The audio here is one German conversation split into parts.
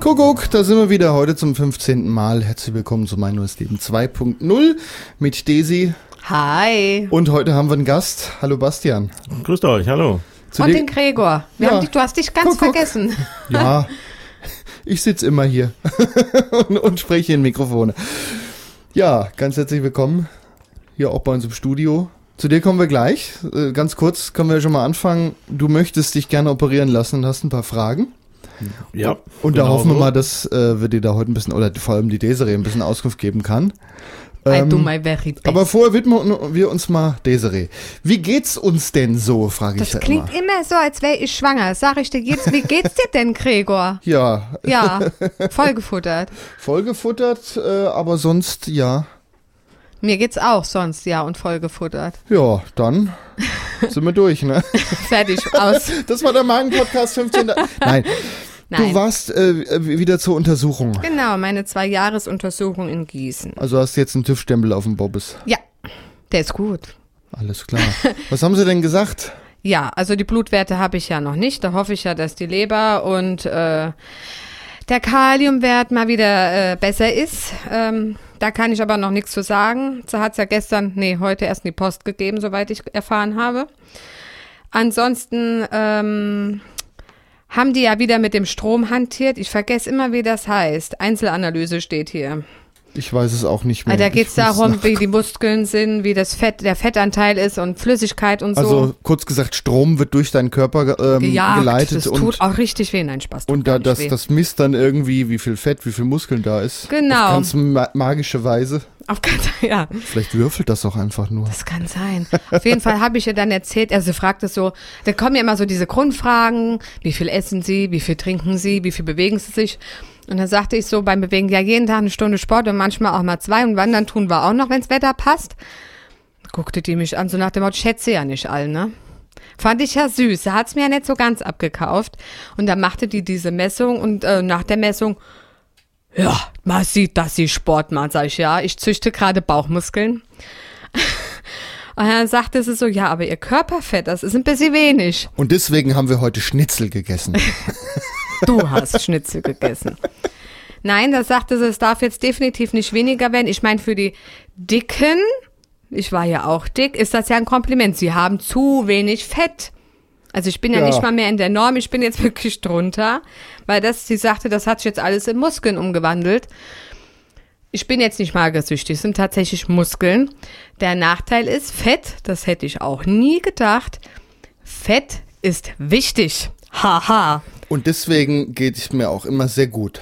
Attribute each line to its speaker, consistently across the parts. Speaker 1: Kuckuck, da sind wir wieder heute zum 15. Mal. Herzlich willkommen zu Mein Neues Leben 2.0 mit Desi.
Speaker 2: Hi.
Speaker 1: Und heute haben wir einen Gast. Hallo Bastian.
Speaker 3: Grüßt euch, hallo.
Speaker 2: Zu und den Gregor. Wir
Speaker 1: Ja.
Speaker 2: haben dich, du hast dich ganz
Speaker 1: Guck, guck.
Speaker 2: vergessen.
Speaker 1: Ja, ich sitze immer hier und, und spreche in Mikrofone. Ja, ganz herzlich willkommen hier auch bei uns im Studio. Zu dir kommen wir gleich. Äh, Ganz kurz können wir schon mal anfangen. Du möchtest dich gerne operieren lassen und hast ein paar Fragen.
Speaker 3: Ja.
Speaker 1: Und da
Speaker 3: genau
Speaker 1: hoffen wir
Speaker 3: so.
Speaker 1: mal, dass äh, wir dir da heute ein bisschen, oder vor allem die Desiree ein bisschen Auskunft geben kann.
Speaker 2: I do my very best.
Speaker 1: Ähm, Aber vorher widmen wir uns mal Desiree. Wie geht's uns denn so, frage ich
Speaker 4: Das
Speaker 1: ja
Speaker 4: klingt
Speaker 1: immer.
Speaker 4: immer so, als wäre ich schwanger. Sag ich dir jetzt, wie geht's dir denn, Gregor?
Speaker 1: Ja,
Speaker 4: Ja, vollgefuttert.
Speaker 1: vollgefuttert, äh, aber sonst ja.
Speaker 4: Mir geht's auch sonst, ja, und vollgefuttert.
Speaker 1: Ja, dann sind wir durch, ne?
Speaker 4: Fertig, aus.
Speaker 1: Das war der Magen-Podcast 15. Nein, du
Speaker 4: Nein.
Speaker 1: warst äh, wieder zur Untersuchung.
Speaker 4: Genau, meine Zwei-Jahres-Untersuchung in Gießen.
Speaker 1: Also hast jetzt einen TÜV-Stempel auf dem Bobbes.
Speaker 4: Ja, der ist gut.
Speaker 1: Alles klar. Was haben sie denn gesagt?
Speaker 4: Ja, also die Blutwerte habe ich ja noch nicht. Da hoffe ich ja, dass die Leber und äh, der Kaliumwert mal wieder äh, besser ist. Ähm, da kann ich aber noch nichts zu sagen. Sie hat es ja gestern, nee, heute erst in die Post gegeben, soweit ich erfahren habe. Ansonsten ähm, haben die ja wieder mit dem Strom hantiert. Ich vergesse immer, wie das heißt. Einzelanalyse steht hier.
Speaker 1: Ich weiß es auch nicht mehr.
Speaker 4: Also da
Speaker 1: Ich
Speaker 4: geht's
Speaker 1: muss
Speaker 4: darum,
Speaker 1: nach-
Speaker 4: wie die Muskeln sind, wie das Fett, der Fettanteil ist und Flüssigkeit und so
Speaker 1: Also kurz gesagt, Strom wird durch deinen Körper ähm,
Speaker 4: gejagt.
Speaker 1: geleitet
Speaker 4: das
Speaker 1: und,
Speaker 4: tut auch richtig weh. Nein, Spaß. tut
Speaker 1: und
Speaker 4: gar
Speaker 1: da,
Speaker 4: nicht
Speaker 1: das,
Speaker 4: weh.
Speaker 1: das misst dann irgendwie, wie viel Fett, wie viel Muskeln da ist.
Speaker 4: Genau.
Speaker 1: Auf ganz ma magische Weise.
Speaker 4: Auf keinen Fall, ja.
Speaker 1: Vielleicht würfelt das auch einfach nur.
Speaker 4: Das kann sein. Auf jeden Fall habe ich ihr dann erzählt, also sie fragt es so, da kommen ja immer so diese Grundfragen, wie viel essen sie, wie viel trinken sie, wie viel bewegen sie sich. Und dann sagte ich so beim Bewegen, ja jeden Tag eine Stunde Sport und manchmal auch mal zwei und wandern tun wir auch noch, wenn's Wetter passt. Guckte die mich an, so nach dem Motto, schätze ja nicht all, ne? Fand ich ja süß. Da hat's mir ja nicht so ganz abgekauft. Und dann machte die diese Messung und äh, nach der Messung, ja, man sieht, dass sie Sport macht, sag ich, ja, ich züchte gerade Bauchmuskeln. Und dann sagte sie so, ja, aber ihr Körperfett, das ist ein bisschen wenig.
Speaker 1: Und deswegen haben wir heute Schnitzel gegessen.
Speaker 4: Du hast Schnitzel gegessen. Nein, da sagte sie, es darf jetzt definitiv nicht weniger werden. Ich meine, für die Dicken, ich war ja auch dick, ist das ja ein Kompliment. Sie haben zu wenig Fett. Also ich bin ja,
Speaker 1: Ja.
Speaker 4: nicht mal mehr in der Norm, ich bin jetzt wirklich drunter. Weil das, sie sagte, das hat sich jetzt alles in Muskeln umgewandelt. Ich bin jetzt nicht magersüchtig, es sind tatsächlich Muskeln. Der Nachteil ist Fett, das hätte ich auch nie gedacht. Fett ist wichtig. Haha.
Speaker 1: Und deswegen geht es mir auch immer sehr gut.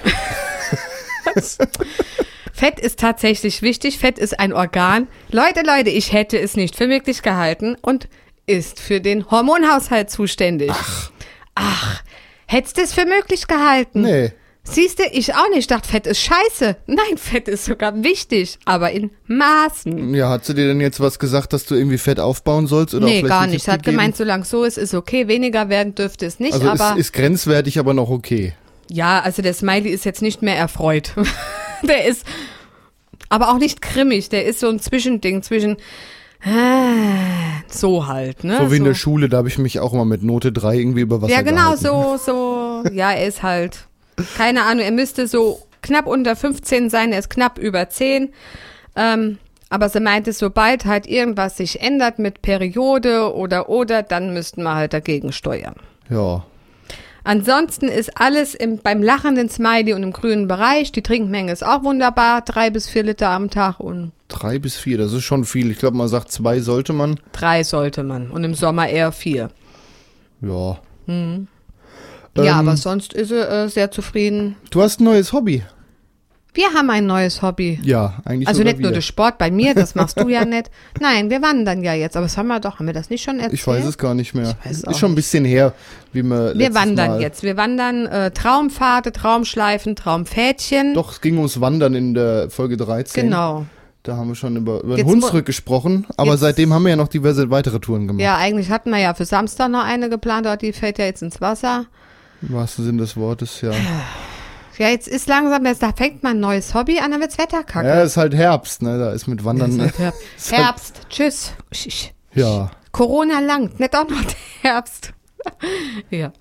Speaker 4: Fett ist tatsächlich wichtig. Fett ist ein Organ. Leute, Leute, ich hätte es nicht für möglich gehalten und ist für den Hormonhaushalt zuständig. Ach. Ach. Hättest du es für möglich gehalten?
Speaker 1: Nee.
Speaker 4: Siehst du, ich auch nicht. Dachte, Fett ist scheiße. Nein, Fett ist sogar wichtig, aber in Maßen.
Speaker 1: Ja, hat sie dir denn jetzt was gesagt, dass du irgendwie Fett aufbauen sollst? Oder auch
Speaker 4: Nee,
Speaker 1: vielleicht
Speaker 4: gar
Speaker 1: einen
Speaker 4: nicht.
Speaker 1: Tipp
Speaker 4: Sie hat
Speaker 1: gegeben?
Speaker 4: gemeint, solange so ist, ist okay. Weniger werden dürfte es nicht,
Speaker 1: Also
Speaker 4: aber.
Speaker 1: ist, ist grenzwertig, aber noch okay.
Speaker 4: Ja, also der Smiley ist jetzt nicht mehr erfreut. der ist aber auch nicht grimmig. Der ist so ein Zwischending zwischen äh, so halt, ne?
Speaker 1: So wie in der Schule, da habe ich mich auch mal mit Note 3 irgendwie über Wasser
Speaker 4: Ja, genau,
Speaker 1: gehalten.
Speaker 4: so, so. Ja, er ist halt. Keine Ahnung, er müsste so knapp unter 15 sein, er ist knapp über 10. Ähm, aber sie meinte, sobald halt irgendwas sich ändert mit Periode oder oder, dann müssten wir halt dagegen steuern.
Speaker 1: Ja.
Speaker 4: Ansonsten ist alles im, beim lachenden Smiley und im grünen Bereich. Die Trinkmenge ist auch wunderbar, drei bis vier Liter am Tag und
Speaker 1: Drei bis vier, das ist schon viel. Ich glaube, man sagt zwei sollte man.
Speaker 4: drei sollte man und im Sommer eher vier. ja,
Speaker 1: Ja. Ähm,
Speaker 4: aber sonst ist sie äh, sehr zufrieden.
Speaker 1: Du hast ein neues Hobby.
Speaker 4: Wir haben ein neues Hobby.
Speaker 1: Ja, eigentlich
Speaker 4: also
Speaker 1: sogar
Speaker 4: nicht nur
Speaker 1: wir.
Speaker 4: der Sport bei mir, das machst du ja nicht. Nein, wir wandern ja jetzt. Aber das haben wir doch, haben wir das nicht schon erzählt?
Speaker 1: Ich weiß es gar nicht mehr.
Speaker 4: Ich weiß es
Speaker 1: ist
Speaker 4: auch
Speaker 1: schon ein bisschen her, wie wir
Speaker 4: Wir
Speaker 1: letztes
Speaker 4: wandern
Speaker 1: Mal.
Speaker 4: jetzt. Wir wandern äh, Traumpfade, Traumschleifen, Traumpfädchen.
Speaker 1: Doch, es ging ums Wandern in der Folge 13.
Speaker 4: Genau.
Speaker 1: Da haben wir schon über, über den
Speaker 4: Jetzt mu-
Speaker 1: Hunsrück gesprochen, aber
Speaker 4: Jetzt-
Speaker 1: seitdem haben wir ja noch diverse weitere Touren gemacht.
Speaker 4: Ja, eigentlich hatten wir ja für Samstag noch eine geplant, aber die fällt ja jetzt ins Wasser.
Speaker 1: Im wahrsten Sinn des Wortes, ja.
Speaker 4: Ja, jetzt ist langsam, jetzt, da fängt man ein neues Hobby an, dann wird's Wetterkacke.
Speaker 1: Ja, ist halt Herbst, ne? Da ist mit
Speaker 4: Ist
Speaker 1: Wandern. ne?
Speaker 4: halt Herbst. Herbst, tschüss. Sch- sch-
Speaker 1: Ja.
Speaker 4: Corona langt, nicht auch noch der Herbst. ja.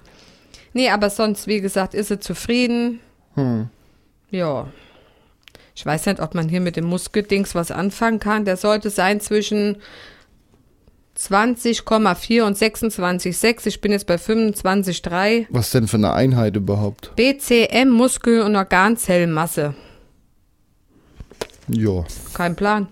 Speaker 4: Nee, aber sonst, wie gesagt, ist sie zufrieden. Hm. Ja. Ich weiß nicht, ob man hier mit dem Muskeldings was anfangen kann. Der sollte sein zwischen 20,4 und 26,6. Ich bin jetzt bei 25,3.
Speaker 1: Was denn für eine Einheit überhaupt?
Speaker 4: BCM, Muskel- und Organzellmasse.
Speaker 1: Ja.
Speaker 4: Kein Plan.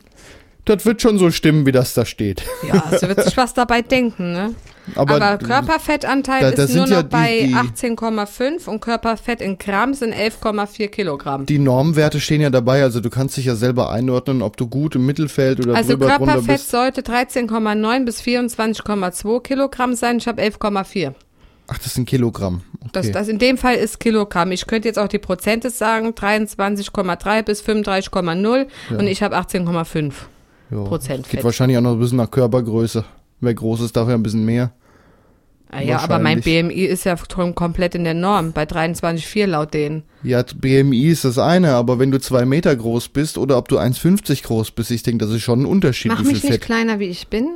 Speaker 1: Das wird schon so stimmen, wie das da steht.
Speaker 4: Ja, also wird sich was dabei denken, ne?
Speaker 1: Aber,
Speaker 4: Aber, Körperfettanteil
Speaker 1: da- da
Speaker 4: ist
Speaker 1: sind
Speaker 4: nur noch
Speaker 1: ja die-
Speaker 4: bei
Speaker 1: die-
Speaker 4: 18,5 und Körperfett in Gramm sind 11,4 Kilogramm.
Speaker 1: die Normwerte stehen ja dabei, also du kannst dich ja selber einordnen, ob du gut im Mittelfeld oder
Speaker 4: also
Speaker 1: drüber drunter
Speaker 4: Körperfett
Speaker 1: bist.
Speaker 4: sollte 13,9 bis 24,2 Kilogramm sein. Ich habe 11,4.
Speaker 1: Ach, das sind Kilogramm. Okay.
Speaker 4: Das, das in dem Fall ist Kilogramm. Ich könnte jetzt auch die Prozente sagen, 23,3 bis 35,0 und ich habe 18,5.
Speaker 1: Ja.
Speaker 4: Prozent
Speaker 1: Geht
Speaker 4: Fett.
Speaker 1: wahrscheinlich auch noch ein bisschen nach Körpergröße. Wer groß ist, darf ja ein bisschen mehr.
Speaker 4: Ah Ja, aber mein
Speaker 1: Wahrscheinlich.
Speaker 4: BMI ist ja schon komplett in der Norm, bei 23,4 laut denen.
Speaker 1: Ja, BMI ist das eine, aber wenn du zwei Meter groß bist oder ob du 1,50 groß bist, ich denke, das ist schon ein Unterschied,
Speaker 4: Mach
Speaker 1: wie viel
Speaker 4: mich nicht
Speaker 1: Fett.
Speaker 4: kleiner, wie ich bin.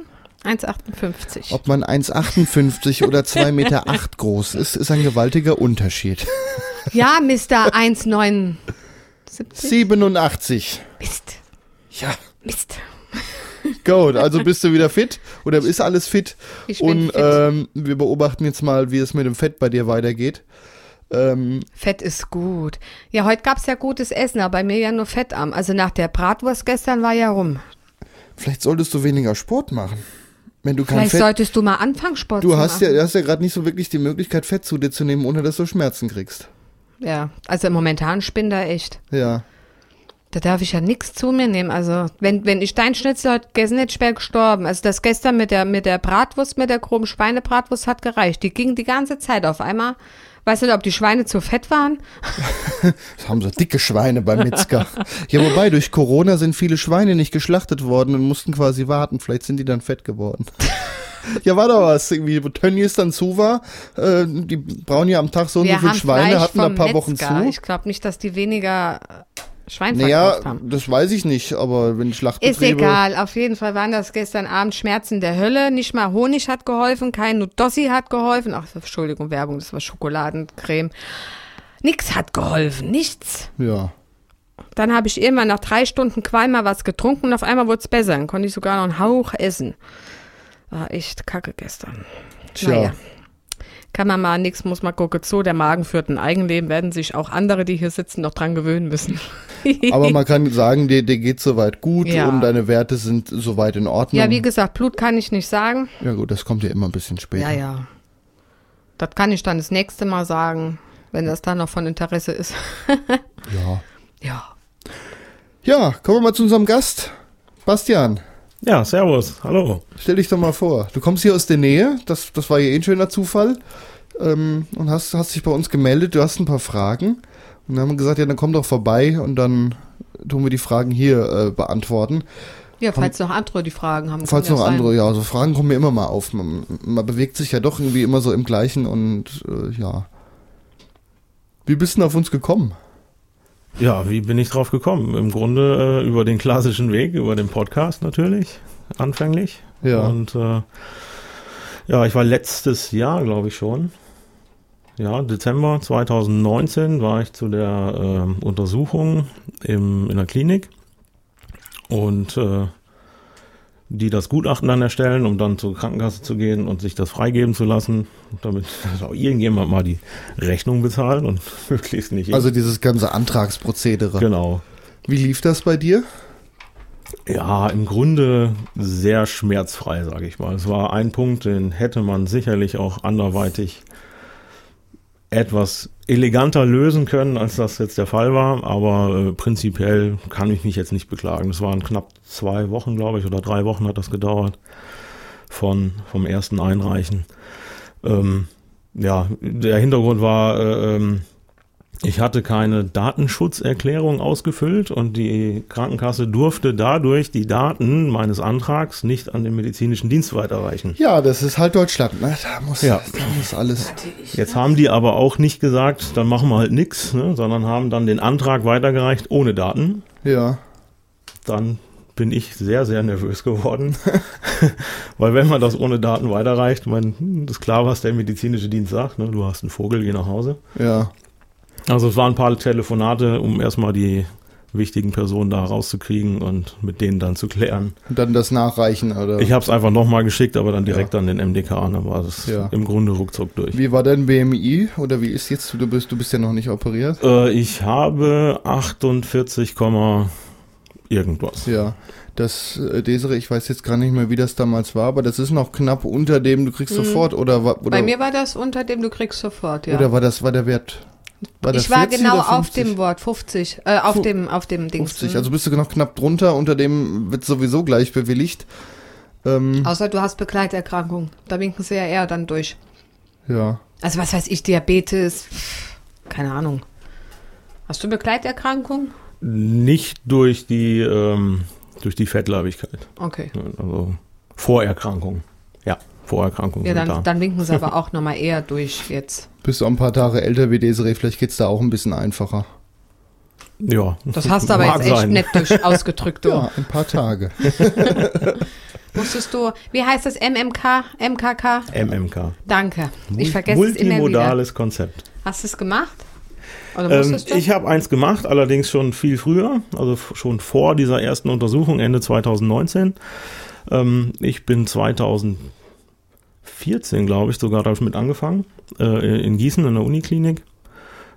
Speaker 4: 1,58.
Speaker 1: Ob man 1,58 oder 2,8 Meter acht groß ist, ist ein gewaltiger Unterschied.
Speaker 4: Ja, Mr. 1,79.
Speaker 1: 87.
Speaker 4: Mist,
Speaker 1: Ja.
Speaker 4: Mist.
Speaker 1: Gut, also bist du wieder fit oder ist alles fit?
Speaker 4: Ich bin
Speaker 1: Und
Speaker 4: fit.
Speaker 1: Ähm, wir beobachten jetzt mal, wie es mit dem Fett bei dir weitergeht. Ähm,
Speaker 4: Fett ist gut. Ja, heute gab's ja gutes Essen, aber bei mir ja nur fettarm. Also nach der Bratwurst gestern war ja rum.
Speaker 1: vielleicht solltest du weniger Sport machen. Wenn du kein
Speaker 4: Vielleicht
Speaker 1: Fett.
Speaker 4: solltest du mal anfangen, Sport
Speaker 1: Du
Speaker 4: zu
Speaker 1: hast ja,
Speaker 4: machen.
Speaker 1: du hast ja gerade nicht so wirklich die Möglichkeit, Fett zu dir zu nehmen, ohne dass du Schmerzen kriegst.
Speaker 4: Ja, ja also momentan spinn da echt.
Speaker 1: Ja.
Speaker 4: Da darf ich ja nichts zu mir nehmen. Also wenn, wenn ich dein Schnitzel heute gegessen hätte, ich wär gestorben. Also das gestern mit der, mit der Bratwurst, mit der groben Schweinebratwurst hat gereicht. Die ging die ganze Zeit auf einmal. Weißt du, nicht, ob die Schweine zu fett waren?
Speaker 1: Das haben so dicke Schweine beim Metzger. ja, wobei, durch Corona sind viele Schweine nicht geschlachtet worden und mussten quasi warten. Vielleicht sind die dann fett geworden. ja, war doch was. Irgendwie, wo Tönnies dann zu war, äh, die brauen ja am Tag so und so
Speaker 4: Wir
Speaker 1: viel
Speaker 4: haben
Speaker 1: Schweine,
Speaker 4: Fleisch
Speaker 1: hatten da ein
Speaker 4: vom
Speaker 1: paar Wochen zu.
Speaker 4: Metzger. Ich glaube nicht, dass die weniger äh, Schwein
Speaker 1: Naja,
Speaker 4: verkauft haben.
Speaker 1: das weiß ich nicht, aber wenn
Speaker 4: Ist
Speaker 1: Schlachtbetriebe...
Speaker 4: egal, auf jeden Fall waren das gestern Abend Schmerzen der Hölle. Nicht mal Honig hat geholfen, kein Nudossi hat geholfen. Ach, Entschuldigung, Werbung, das war Schokoladencreme. Nix hat geholfen, nichts.
Speaker 1: Ja.
Speaker 4: Dann habe ich irgendwann nach drei Stunden Qualm mal was getrunken und auf einmal wurde es besser. Dann konnte ich sogar noch einen Hauch essen. War echt kacke gestern.
Speaker 1: Tja.
Speaker 4: Naja. Kann man mal nix, muss man gucken zu. Der Magen führt ein Eigenleben, werden sich auch andere, die hier sitzen, noch dran gewöhnen müssen.
Speaker 1: Aber man kann sagen, dir, dir geht soweit gut
Speaker 4: Ja.
Speaker 1: und deine Werte sind soweit in Ordnung.
Speaker 4: ja, wie gesagt, Blut kann ich nicht sagen.
Speaker 1: ja gut, das kommt ja immer ein bisschen später.
Speaker 4: Ja, ja. Das kann ich dann das nächste Mal sagen, wenn das dann noch von Interesse ist.
Speaker 1: ja.
Speaker 4: ja.
Speaker 1: Ja, kommen wir mal zu unserem Gast. Bastian,
Speaker 3: Ja, servus. Hallo.
Speaker 1: stell dich doch mal vor. Du kommst hier aus der Nähe, das, das war ja eh ein schöner Zufall. Ähm, und hast, hast dich bei uns gemeldet, du hast ein paar Fragen. Und dann haben wir gesagt, ja, dann komm doch vorbei und dann tun wir die Fragen hier äh, beantworten.
Speaker 4: Ja, falls noch andere die Fragen haben.
Speaker 1: Falls
Speaker 4: können
Speaker 1: noch
Speaker 4: ja sein.
Speaker 1: andere, ja, so Fragen kommen mir immer mal auf. Man, man bewegt sich ja doch irgendwie immer so im Gleichen und äh, ja. Wie bist du denn auf uns gekommen?
Speaker 3: Ja, wie bin ich drauf gekommen? Im Grunde äh, über den klassischen Weg, über den Podcast natürlich, anfänglich.
Speaker 1: Ja.
Speaker 3: Und äh, ja, ich war letztes Jahr, glaube ich schon. Ja, Dezember 2019 war ich zu der ähm, Untersuchung im, in der Klinik und äh, die das Gutachten dann erstellen, um dann zur Krankenkasse zu gehen und sich das freigeben zu lassen, damit auch irgendjemand mal die Rechnung bezahlt und möglichst nicht. ich.
Speaker 1: Also dieses ganze Antragsprozedere.
Speaker 3: genau.
Speaker 1: Wie lief das bei dir?
Speaker 3: Ja, im Grunde sehr schmerzfrei, sage ich mal. Es war ein Punkt, den hätte man sicherlich auch anderweitig etwas eleganter lösen können, als das jetzt der Fall war. Aber äh, prinzipiell kann ich mich jetzt nicht beklagen. Es waren knapp zwei Wochen, glaube ich, oder drei Wochen hat das gedauert von, vom ersten Einreichen. Ähm, ja, der Hintergrund war, äh, ähm, ich hatte keine Datenschutzerklärung ausgefüllt und die Krankenkasse durfte dadurch die Daten meines Antrags nicht an den medizinischen Dienst weiterreichen.
Speaker 1: Ja, das ist halt Deutschland, ne? Da muss,
Speaker 3: Ja.
Speaker 1: da muss alles.
Speaker 3: Jetzt haben die aber auch nicht gesagt, dann machen wir halt nichts, ne, sondern haben dann den Antrag weitergereicht ohne Daten.
Speaker 1: Ja.
Speaker 3: Dann bin ich sehr, sehr nervös geworden, weil wenn man das ohne Daten weiterreicht, man, hm, ist klar, was der medizinische Dienst sagt, ne, du hast einen Vogel, geh nach Hause.
Speaker 1: Ja.
Speaker 3: Also es waren ein paar Telefonate, um erstmal die wichtigen Personen da rauszukriegen und mit denen dann zu klären.
Speaker 1: Und dann das Nachreichen, oder?
Speaker 3: Ich habe es einfach nochmal geschickt, aber dann direkt an den MDK, dann ne, war das
Speaker 1: Ja.
Speaker 3: im Grunde ruckzuck durch.
Speaker 1: wie war dein BMI? Oder wie ist jetzt? Du bist, du bist ja noch nicht operiert.
Speaker 3: Äh, ich habe 48, Komma irgendwas.
Speaker 1: Ja. Das, äh, Desiree, ich weiß jetzt gar nicht mehr, wie das damals war, aber das ist noch knapp unter dem, du kriegst sofort, oder, wa- oder
Speaker 4: Mhm. Bei mir war das unter dem, du kriegst sofort, ja.
Speaker 1: Oder war das, war der Wert? War das
Speaker 4: ich war
Speaker 1: 40
Speaker 4: genau
Speaker 1: oder
Speaker 4: auf
Speaker 1: 50?
Speaker 4: dem Wort, 50, äh, auf
Speaker 1: Fu-
Speaker 4: dem, auf dem Dings.
Speaker 1: 50, also bist du noch knapp drunter, unter dem wird sowieso gleich bewilligt. Ähm,
Speaker 4: Außer du hast Begleiterkrankung. Da winken sie ja eher dann durch.
Speaker 1: ja.
Speaker 4: Also was weiß ich, Diabetes, pff, keine Ahnung. Hast du Begleiterkrankung?
Speaker 3: Nicht durch die, ähm, durch die Fettleibigkeit.
Speaker 4: Okay.
Speaker 3: ne, Also Vorerkrankung. Ja, Vorerkrankung
Speaker 4: Ja, dann,
Speaker 3: sind da.
Speaker 4: dann winken sie aber auch nochmal eher durch jetzt.
Speaker 1: Bist du auch ein paar Tage älter wie Desiree, vielleicht geht's da auch ein bisschen einfacher.
Speaker 3: ja.
Speaker 4: Das hast du aber
Speaker 3: Mag
Speaker 4: jetzt echt
Speaker 3: sein.
Speaker 4: nett durch ausgedrückt. Du.
Speaker 1: Ja, ein paar Tage.
Speaker 4: Musstest du, wie heißt das, MMK, MKK?
Speaker 3: MMK.
Speaker 4: Danke. Ich vergesse es immer wieder.
Speaker 3: Multimodales Konzept.
Speaker 4: Hast du es gemacht? Oder
Speaker 3: Ähm,
Speaker 4: musstest du?
Speaker 3: ich habe eins gemacht, allerdings schon viel früher, also f- schon vor dieser ersten Untersuchung, Ende 2019. Ähm, ich bin 2014, glaube ich, sogar damit angefangen, äh, in Gießen in der Uniklinik.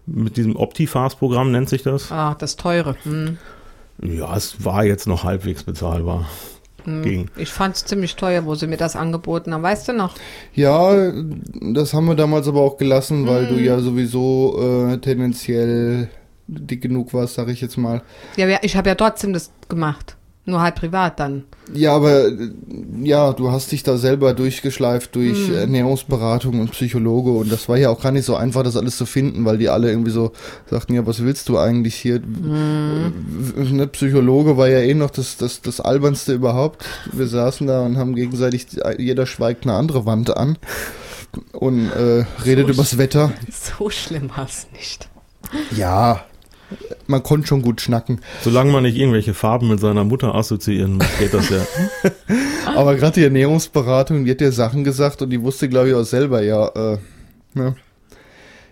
Speaker 3: Mit diesem Optifast-Programm nennt sich das.
Speaker 4: Ah, das teure. Hm.
Speaker 3: Ja, es war jetzt noch halbwegs bezahlbar. Ging.
Speaker 4: Ich fand es ziemlich teuer, wo sie mir das angeboten haben. Weißt du noch?
Speaker 1: Ja, das haben wir damals aber auch gelassen, weil du ja sowieso äh, tendenziell dick genug warst, sag ich jetzt mal.
Speaker 4: Ja, ja, ich habe ja trotzdem das gemacht. Nur halt privat dann.
Speaker 1: Ja, aber äh, ja, du hast dich da selber durchgeschleift durch Ernährungsberatung und Psychologe und das war ja auch gar nicht so einfach, das alles zu finden, weil die alle irgendwie so sagten, ja, was willst du eigentlich hier? W- Ne, Psychologe war ja eh noch das, das, das albernste überhaupt. Wir saßen da und haben gegenseitig, jeder schweigt eine andere Wand an und äh, redet übers Wetter.
Speaker 4: So schlimm war es nicht.
Speaker 1: Ja, man konnte schon gut schnacken.
Speaker 3: Solange man nicht irgendwelche Farben mit seiner Mutter assoziieren muss, geht das ja.
Speaker 1: Aber gerade die Ernährungsberatung, die hat dir Sachen gesagt und die wusste, glaube ich, auch selber, ja, äh, ne?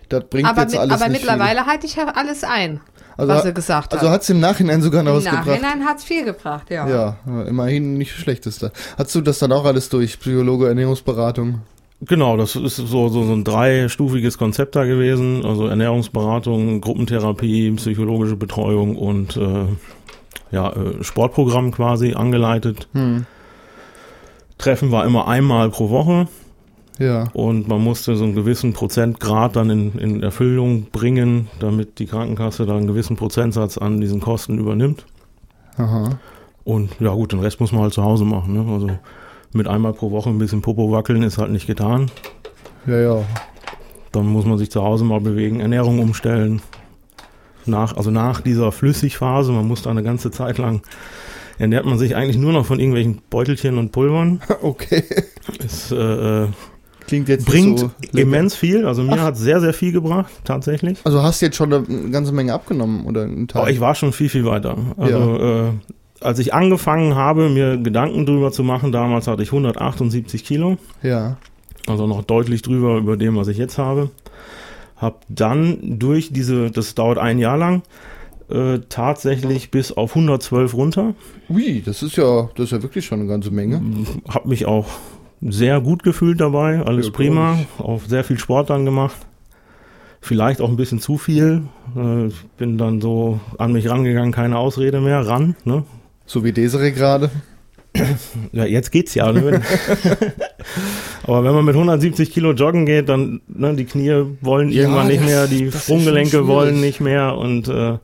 Speaker 1: Das bringt
Speaker 4: Aber,
Speaker 1: jetzt
Speaker 4: mit,
Speaker 1: alles
Speaker 4: aber
Speaker 1: nicht
Speaker 4: mittlerweile halte ich ja alles ein,
Speaker 1: viel. Also,
Speaker 4: was sie gesagt
Speaker 1: also
Speaker 4: hat.
Speaker 1: hat es im Nachhinein sogar noch
Speaker 4: Im
Speaker 1: was gebracht.
Speaker 4: Nachhinein hat es viel gebracht, ja.
Speaker 1: Ja, immerhin nicht schlechtester. Hast du das dann auch alles durch? Psychologe, Ernährungsberatung?
Speaker 3: Genau, das ist so, so, so ein dreistufiges Konzept da gewesen. Also Ernährungsberatung, Gruppentherapie, psychologische Betreuung und äh, ja, äh, Sportprogramm quasi angeleitet.
Speaker 1: Hm.
Speaker 3: Treffen war immer einmal pro Woche
Speaker 1: Ja.
Speaker 3: und man musste so einen gewissen Prozentgrad dann in, in Erfüllung bringen, damit die Krankenkasse dann einen gewissen Prozentsatz an diesen Kosten übernimmt.
Speaker 1: Aha.
Speaker 3: Und ja gut, den Rest muss man halt zu Hause machen. Ne? Also mit einmal pro Woche ein bisschen Popo wackeln ist halt nicht getan.
Speaker 1: Ja, ja.
Speaker 3: Dann muss man sich zu Hause mal bewegen, Ernährung umstellen. Nach, also nach dieser Flüssigphase, man muss da eine ganze Zeit lang, ernährt man sich eigentlich nur noch von irgendwelchen Beutelchen und Pulvern.
Speaker 1: Okay.
Speaker 3: Es äh, äh,
Speaker 1: Klingt jetzt
Speaker 3: bringt
Speaker 1: nicht so. lecker.
Speaker 3: immens viel. Also mir hat sehr, sehr viel gebracht, tatsächlich.
Speaker 1: Also hast du jetzt schon eine ganze Menge abgenommen oder einen Teil?
Speaker 3: Aber Oh, ich war schon viel, viel weiter. Also äh, als ich angefangen habe, mir Gedanken drüber zu machen, damals hatte ich 178 Kilo.
Speaker 1: ja.
Speaker 3: also noch deutlich drüber über dem, was ich jetzt habe. Hab dann durch diese, das dauert ein Jahr lang, äh, tatsächlich bis auf 112 runter.
Speaker 1: Ui, das ist ja, das ist ja wirklich schon eine ganze Menge.
Speaker 3: Hab mich auch sehr gut gefühlt dabei, alles
Speaker 1: Ja,
Speaker 3: prima,
Speaker 1: glaub
Speaker 3: auch sehr viel Sport dann gemacht. Vielleicht auch ein bisschen zu viel. Äh, ich bin dann so an mich rangegangen, keine Ausrede mehr, ran. Ne?
Speaker 1: So wie Desiree gerade.
Speaker 3: Ja, jetzt geht's ja. Ne? Aber wenn man mit 170 Kilo joggen geht, dann ne, die Knie wollen
Speaker 1: Ja,
Speaker 3: irgendwann nicht
Speaker 1: das-
Speaker 3: mehr, die
Speaker 1: das ist schon schwierig.
Speaker 3: Sprunggelenke wollen nicht mehr und äh,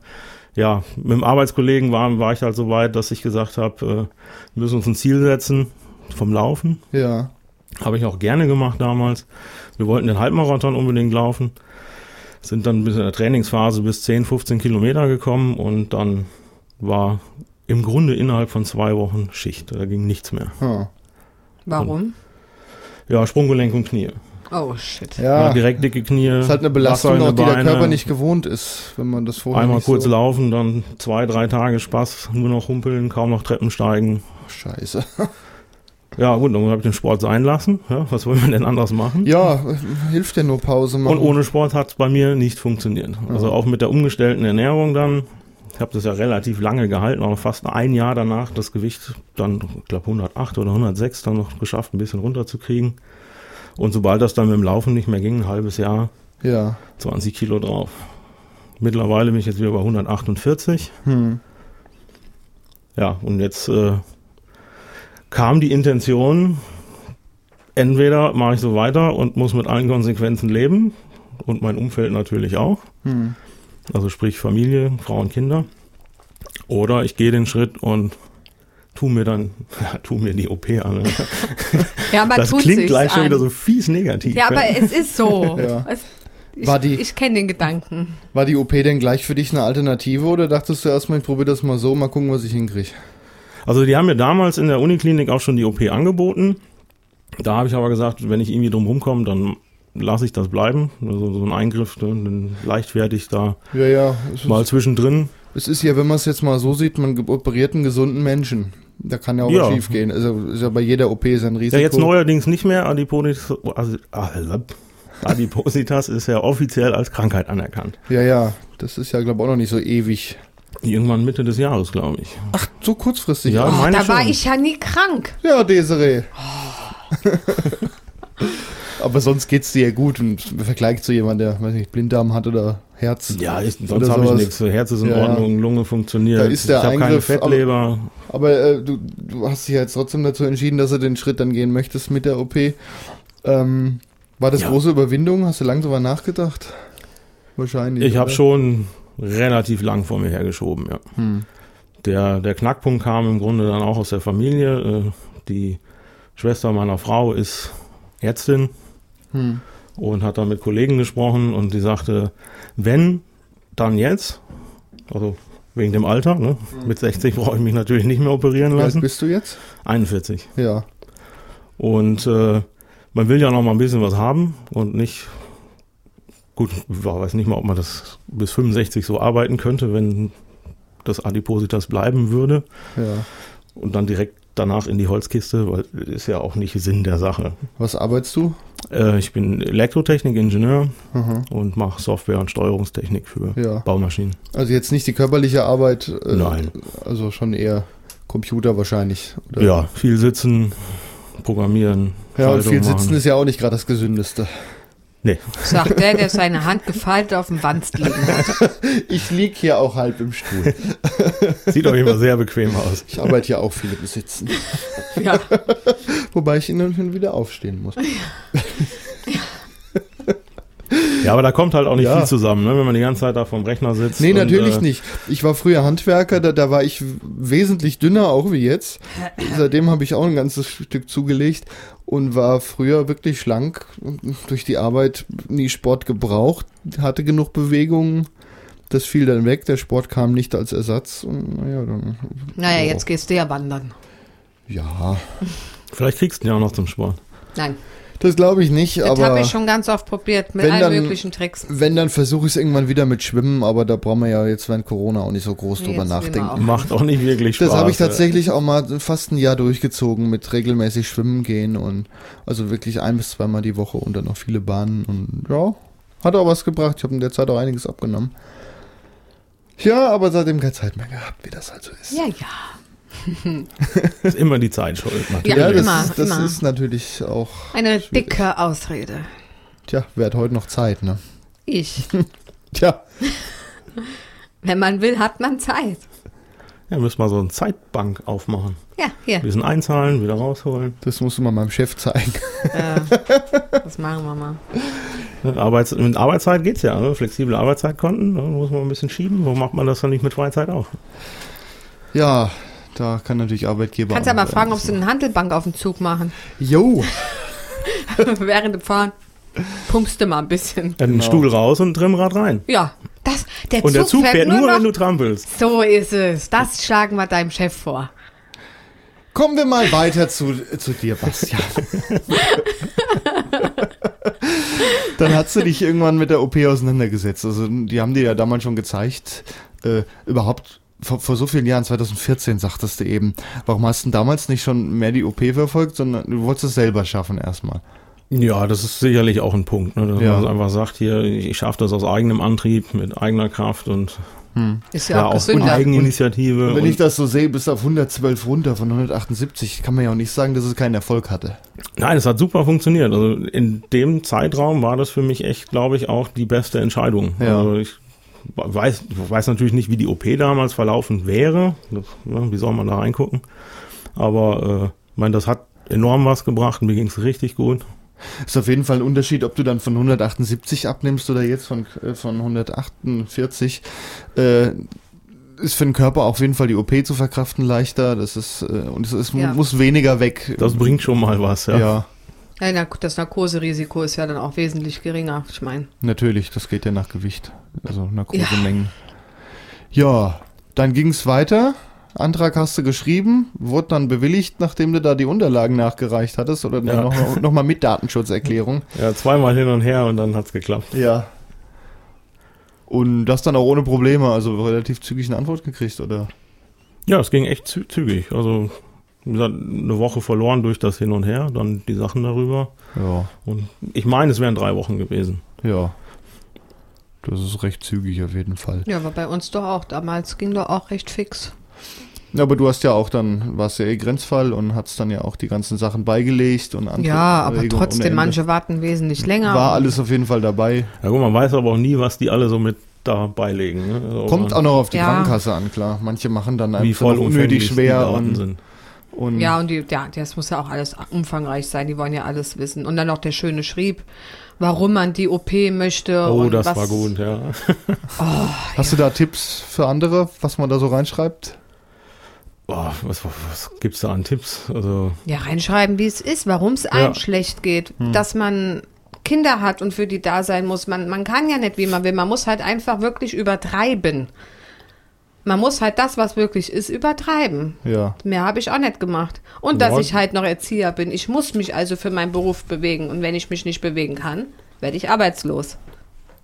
Speaker 3: ja, mit dem Arbeitskollegen war, war ich halt so weit, dass ich gesagt habe, äh, wir müssen uns ein Ziel setzen vom Laufen.
Speaker 1: Ja.
Speaker 3: Habe ich auch gerne gemacht damals. Wir wollten den Halbmarathon unbedingt laufen. Sind dann bis in der Trainingsphase bis 10, 15 Kilometer gekommen und dann war im Grunde innerhalb von zwei Wochen Schicht. Da ging nichts mehr.
Speaker 1: Hm.
Speaker 4: Warum?
Speaker 3: Ja, Sprunggelenk und Knie.
Speaker 4: Oh shit.
Speaker 3: Ja,
Speaker 1: Ja.
Speaker 3: direkt dicke Knie.
Speaker 1: Ah. Das ist halt eine Belastung,
Speaker 3: wackelnde
Speaker 1: auch die der
Speaker 3: Beine.
Speaker 1: Körper nicht gewohnt ist, wenn man das vorher
Speaker 3: Einmal
Speaker 1: nicht
Speaker 3: kurz
Speaker 1: so...
Speaker 3: laufen, dann zwei, drei Tage Spaß, nur noch humpeln, kaum noch Treppen steigen.
Speaker 1: Scheiße.
Speaker 3: Ja gut, dann habe ich den Sport sein lassen. Ja, was wollen wir denn anders machen?
Speaker 1: Ja, äh, hilft dir nur Pause machen.
Speaker 3: Und ohne Sport hat es bei mir nicht funktioniert. Also auch mit der umgestellten Ernährung dann. Ich habe das ja relativ lange gehalten, aber fast ein Jahr danach das Gewicht dann, ich glaube 108 oder 106 dann noch geschafft, ein bisschen runterzukriegen. Und sobald das dann mit dem Laufen nicht mehr ging, ein halbes Jahr,
Speaker 1: Ja.
Speaker 3: 20 Kilo drauf. Mittlerweile bin ich jetzt wieder bei 148.
Speaker 1: Hm.
Speaker 3: Ja, und jetzt äh, kam die Intention, entweder mache ich so weiter und muss mit allen Konsequenzen leben und mein Umfeld natürlich auch,
Speaker 1: Hm.
Speaker 3: also sprich Familie, Frauen, Kinder, oder ich gehe den Schritt und tu mir dann, ja, tu mir die OP an.
Speaker 4: Ja, aber
Speaker 3: das
Speaker 4: tut
Speaker 3: klingt
Speaker 4: sich's
Speaker 3: gleich schon
Speaker 4: an.
Speaker 3: wieder so fies negativ.
Speaker 4: Ja, aber es ist so.
Speaker 1: Ja.
Speaker 4: Es, ich
Speaker 1: War die-
Speaker 4: ich kenne den Gedanken.
Speaker 1: War die OP denn gleich für dich eine Alternative oder dachtest du erstmal, ich probiere das mal so, mal gucken, was ich hinkriege?
Speaker 3: Also die haben mir damals in der Uniklinik auch schon die OP angeboten. Da habe ich aber gesagt, wenn ich irgendwie drum rumkomme, dann lasse ich das bleiben. Also so ein Eingriff, ne, dann leichtfertig da
Speaker 1: Ja, ja. Es
Speaker 3: mal
Speaker 1: ist,
Speaker 3: zwischendrin.
Speaker 1: es ist ja, wenn man es jetzt mal so sieht, man ge- operiert einen gesunden Menschen. Da kann ja auch
Speaker 3: Ja.
Speaker 1: was schief gehen. Also ist ja bei jeder OP ist ein Risiko.
Speaker 3: Ja, jetzt neuerdings nicht mehr. Adiponis, also, Adipositas ist ja offiziell als Krankheit anerkannt.
Speaker 1: Ja, ja. Das ist ja, glaube ich, auch noch nicht so ewig.
Speaker 3: Irgendwann Mitte des Jahres, glaube ich.
Speaker 1: So kurzfristig.
Speaker 3: Ja.
Speaker 1: auch.
Speaker 4: Oh,
Speaker 3: meine
Speaker 4: da war
Speaker 3: schon.
Speaker 4: ich ja nie krank.
Speaker 1: ja Desiree. Aber sonst geht's dir ja gut im Vergleich zu jemandem, der, weiß nicht, Blinddarm hat oder Herz.
Speaker 3: Ja, ist,
Speaker 1: Oder
Speaker 3: sonst habe ich
Speaker 1: sowas.
Speaker 3: nichts. Herz ist in
Speaker 1: Ja, ja.
Speaker 3: Ordnung, Lunge funktioniert.
Speaker 1: Da ist der
Speaker 3: ich habe keine
Speaker 1: Eingriff, aber-
Speaker 3: Fettleber.
Speaker 1: Aber äh, du, du hast dich ja jetzt trotzdem dazu entschieden, dass du den Schritt dann gehen möchtest mit der OP. Ähm, war das
Speaker 3: Ja.
Speaker 1: große Überwindung? Hast du lange drüber nachgedacht? Wahrscheinlich.
Speaker 3: Ich habe
Speaker 1: oder?
Speaker 3: schon relativ lang vor mir hergeschoben, ja.
Speaker 1: Hm.
Speaker 3: Der, der Knackpunkt kam im Grunde dann auch aus der Familie. Äh, Die Schwester meiner Frau ist Ärztin
Speaker 1: Hm.
Speaker 3: und hat dann mit Kollegen gesprochen und die sagte, wenn, dann jetzt. Also wegen dem Alter. Ne? Mit 60 brauche ich mich natürlich nicht mehr operieren
Speaker 1: Wie alt
Speaker 3: lassen.
Speaker 1: bist du jetzt?
Speaker 3: 41.
Speaker 1: Ja.
Speaker 3: Und äh, man will ja noch mal ein bisschen was haben und nicht, gut, ich weiß nicht mal, ob man das bis 65 so arbeiten könnte, wenn das Adipositas bleiben würde.
Speaker 1: Ja.
Speaker 3: und dann direkt danach in die Holzkiste, weil ist ja auch nicht Sinn der Sache.
Speaker 1: Was arbeitest du?
Speaker 3: Äh, ich bin Elektrotechnik-Ingenieur
Speaker 1: Mhm.
Speaker 3: und mache Software- und Steuerungstechnik für
Speaker 1: Ja.
Speaker 3: Baumaschinen.
Speaker 1: Also jetzt nicht die körperliche Arbeit. Äh,
Speaker 3: Nein.
Speaker 1: Also schon eher Computer wahrscheinlich. Oder?
Speaker 3: Ja, viel sitzen, programmieren.
Speaker 1: äh. Ja, und
Speaker 3: Schaltung
Speaker 1: viel
Speaker 3: machen.
Speaker 1: sitzen ist ja auch nicht gerade das Gesündeste.
Speaker 4: Sagt der, der seine Hand gefaltet auf dem Wanst liegen hat.
Speaker 1: Ich lieg hier auch halb im Stuhl.
Speaker 3: Sieht auf jeden Fall sehr bequem aus.
Speaker 1: Ich arbeite ja auch viel mit dem Sitzen.
Speaker 4: Ja.
Speaker 1: Wobei ich hin und hin wieder aufstehen muss.
Speaker 3: Ja, aber da kommt halt auch nicht
Speaker 1: Ja.
Speaker 3: viel zusammen, ne? wenn man die ganze Zeit da vom Rechner sitzt.
Speaker 1: Nee,
Speaker 3: und,
Speaker 1: natürlich
Speaker 3: äh,
Speaker 1: nicht. Ich war früher Handwerker, da, da war ich w- wesentlich dünner, auch wie jetzt. Seitdem habe ich auch ein ganzes Stück zugelegt und war früher wirklich schlank, durch die Arbeit nie Sport gebraucht, hatte genug Bewegung, das fiel dann weg, der Sport kam nicht als Ersatz und naja, dann, Oh.
Speaker 4: Naja, jetzt gehst du ja wandern.
Speaker 1: ja,
Speaker 3: Vielleicht kriegst du ihn ja auch noch zum Sport.
Speaker 4: Nein,
Speaker 1: das glaube ich nicht,
Speaker 4: das
Speaker 1: aber
Speaker 4: habe ich schon ganz oft probiert mit
Speaker 1: wenn
Speaker 4: allen
Speaker 1: dann-
Speaker 4: möglichen Tricks.
Speaker 1: wenn, dann versuche ich es irgendwann wieder mit Schwimmen, aber da brauchen wir ja jetzt während Corona auch nicht so groß
Speaker 4: Nee,
Speaker 1: drüber
Speaker 4: jetzt will man
Speaker 1: nachdenken.
Speaker 4: auch
Speaker 3: Macht auch nicht wirklich Spaß.
Speaker 1: Das habe ich
Speaker 3: ja.
Speaker 1: tatsächlich auch mal fast ein Jahr durchgezogen mit regelmäßig schwimmen gehen und also wirklich ein bis zweimal die Woche und dann noch viele Bahnen und ja, hat auch was gebracht. Ich habe in der Zeit auch einiges abgenommen. Ja, aber seitdem keine Zeit mehr gehabt, wie das halt so ist.
Speaker 4: Ja, ja.
Speaker 3: Ist immer die Zeit schuld.
Speaker 4: Ja,
Speaker 1: das,
Speaker 4: immer,
Speaker 1: das
Speaker 4: immer.
Speaker 1: ist natürlich auch,
Speaker 4: Eine
Speaker 1: Schwierig.
Speaker 4: dicke Ausrede.
Speaker 1: tja, wer hat heute noch Zeit, ne?
Speaker 4: Ich.
Speaker 1: Tja,
Speaker 4: Wenn man will, hat man Zeit.
Speaker 3: Ja, müssen wir so eine Zeitbank aufmachen.
Speaker 4: Ja, hier.
Speaker 3: Bisschen einzahlen, wieder rausholen.
Speaker 1: Das musst du mal meinem Chef zeigen.
Speaker 4: Äh, das machen wir mal.
Speaker 3: Ne, Arbeits mit Arbeitszeit geht's ja, ne? flexible Arbeitszeitkonten, ne? muss man ein bisschen schieben. Warum macht man das dann nicht mit Freizeit auch?
Speaker 1: Ja, da kann natürlich Arbeitgeber.
Speaker 4: Kannst ja
Speaker 1: auch
Speaker 4: mal
Speaker 1: was
Speaker 4: fragen, ob sie eine Handelbank auf dem Zug machen.
Speaker 1: Jo,
Speaker 4: Während dem Fahren pumpst du mal ein bisschen.
Speaker 3: Ja, Den
Speaker 1: Genau.
Speaker 3: Stuhl raus und ein Trimmrad rein.
Speaker 4: Ja, das, der, Zug,
Speaker 3: Und der Zug fährt nur,
Speaker 4: noch.
Speaker 3: wenn du trampelst.
Speaker 4: So ist es. Das schlagen wir deinem Chef vor.
Speaker 1: kommen wir mal weiter zu, zu dir, Bastian. Dann hast du dich irgendwann mit der OP auseinandergesetzt. Also die haben dir ja damals schon gezeigt, äh, überhaupt vor, vor so vielen Jahren, 2014 sagtest du eben, warum hast du denn damals nicht schon mehr die OP verfolgt, sondern du wolltest es selber schaffen erstmal.
Speaker 3: Ja, das ist sicherlich auch ein Punkt, ne? dass
Speaker 1: Ja.
Speaker 3: man einfach sagt, hier, ich schaffe das aus eigenem Antrieb, mit eigener Kraft und
Speaker 4: Ist ja,
Speaker 3: ja,
Speaker 4: auch
Speaker 3: auch
Speaker 4: gesünder.
Speaker 3: Eigeninitiative.
Speaker 1: Wenn
Speaker 3: Und
Speaker 1: ich das so sehe, bist du auf 112 runter von 178, kann man ja auch nicht sagen, dass es keinen Erfolg hatte.
Speaker 3: Nein, es hat super funktioniert. Also in dem Zeitraum war das für mich echt, glaube ich, auch die beste Entscheidung.
Speaker 1: Ja.
Speaker 3: Also ich weiß, weiß natürlich nicht, wie die OP damals verlaufen wäre. Das, ne, wie soll man da reingucken? Aber äh, ich meine, das hat enorm was gebracht. Mir ging's richtig gut.
Speaker 1: Ist auf jeden Fall ein Unterschied, ob du dann von 178 abnimmst oder jetzt von, äh, von 148. Äh, ist für den Körper auf jeden Fall die OP zu verkraften leichter. Das ist, äh, und es ist,
Speaker 4: Ja.
Speaker 1: muss weniger weg.
Speaker 3: Das bringt schon mal was.
Speaker 1: ja.
Speaker 3: Ja.
Speaker 4: Ja, na gut, das Narkoserisiko ist ja dann auch wesentlich geringer. Ich meine,
Speaker 1: natürlich. Das geht ja nach Gewicht. Also Narkosemengen. Ja. dann ging's weiter. Antrag hast du geschrieben, wurde dann bewilligt, nachdem du da die Unterlagen nachgereicht hattest oder
Speaker 3: Ja.
Speaker 1: nochmal noch mal mit Datenschutzerklärung.
Speaker 3: ja, zweimal hin und her und dann hat's geklappt.
Speaker 1: Ja. Und das dann auch ohne Probleme, also relativ zügig eine Antwort gekriegt, oder?
Speaker 3: Ja, es ging echt zü zügig. Also wie gesagt, eine Woche verloren durch das Hin und Her, dann die Sachen darüber.
Speaker 1: Ja.
Speaker 3: Und ich meine, es wären drei Wochen gewesen.
Speaker 1: Ja. Das ist recht zügig auf jeden Fall.
Speaker 4: ja, war bei uns doch auch. Damals ging doch auch recht fix.
Speaker 1: Aber du hast ja auch dann, warst ja eh Grenzfall und hast dann ja auch die ganzen Sachen beigelegt und andere
Speaker 4: Ja, aber
Speaker 1: Erregungen ohne
Speaker 4: trotzdem,
Speaker 1: Ende.
Speaker 4: manche warten wesentlich länger.
Speaker 1: War alles auf jeden Fall dabei.
Speaker 3: Ja gut, man weiß aber auch nie, was die alle so mit da beilegen. Ne? Also,
Speaker 1: Kommt
Speaker 3: man-
Speaker 1: auch noch auf die
Speaker 4: Ja.
Speaker 1: Krankenkasse an, klar. Manche machen dann
Speaker 3: wie
Speaker 1: einfach
Speaker 3: voll
Speaker 1: noch unnötig
Speaker 3: unnötig
Speaker 1: schwer und,
Speaker 3: sind. Mhm.
Speaker 1: und
Speaker 4: Ja, und die, ja, das muss ja auch alles umfangreich sein. Die wollen ja alles wissen. Und dann noch der schöne schrieb, warum man die OP möchte.
Speaker 3: Oh,
Speaker 4: und
Speaker 3: das
Speaker 4: was,
Speaker 3: war gut, ja.
Speaker 1: hast du da Tipps für andere, was man da so reinschreibt?
Speaker 3: Boah, was, was gibt's da an Tipps? Also
Speaker 4: Ja, reinschreiben, wie es ist, warum es einem
Speaker 3: Ja. Mhm.
Speaker 4: schlecht geht, dass man Kinder hat und für die da sein muss. Man, man kann ja nicht, wie man will. Man muss halt einfach wirklich übertreiben. Man muss halt das, was wirklich ist, übertreiben.
Speaker 1: Ja.
Speaker 4: Mehr habe ich auch nicht gemacht. Und dass
Speaker 3: Ja.
Speaker 4: ich halt noch Erzieher bin. Ich muss mich also für meinen Beruf bewegen. Und wenn ich mich nicht bewegen kann, werde ich arbeitslos.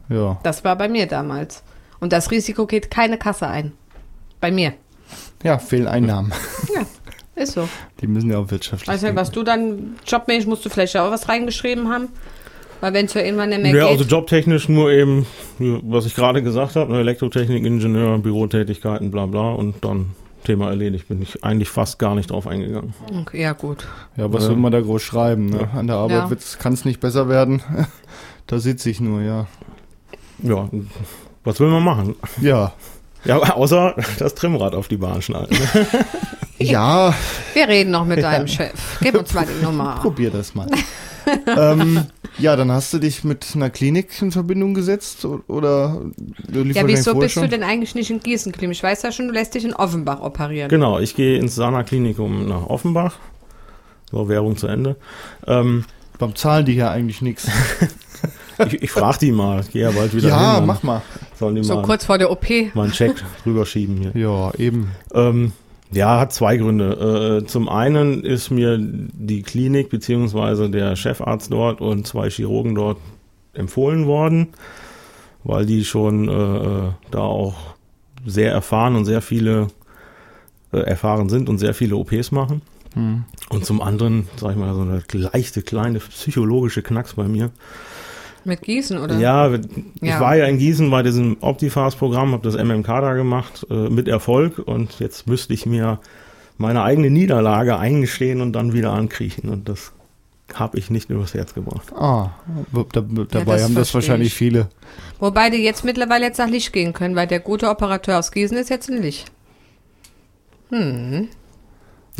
Speaker 1: Ja.
Speaker 4: Das war bei mir damals. Und das Risiko geht keine Kasse ein. Bei mir.
Speaker 1: Ja, fehlen Einnahmen.
Speaker 4: Ja, ist so.
Speaker 1: Die müssen ja auch wirtschaftlich
Speaker 4: Weiß nicht, was du dann jobmäßig musst du vielleicht auch was reingeschrieben haben. Weil wenn es ja irgendwann nicht mehr
Speaker 3: ja,
Speaker 4: geht.
Speaker 3: also jobtechnisch nur eben, ja, was ich gerade gesagt habe, ne, Elektrotechnik, Ingenieur, Bürotätigkeiten, bla bla und dann Thema erledigt. Bin ich eigentlich fast gar nicht drauf eingegangen.
Speaker 4: okay, ja, gut.
Speaker 1: Ja, was
Speaker 3: Ja.
Speaker 1: will man da groß schreiben? Ne?
Speaker 3: Ja.
Speaker 1: An der Arbeit
Speaker 4: Ja.
Speaker 1: wird's kann es nicht besser werden. da sitze ich nur, ja.
Speaker 3: Ja, was will man machen?
Speaker 1: Ja.
Speaker 3: Ja, außer das Trimmrad auf die Bahn schneiden. ne?
Speaker 1: Ja,
Speaker 4: Wir reden noch mit deinem Chef. Gib uns mal die Nummer.
Speaker 1: probier das mal. ähm, ja, dann hast du dich mit einer Klinik in Verbindung gesetzt o- oder du lief
Speaker 4: Ja,
Speaker 1: wahrscheinlich
Speaker 4: wieso
Speaker 1: vorher
Speaker 4: bist du
Speaker 1: schon?
Speaker 4: denn eigentlich nicht in Gießen, Klim? Ich weiß ja schon, du lässt dich in Offenbach operieren.
Speaker 3: Genau, ich gehe ins Sana Klinikum nach Offenbach. So, Werbung zu Ende. Ähm,
Speaker 1: Warum zahlen die hier eigentlich nichts?
Speaker 3: Ich, ich frage die mal. Ich gehe ja bald wieder
Speaker 1: Ja,
Speaker 3: hin.
Speaker 1: mach mal.
Speaker 3: Sollen die
Speaker 4: So
Speaker 3: mal,
Speaker 4: kurz vor der OP.
Speaker 3: mal einen Check rüberschieben hier.
Speaker 1: Ja, eben.
Speaker 3: Ähm, ja, hat zwei Gründe. Äh, zum einen ist mir die Klinik beziehungsweise der Chefarzt dort und zwei Chirurgen dort empfohlen worden, weil die schon äh, da auch sehr erfahren und sehr viele äh, erfahren sind und sehr viele OPs machen.
Speaker 1: Hm.
Speaker 3: Und zum anderen, sag ich mal, so eine leichte kleine psychologische Knacks bei mir.
Speaker 4: Mit Gießen, oder?
Speaker 3: Ja, ich
Speaker 4: Ja.
Speaker 3: war ja in Gießen bei diesem Optifast-Programm, habe das MMK da gemacht, äh, mit Erfolg und jetzt müsste ich mir meine eigene Niederlage eingestehen und dann wieder ankriechen und das habe ich nicht übers Herz gebracht.
Speaker 1: Ah, w- da, w- dabei
Speaker 4: das
Speaker 1: haben das
Speaker 4: versteh
Speaker 1: wahrscheinlich
Speaker 4: ich.
Speaker 1: viele.
Speaker 4: Wobei die jetzt mittlerweile jetzt nach Licht gehen können, weil der gute Operateur aus Gießen ist jetzt in Licht.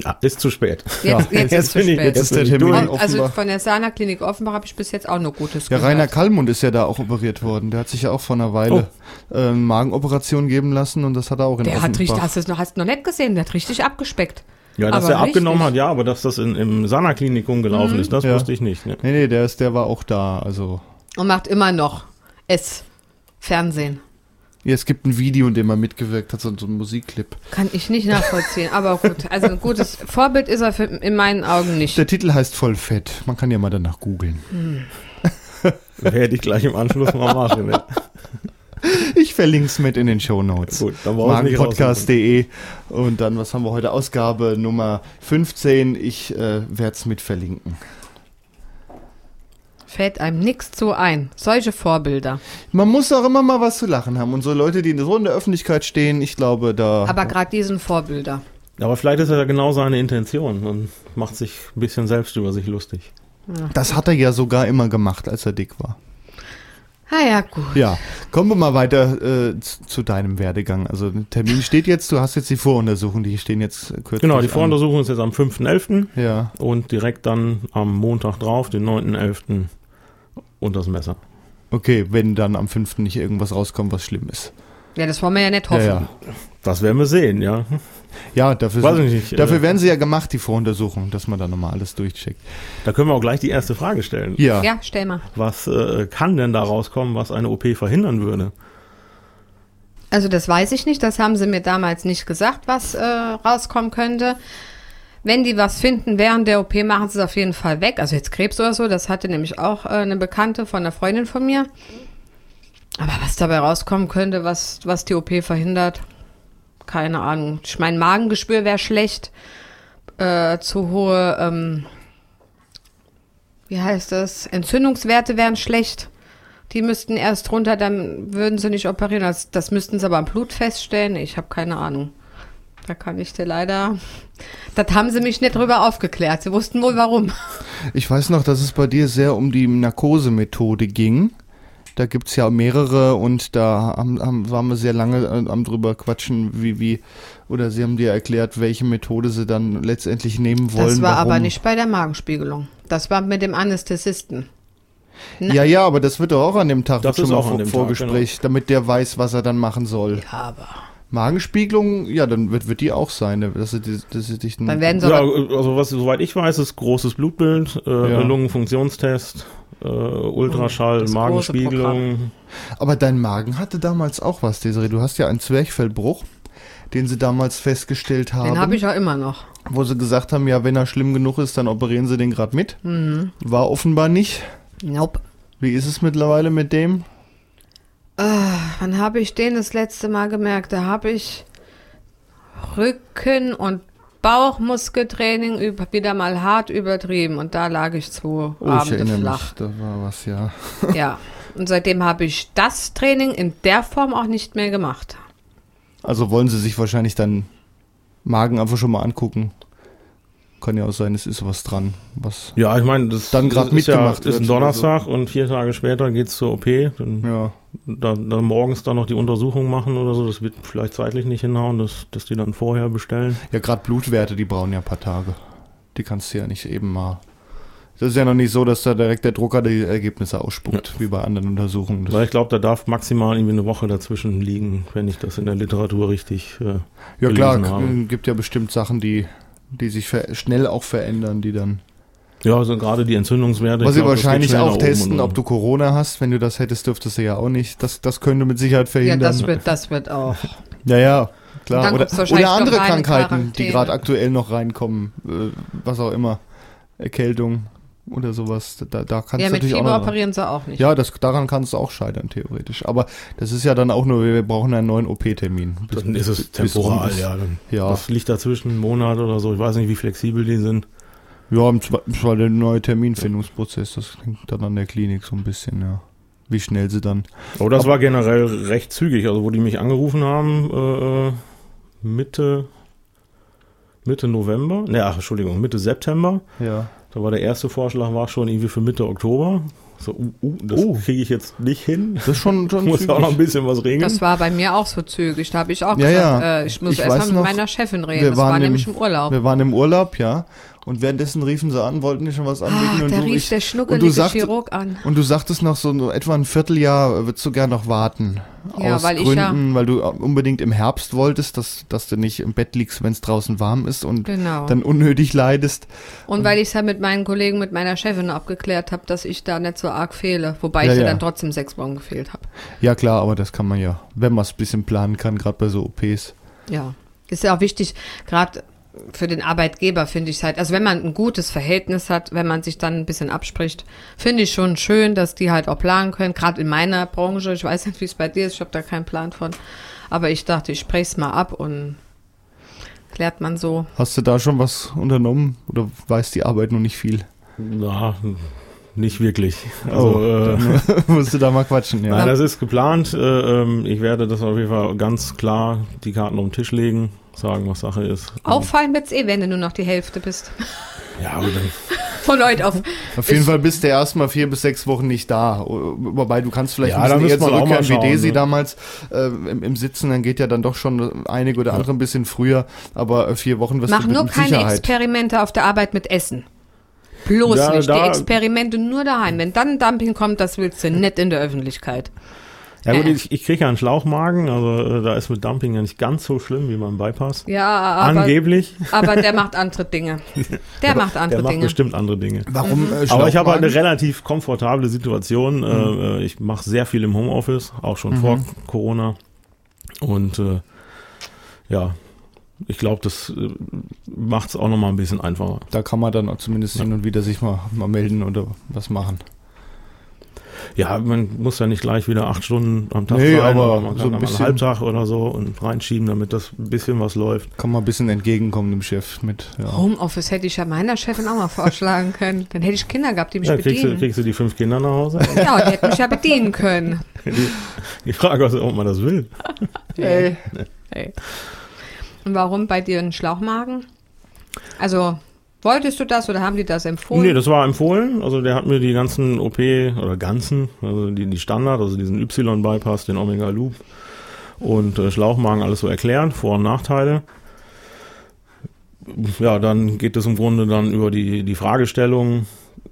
Speaker 3: Ja, ist zu spät.
Speaker 4: Hm. Jetzt, jetzt ist es zu
Speaker 3: bin ich-
Speaker 4: spät.
Speaker 1: Jetzt ist der
Speaker 3: bin ich
Speaker 1: Termin
Speaker 3: durch.
Speaker 1: in
Speaker 4: Und, also
Speaker 1: Offenbach.
Speaker 4: von der Sana-Klinik Offenbach habe ich bis jetzt auch nur Gutes
Speaker 1: Ja,
Speaker 4: gehört.
Speaker 1: Rainer Kallmund ist ja da auch operiert worden. Der hat sich ja auch vor einer Weile äh, eine Magenoperation geben lassen und das hat er auch in
Speaker 4: Oh. Der hat richtig,
Speaker 1: Offenbach.
Speaker 4: hast du es noch, hast du noch nicht gesehen, der hat richtig abgespeckt.
Speaker 3: Ja, dass
Speaker 4: Aber
Speaker 3: er
Speaker 4: richtig. Mhm.
Speaker 3: abgenommen hat, ja, aber dass das in, im Sana-Klinikum gelaufen ist, das
Speaker 1: Ja.
Speaker 3: wusste ich nicht. Ne?
Speaker 1: Nee, nee, der, ist, der war auch da. Also,
Speaker 4: Und macht immer noch es. Fernsehen.
Speaker 1: ja, es gibt ein Video, in dem er mitgewirkt hat, so, so ein Musikclip.
Speaker 4: Kann ich nicht nachvollziehen, aber gut. Also ein gutes Vorbild ist er für, in meinen Augen nicht.
Speaker 1: Der Titel heißt Voll Fett. Man kann ja mal danach googeln.
Speaker 3: Hätte ich gleich im Anschluss mal machen. Ne?
Speaker 1: Ich verlinke es mit in den Shownotes.
Speaker 3: Gut, dann brauchen wir nicht
Speaker 1: Magenpodcast.de und dann, was haben wir heute? Ausgabe Nummer 15. Ich äh, werde es mit verlinken.
Speaker 4: Fällt einem nichts zu ein. Solche Vorbilder.
Speaker 1: Man muss auch immer mal was zu lachen haben. Und so Leute, die so in der Öffentlichkeit stehen, ich glaube, da.
Speaker 4: Aber gerade diesen Vorbilder.
Speaker 3: Aber vielleicht ist er ja genau seine Intention und macht sich ein bisschen selbst über sich lustig.
Speaker 1: das hat er ja sogar immer gemacht, als er dick war.
Speaker 4: Ah ja, gut.
Speaker 1: Ja, kommen wir mal weiter äh, zu zu deinem Werdegang. Also der Termin steht jetzt, du hast jetzt die Voruntersuchung, die stehen jetzt äh, kürzlich
Speaker 3: Genau, die
Speaker 1: an.
Speaker 3: Voruntersuchung ist jetzt am 5.11.
Speaker 1: Ja,
Speaker 3: und direkt dann am Montag drauf, den 9.11. unter das Messer.
Speaker 1: okay, wenn dann am 5. nicht irgendwas rauskommt, was schlimm ist.
Speaker 4: Ja, das wollen wir ja nicht hoffen.
Speaker 1: Ja, ja.
Speaker 3: Das werden wir sehen, ja.
Speaker 1: ja dafür,
Speaker 3: Weiß
Speaker 1: sind-
Speaker 3: ich nicht,
Speaker 1: dafür
Speaker 3: äh,
Speaker 1: werden sie ja gemacht, die Voruntersuchung, dass man da nochmal alles durchcheckt.
Speaker 3: Da können wir auch gleich die erste Frage stellen.
Speaker 1: Ja,
Speaker 4: Ja, stell mal.
Speaker 3: Was äh, kann denn da rauskommen, was eine OP verhindern würde?
Speaker 4: Also das weiß ich nicht, das haben sie mir damals nicht gesagt, was äh, rauskommen könnte. Wenn die was finden während der OP, machen sie es auf jeden Fall weg. Also jetzt Krebs oder so, das hatte nämlich auch äh, eine Bekannte von einer Freundin von mir. Aber was dabei rauskommen könnte, was, was die OP verhindert, keine Ahnung. Ich mein Magengeschwür wäre schlecht, äh, zu hohe, ähm, wie heißt das, Entzündungswerte wären schlecht. Die müssten erst runter, dann würden sie nicht operieren. Das, das müssten sie aber am Blut feststellen. Ich habe keine Ahnung. Da kann ich dir leider. Das haben sie mich nicht drüber aufgeklärt. Sie wussten wohl warum.
Speaker 1: ich weiß noch, dass es bei dir sehr um die Narkosemethode ging. Da gibt's ja mehrere und da haben, haben, waren wir sehr lange äh, am drüber quatschen, wie, wie, oder sie haben dir erklärt, welche Methode sie dann letztendlich nehmen wollen.
Speaker 4: das war aber
Speaker 1: warum.
Speaker 4: nicht bei der Magenspiegelung. Das war mit dem Anästhesisten. Na-
Speaker 1: Ja, ja, aber das wird doch auch an dem Tag
Speaker 3: Das
Speaker 1: wird
Speaker 3: ist
Speaker 1: schon
Speaker 3: auch
Speaker 1: mal vor-
Speaker 3: an dem Tag, genau.
Speaker 1: Vorgespräch, damit der weiß, was er dann machen soll.
Speaker 4: Ja, aber.
Speaker 1: Magenspiegelung, ja, dann wird, wird die auch sein, ne? dass sie, die- dass sie dich
Speaker 4: Dann werden sie
Speaker 3: Ja,
Speaker 4: aber,
Speaker 3: also was soweit ich weiß, ist großes Blutbild, äh,
Speaker 1: Ja.
Speaker 3: Lungenfunktionstest, äh, Ultraschall,
Speaker 4: Das große
Speaker 3: Magenspiegelung.
Speaker 1: Aber dein Magen hatte damals auch was, Desiree. Du hast ja einen Zwerchfellbruch, den sie damals festgestellt haben,
Speaker 4: den habe ich auch immer noch.
Speaker 1: wo sie gesagt haben, ja, wenn er schlimm genug ist, dann operieren sie den gerade mit. War offenbar nicht.
Speaker 4: Nope.
Speaker 1: Wie ist es mittlerweile mit dem?
Speaker 4: Wann habe ich den das letzte Mal gemerkt? Da habe ich Rücken- und Bauchmuskeltraining über, wieder mal hart übertrieben. Und da lag Oh, ich zwei
Speaker 1: Oh,
Speaker 4: Abende flach.
Speaker 1: da war was, ja.
Speaker 4: Ja, und seitdem habe ich das Training in der Form auch nicht mehr gemacht.
Speaker 1: Also wollen sie sich wahrscheinlich deinen Magen einfach schon mal angucken. Kann ja auch sein, es ist was dran. Was?
Speaker 3: Ja, ich meine, das
Speaker 1: Dann grad
Speaker 3: das ist, ja,
Speaker 1: mitgemacht
Speaker 3: ist ein
Speaker 1: wird. also.
Speaker 3: Donnerstag und vier Tage später geht's zur OP. Dann,
Speaker 1: Ja.
Speaker 3: dann, dann morgens dann noch die Untersuchung machen oder so. Das wird vielleicht zeitlich nicht hinhauen, dass, dass die dann vorher bestellen.
Speaker 1: Ja, gerade Blutwerte, die brauchen ja ein paar Tage. Die kannst du ja nicht eben mal. Das ist ja noch nicht so, dass da direkt der Drucker die Ergebnisse ausspuckt, wie bei anderen Untersuchungen. Das-
Speaker 3: Weil ich glaube, da darf maximal irgendwie eine Woche dazwischen liegen, wenn ich das in der Literatur richtig. Äh,
Speaker 1: ja
Speaker 3: gelesen
Speaker 1: klar,
Speaker 3: habe.
Speaker 1: äh, gibt ja bestimmt Sachen, die, die sich ver schnell auch verändern, die dann.
Speaker 3: ja, also gerade die Entzündungswerte. ich
Speaker 1: was sie
Speaker 3: glaub, das geht
Speaker 1: wahrscheinlich
Speaker 3: schnell nach
Speaker 1: auch
Speaker 3: oben
Speaker 1: testen,
Speaker 3: und-
Speaker 1: ob du Corona hast. Wenn du das hättest, dürftest du ja auch nicht. Das, das könnte mit Sicherheit
Speaker 4: Ja,
Speaker 1: verhindern.
Speaker 4: das wird, das wird auch.
Speaker 1: Ja, ja, klar.
Speaker 4: Und dann
Speaker 1: oder,
Speaker 4: kommt's wahrscheinlich
Speaker 1: oder andere
Speaker 4: noch rein in
Speaker 1: Krankheiten, die
Speaker 4: Quarantäne.
Speaker 1: gerade aktuell noch reinkommen. Äh, was auch immer. Erkältung oder sowas. Da, da kannst
Speaker 4: Ja,
Speaker 1: du
Speaker 4: mit
Speaker 1: natürlich auch
Speaker 4: Fieber
Speaker 1: noch ran.
Speaker 4: operieren sie auch nicht.
Speaker 1: Ja, das, daran kannst du auch scheitern, theoretisch. Aber das ist ja dann auch nur, wir wir brauchen einen neuen OP-Termin. Bis-
Speaker 3: Dann ist es
Speaker 1: bis- bis
Speaker 3: temporal,
Speaker 1: rum ist.
Speaker 3: ja. Dann
Speaker 1: Ja.
Speaker 3: Das liegt dazwischen, einen Monat oder so. Ich weiß nicht, wie flexibel die sind.
Speaker 1: Ja, im Zwe- im Zweifel der neue Terminfindungsprozess, das hängt dann an der Klinik so ein bisschen, ja. Wie schnell sie dann.
Speaker 3: Aber das war generell recht zügig. Also, wo die mich angerufen haben, äh, äh, Mitte, Mitte November, ne, ach, Entschuldigung, Mitte September.
Speaker 1: Ja.
Speaker 3: Da war der erste Vorschlag, war schon irgendwie für Mitte Oktober. So, uh, uh, das
Speaker 1: Oh.
Speaker 3: kriege ich jetzt nicht hin.
Speaker 1: Das ist schon, schon
Speaker 3: Muss auch noch ein
Speaker 1: zügig.
Speaker 3: bisschen was regeln.
Speaker 4: Das war bei mir auch so zügig. Da habe ich auch
Speaker 1: Ja,
Speaker 4: gesagt,
Speaker 1: ja.
Speaker 4: Äh, ich muss
Speaker 1: Ich
Speaker 4: erst mal
Speaker 1: weiß
Speaker 4: mit
Speaker 1: noch,
Speaker 4: meiner Chefin reden.
Speaker 1: wir
Speaker 4: das
Speaker 1: waren
Speaker 4: war
Speaker 1: im-
Speaker 4: nämlich im Urlaub.
Speaker 1: Wir waren im Urlaub, ja. Und währenddessen riefen sie an, wollten dir schon was anbieten.
Speaker 4: Ah,
Speaker 1: und
Speaker 4: da
Speaker 1: du,
Speaker 4: rief
Speaker 1: ich,
Speaker 4: der
Speaker 1: und du
Speaker 4: schnuckelige
Speaker 1: sagst,
Speaker 4: Chirurg an.
Speaker 1: Und du sagtest noch so nur etwa ein Vierteljahr, äh, würdest du gern noch warten.
Speaker 4: Ja,
Speaker 1: Aus
Speaker 4: weil ich ja-
Speaker 1: Gründen, weil du unbedingt im Herbst wolltest, dass, dass du nicht im Bett liegst, wenn es draußen warm ist und
Speaker 4: Genau.
Speaker 1: dann unnötig leidest.
Speaker 4: Und weil ich es ja mit meinen Kollegen, mit meiner Chefin abgeklärt habe, dass ich da nicht so arg fehle. Wobei
Speaker 1: Ja,
Speaker 4: ich ja,
Speaker 1: ja.
Speaker 4: dann trotzdem sechs Wochen gefehlt habe.
Speaker 1: Ja klar, aber das kann man ja, wenn man es ein bisschen planen kann, gerade bei so OPs.
Speaker 4: Ja. Ist ja auch wichtig, gerade für den Arbeitgeber finde ich es halt, also wenn man ein gutes Verhältnis hat, wenn man sich dann ein bisschen abspricht, finde ich schon schön, dass die halt auch planen können, gerade in meiner Branche. Ich weiß nicht, wie es bei dir ist, ich habe da keinen Plan von. Aber ich dachte, ich spreche es mal ab und klärt man so.
Speaker 1: Hast du da schon was unternommen oder weiß die Arbeit noch nicht viel?
Speaker 3: Na, nicht wirklich. Also,
Speaker 1: Oh,
Speaker 3: äh,
Speaker 1: Musst du da mal quatschen, ja.
Speaker 3: Nein, das ist geplant. Äh, ähm, ich werde das auf jeden Fall ganz klar die Karten auf den Tisch legen, sagen, was Sache ist.
Speaker 4: Auffallen wird's eh, wenn du nur noch die Hälfte bist.
Speaker 3: Ja, aber dann,
Speaker 4: Von heute auf.
Speaker 1: Auf jeden
Speaker 4: Ich-
Speaker 1: Fall bist du erstmal vier bis sechs Wochen nicht da. Wobei du kannst vielleicht
Speaker 3: Ja, da müsste man auch mal
Speaker 1: wie
Speaker 3: schauen,
Speaker 1: Desi
Speaker 3: ne?
Speaker 1: damals äh, im, im Sitzen, dann geht ja dann doch schon einige oder andere ein bisschen früher, aber äh, vier Wochen wirst
Speaker 4: Mach
Speaker 1: du mit
Speaker 4: nur
Speaker 1: mit
Speaker 4: keine
Speaker 1: Sicherheit.
Speaker 4: Experimente auf der Arbeit mit Essen. Bloß
Speaker 3: Ja,
Speaker 4: nicht.
Speaker 3: da-
Speaker 4: die Experimente nur daheim. Wenn dann Dumping kommt, das willst du nicht in der Öffentlichkeit.
Speaker 3: ja gut,
Speaker 4: Äh.
Speaker 3: ich, ich kriege ja einen Schlauchmagen, also äh, da ist mit Dumping ja nicht ganz so schlimm wie beim Bypass.
Speaker 4: Ja, aber,
Speaker 3: Angeblich.
Speaker 4: aber der macht andere Dinge. Der macht
Speaker 3: Der
Speaker 4: andere
Speaker 3: macht
Speaker 4: Dinge.
Speaker 3: bestimmt andere Dinge.
Speaker 4: Mhm.
Speaker 1: Warum? Äh,
Speaker 3: Aber ich habe halt eine
Speaker 1: Schlauchmagen?
Speaker 3: relativ komfortable Situation. Äh,
Speaker 1: Mhm.
Speaker 3: äh, ich mache sehr viel im Homeoffice, auch schon vor Corona. Und äh, ja, ich glaube, das äh, macht es auch nochmal ein bisschen einfacher.
Speaker 1: Da kann man dann auch zumindest hin und wieder sich mal, mal melden oder was machen.
Speaker 3: Ja, man muss ja nicht gleich wieder acht Stunden am Tag
Speaker 1: Nee,
Speaker 3: sein,
Speaker 1: aber so
Speaker 3: man kann
Speaker 1: ein
Speaker 3: auch mal
Speaker 1: bisschen-
Speaker 3: einen Halbtag oder so und reinschieben, damit das ein bisschen was läuft.
Speaker 1: Kann man ein bisschen entgegenkommen dem Chef mit. Ja.
Speaker 4: Homeoffice hätte ich ja meiner Chefin auch mal vorschlagen können. Dann hätte ich Kinder gehabt, die mich
Speaker 3: Ja, kriegst, du,
Speaker 4: bedienen.
Speaker 3: kriegst du die fünf Kinder nach Hause?
Speaker 4: ja, und die hätten mich ja bedienen können.
Speaker 3: die, die Frage ist, ob man das will.
Speaker 4: Ey. Ey. Und warum bei dir ein Schlauchmagen? Also, wolltest du das oder haben die das empfohlen?
Speaker 3: Nee, das war empfohlen. Also der hat mir die ganzen OP oder ganzen, also die, die Standard, also diesen Y-Bypass, den Omega Loop und äh, Schlauchmagen alles so erklären, Vor- und Nachteile. Ja, dann geht es im Grunde dann über die, die Fragestellung,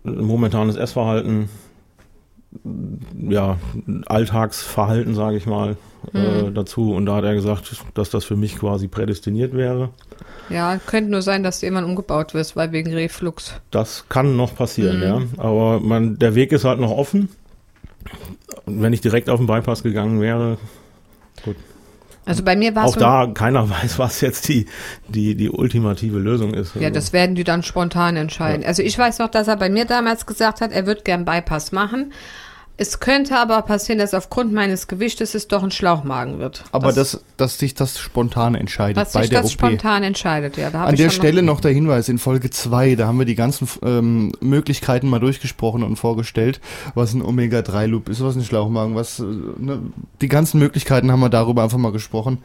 Speaker 3: äh, momentanes Essverhalten, ja, Alltagsverhalten, sage ich mal, äh, dazu. Und da hat er gesagt, dass das für mich quasi prädestiniert wäre.
Speaker 4: ja, könnte nur sein, dass du irgendwann umgebaut wirst, weil wegen Reflux.
Speaker 3: Das kann noch
Speaker 4: Mhm.
Speaker 3: passieren, ja. Aber man, der Weg ist halt noch offen. Und Wenn ich direkt auf den Bypass gegangen wäre,
Speaker 4: Also bei mir war es
Speaker 3: auch da keiner weiß, was jetzt die, die, die ultimative Lösung ist.
Speaker 4: Ja,
Speaker 1: Genau.
Speaker 3: Also,
Speaker 4: das werden die dann spontan entscheiden. Also ich weiß noch, dass er bei mir damals gesagt hat, er würde gern Bypass machen. Es könnte aber passieren, dass aufgrund meines Gewichtes es doch ein Schlauchmagen wird.
Speaker 1: Aber dass, dass sich das spontan entscheidet
Speaker 4: dass
Speaker 1: bei
Speaker 4: sich
Speaker 1: der
Speaker 4: das
Speaker 1: OP.
Speaker 4: spontan entscheidet, ja. Da hab
Speaker 1: An
Speaker 4: ich
Speaker 1: der
Speaker 4: schon
Speaker 1: Stelle noch der Hinweis, in Folge 2, da haben wir die ganzen ähm, Möglichkeiten mal durchgesprochen und vorgestellt, was ein Omega-3-Loop ist, was ein Schlauchmagen, was, äh, ne, die ganzen Möglichkeiten haben wir darüber einfach mal gesprochen.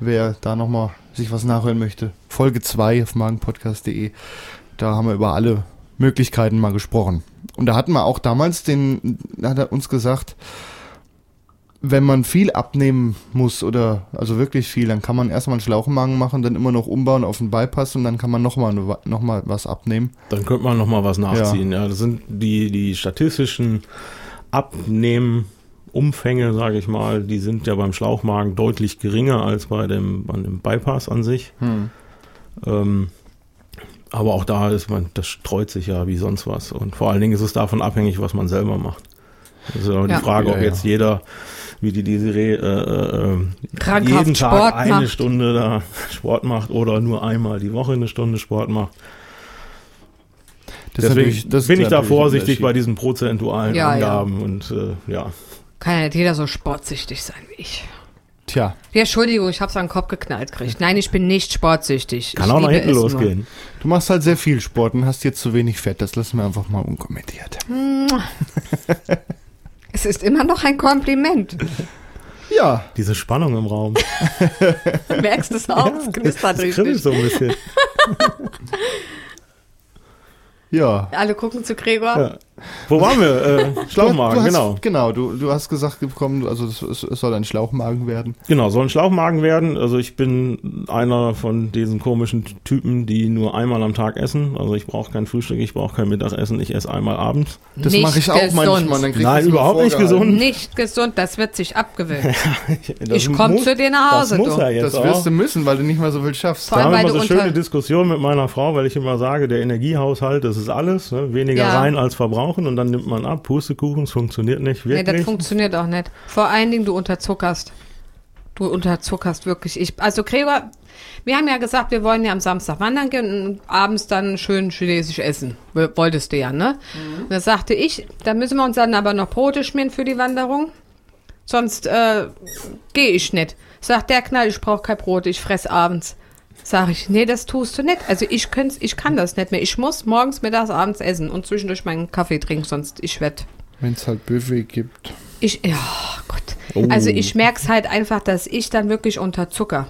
Speaker 1: Wer da nochmal sich was nachhören möchte, Folge 2 auf magenpodcast.de, da haben wir über alle Möglichkeiten mal gesprochen. Und da hatten wir auch damals den, hat er uns gesagt, wenn man viel abnehmen muss oder also wirklich viel, dann kann man erstmal einen Schlauchmagen machen, dann immer noch umbauen auf einen Bypass und dann kann man nochmal noch mal was abnehmen.
Speaker 3: dann könnte man nochmal was nachziehen. Ja. das sind die, die statistischen Abnehmumfänge, sage ich mal, die sind ja beim Schlauchmagen deutlich geringer als bei dem, bei dem Bypass an sich.
Speaker 4: Hm.
Speaker 3: Ähm, aber auch da ist man, das streut sich ja wie sonst was. Und vor allen Dingen ist es davon abhängig, was man selber macht. Das ist auch
Speaker 4: Ja.
Speaker 3: die Frage,
Speaker 1: Ja,
Speaker 3: ob
Speaker 1: ja.
Speaker 3: jetzt jeder, wie die Desiree, äh, äh, äh,
Speaker 4: Krankhaft
Speaker 3: jeden Tag
Speaker 4: Sport
Speaker 3: eine
Speaker 4: macht.
Speaker 3: Stunde da Sport macht oder nur einmal die Woche eine Stunde Sport macht.
Speaker 1: ist
Speaker 3: Deswegen
Speaker 1: natürlich- das ist
Speaker 3: bin ich da
Speaker 1: natürlich ein
Speaker 3: vorsichtig bei
Speaker 1: Unterschied.
Speaker 3: diesen prozentualen
Speaker 4: Ja,
Speaker 3: Angaben und äh, ja.
Speaker 4: Kann ja nicht jeder so sportsüchtig sein wie ich.
Speaker 1: Tja,
Speaker 4: Ja, Entschuldigung, ich hab's an den Kopf geknallt gekriegt. Nein, ich bin nicht sportsüchtig.
Speaker 3: Kann
Speaker 4: ich
Speaker 3: auch nach
Speaker 4: liebe
Speaker 3: hinten
Speaker 4: es
Speaker 3: losgehen.
Speaker 1: du machst halt sehr viel Sport und hast jetzt zu wenig Fett. Das lassen wir einfach mal unkommentiert.
Speaker 4: Nur. Es ist immer noch ein Kompliment.
Speaker 1: Ja,
Speaker 3: Diese Spannung im Raum.
Speaker 4: Du merkst es auch, es knistert
Speaker 3: Das kribbelt
Speaker 4: richtig.
Speaker 3: so ein bisschen.
Speaker 1: ja.
Speaker 4: Alle gucken zu Gregor.
Speaker 3: Ja. Wo waren wir? Äh, Schlauchmagen,
Speaker 1: du hast,
Speaker 3: genau.
Speaker 1: Genau, du, du hast gesagt bekommen, also es, es, es soll ein Schlauchmagen werden.
Speaker 3: Genau, soll ein Schlauchmagen werden. Also ich bin einer von diesen komischen Typen, die nur einmal am Tag essen. Also ich brauche kein Frühstück, ich brauche kein Mittagessen, ich esse einmal abends.
Speaker 1: Das
Speaker 4: Nicht
Speaker 1: mache ich auch
Speaker 4: gesund.
Speaker 1: manchmal. Dann krieg ich
Speaker 3: Nein,
Speaker 1: das immer
Speaker 3: überhaupt nicht
Speaker 1: vorgehalten.
Speaker 3: gesund.
Speaker 4: Nicht gesund, das wird sich abgewöhnt.
Speaker 3: Das
Speaker 4: Ich komm
Speaker 3: muss-
Speaker 4: zu dir nach Hause,
Speaker 3: Das muss
Speaker 4: du.
Speaker 3: er jetzt
Speaker 1: Das
Speaker 3: auch.
Speaker 1: wirst du müssen, weil du nicht mehr so viel schaffst.
Speaker 4: Vor
Speaker 3: Da
Speaker 4: allem,
Speaker 3: haben wir
Speaker 4: weil
Speaker 3: immer
Speaker 4: du
Speaker 3: so
Speaker 4: unter-
Speaker 3: schöne Diskussion mit meiner Frau, weil ich immer sage, der Energiehaushalt, das ist alles. Ne? Weniger
Speaker 4: Ja.
Speaker 3: rein als verbrauchen und dann nimmt man ab. Pustekuchen, es funktioniert nicht
Speaker 4: Nee, das
Speaker 3: wirklich.
Speaker 4: funktioniert auch nicht. Vor allen Dingen, du unterzuckerst. Du unterzuckerst wirklich. Ich, also Gregor, wir haben ja gesagt, wir wollen ja am Samstag wandern gehen und abends dann schön chinesisch essen. W- Wolltest du ja, ne? Und da sagte ich, da müssen wir uns dann aber noch Brote schmieren für die Wanderung. Sonst äh, gehe ich nicht. Sagt der Knall, ich brauche kein Brot, ich fress abends. Sag ich, nee, das tust du nicht. Also ich, könnt's, ich kann das nicht mehr. Ich muss morgens, mittags, abends essen und zwischendurch meinen Kaffee trinken, sonst ich werd
Speaker 1: Wenn es halt Buffet gibt.
Speaker 4: ich, ja, Gott.
Speaker 1: Oh.
Speaker 4: Also ich merke es halt einfach, dass ich dann wirklich unter Zucker.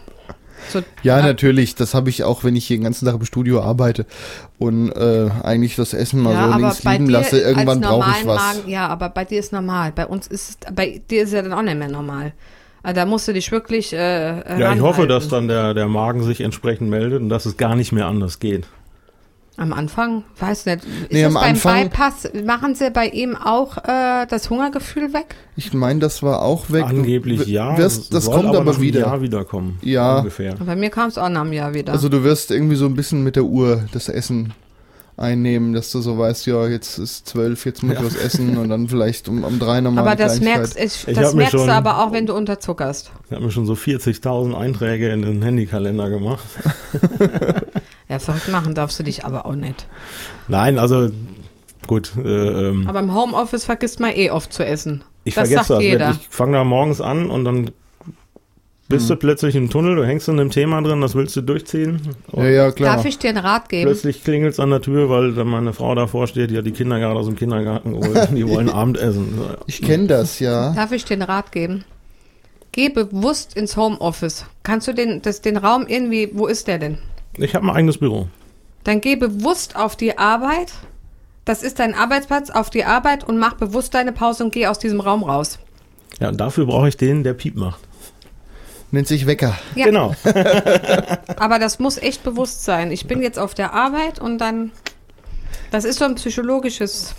Speaker 4: So,
Speaker 1: Ja,
Speaker 4: Ah.
Speaker 1: natürlich. Das habe ich auch, wenn ich hier den ganzen Tag im Studio arbeite und äh, eigentlich das Essen mal so links liegen lasse. Irgendwann brauche ich
Speaker 4: normalen
Speaker 1: was.
Speaker 4: Magen, ja, aber bei dir ist normal. Bei uns ist, es- bei dir ist ja dann auch nicht mehr normal. Also da musst du dich wirklich. Äh, äh,
Speaker 3: Ja, ich hoffe,
Speaker 4: ranhalten.
Speaker 3: dass dann der, der Magen sich entsprechend meldet und dass es gar nicht mehr anders geht.
Speaker 4: Am Anfang, weiß nicht. Ist
Speaker 1: Nee,
Speaker 4: das
Speaker 1: am
Speaker 4: beim
Speaker 1: Anfang-
Speaker 4: Bypass, machen sie bei ihm auch äh, das Hungergefühl weg?
Speaker 1: Ich meine, das war auch weg. Du
Speaker 3: Angeblich
Speaker 1: w-
Speaker 3: ja,
Speaker 1: Wirst, das
Speaker 3: soll
Speaker 1: kommt aber,
Speaker 3: nach einem
Speaker 1: wieder.
Speaker 3: Jahr wiederkommen.
Speaker 1: Ja.
Speaker 3: Ungefähr.
Speaker 4: Bei mir kam es auch nach einem Jahr wieder.
Speaker 1: Also du wirst irgendwie so ein bisschen mit der Uhr das Essen einnehmen, dass du so weißt, ja, jetzt ist zwölf, jetzt muss ich was essen und dann vielleicht um, um drei nochmal
Speaker 4: aber
Speaker 1: eine
Speaker 4: das
Speaker 1: Kleinigkeit.
Speaker 4: merkst, ich,
Speaker 3: Ich
Speaker 4: das
Speaker 3: hab mir
Speaker 4: merkst
Speaker 3: schon-
Speaker 4: du aber auch, wenn du unterzuckerst.
Speaker 3: Ich habe mir schon so 40.000 Einträge in den Handykalender gemacht.
Speaker 4: Ja, verrückt machen darfst du dich aber auch nicht.
Speaker 3: Nein, also gut. Äh, ähm,
Speaker 4: Aber im Homeoffice vergisst man eh oft zu essen.
Speaker 3: ich
Speaker 4: das
Speaker 3: vergesse
Speaker 4: sagt
Speaker 3: das.
Speaker 4: jeder.
Speaker 3: wirklich. Ich fange da morgens an und dann bist du plötzlich im Tunnel, du hängst in einem Thema drin, das willst du durchziehen. Und
Speaker 1: Ja, ja, klar.
Speaker 4: Darf ich dir einen Rat geben?
Speaker 3: Plötzlich klingelt es an der Tür, weil dann meine Frau davor steht, die hat die Kinder gerade aus dem Kindergarten geholt. Die wollen Abendessen.
Speaker 1: Ich kenne das, ja.
Speaker 4: Darf ich dir einen Rat geben? Geh bewusst ins Homeoffice. Kannst du den, das, den Raum irgendwie, wo ist der denn?
Speaker 3: Ich habe mein eigenes Büro.
Speaker 4: Dann geh bewusst auf die Arbeit. Das ist dein Arbeitsplatz, auf die Arbeit und mach bewusst deine Pause und geh aus diesem Raum raus.
Speaker 3: Ja, und dafür brauche ich den, der Piep macht.
Speaker 1: Nennt sich Wecker.
Speaker 4: Ja.
Speaker 3: Genau.
Speaker 4: Aber das muss echt bewusst sein. Ich bin jetzt auf der Arbeit und dann. Das ist so ein psychologisches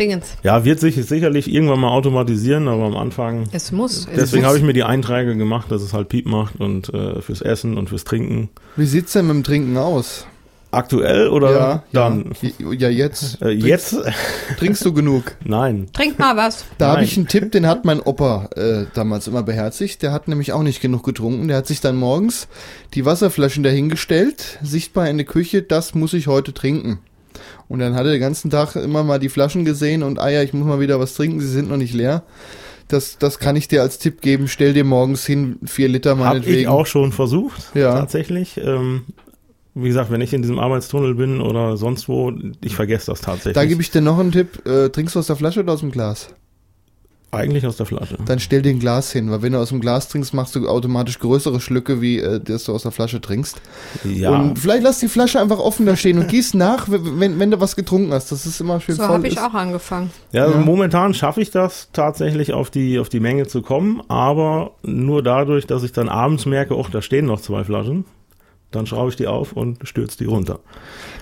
Speaker 4: Dingens.
Speaker 3: Ja, wird sich sicherlich irgendwann mal automatisieren, aber am Anfang.
Speaker 4: Es muss. Es
Speaker 3: Deswegen
Speaker 4: muss.
Speaker 3: habe ich mir die Einträge gemacht, dass es halt Piep macht und äh, fürs Essen und fürs Trinken.
Speaker 1: Wie sieht's denn mit dem Trinken aus?
Speaker 3: Aktuell oder dann?
Speaker 1: Ja, ja jetzt.
Speaker 3: Äh, jetzt?
Speaker 1: Trinkst du genug?
Speaker 3: Nein.
Speaker 4: Trink mal was.
Speaker 1: Da habe
Speaker 3: Nein.
Speaker 1: ich einen Tipp, den hat mein Opa äh, damals immer beherzigt. Der hat nämlich auch nicht genug getrunken. Der hat sich dann morgens die Wasserflaschen dahingestellt, sichtbar in der Küche, das muss ich heute trinken. Und dann hat er den ganzen Tag immer mal die Flaschen gesehen und Eier, ich muss mal wieder was trinken, sie sind noch nicht leer. Das, das kann ich dir als Tipp geben. Stell dir morgens hin, vier Liter
Speaker 3: Habe
Speaker 1: meinetwegen.
Speaker 3: ich auch schon versucht,
Speaker 1: Ja.
Speaker 3: tatsächlich. Ähm, wie gesagt, wenn ich in diesem Arbeitstunnel bin oder sonst wo, ich vergesse das tatsächlich.
Speaker 1: Da gebe ich dir noch einen Tipp. Äh, trinkst du aus der Flasche oder aus dem Glas?
Speaker 3: Eigentlich aus der Flasche.
Speaker 1: Dann stell dir ein Glas hin, weil wenn du aus dem Glas trinkst, machst du automatisch größere Schlücke, wie äh, das du aus der Flasche trinkst.
Speaker 3: Ja.
Speaker 1: Und vielleicht lass die Flasche einfach offen da stehen und gieß nach, wenn, wenn- wenn du was getrunken hast. Das ist immer schön
Speaker 4: So
Speaker 1: voll.
Speaker 4: habe ich
Speaker 1: ist.
Speaker 4: auch angefangen.
Speaker 3: Ja, also
Speaker 1: Ja.
Speaker 3: momentan schaffe ich das tatsächlich auf die, auf die Menge zu kommen, aber nur dadurch, dass ich dann abends merke, oh, da stehen noch zwei Flaschen. Dann schraube ich die auf und stürze die runter.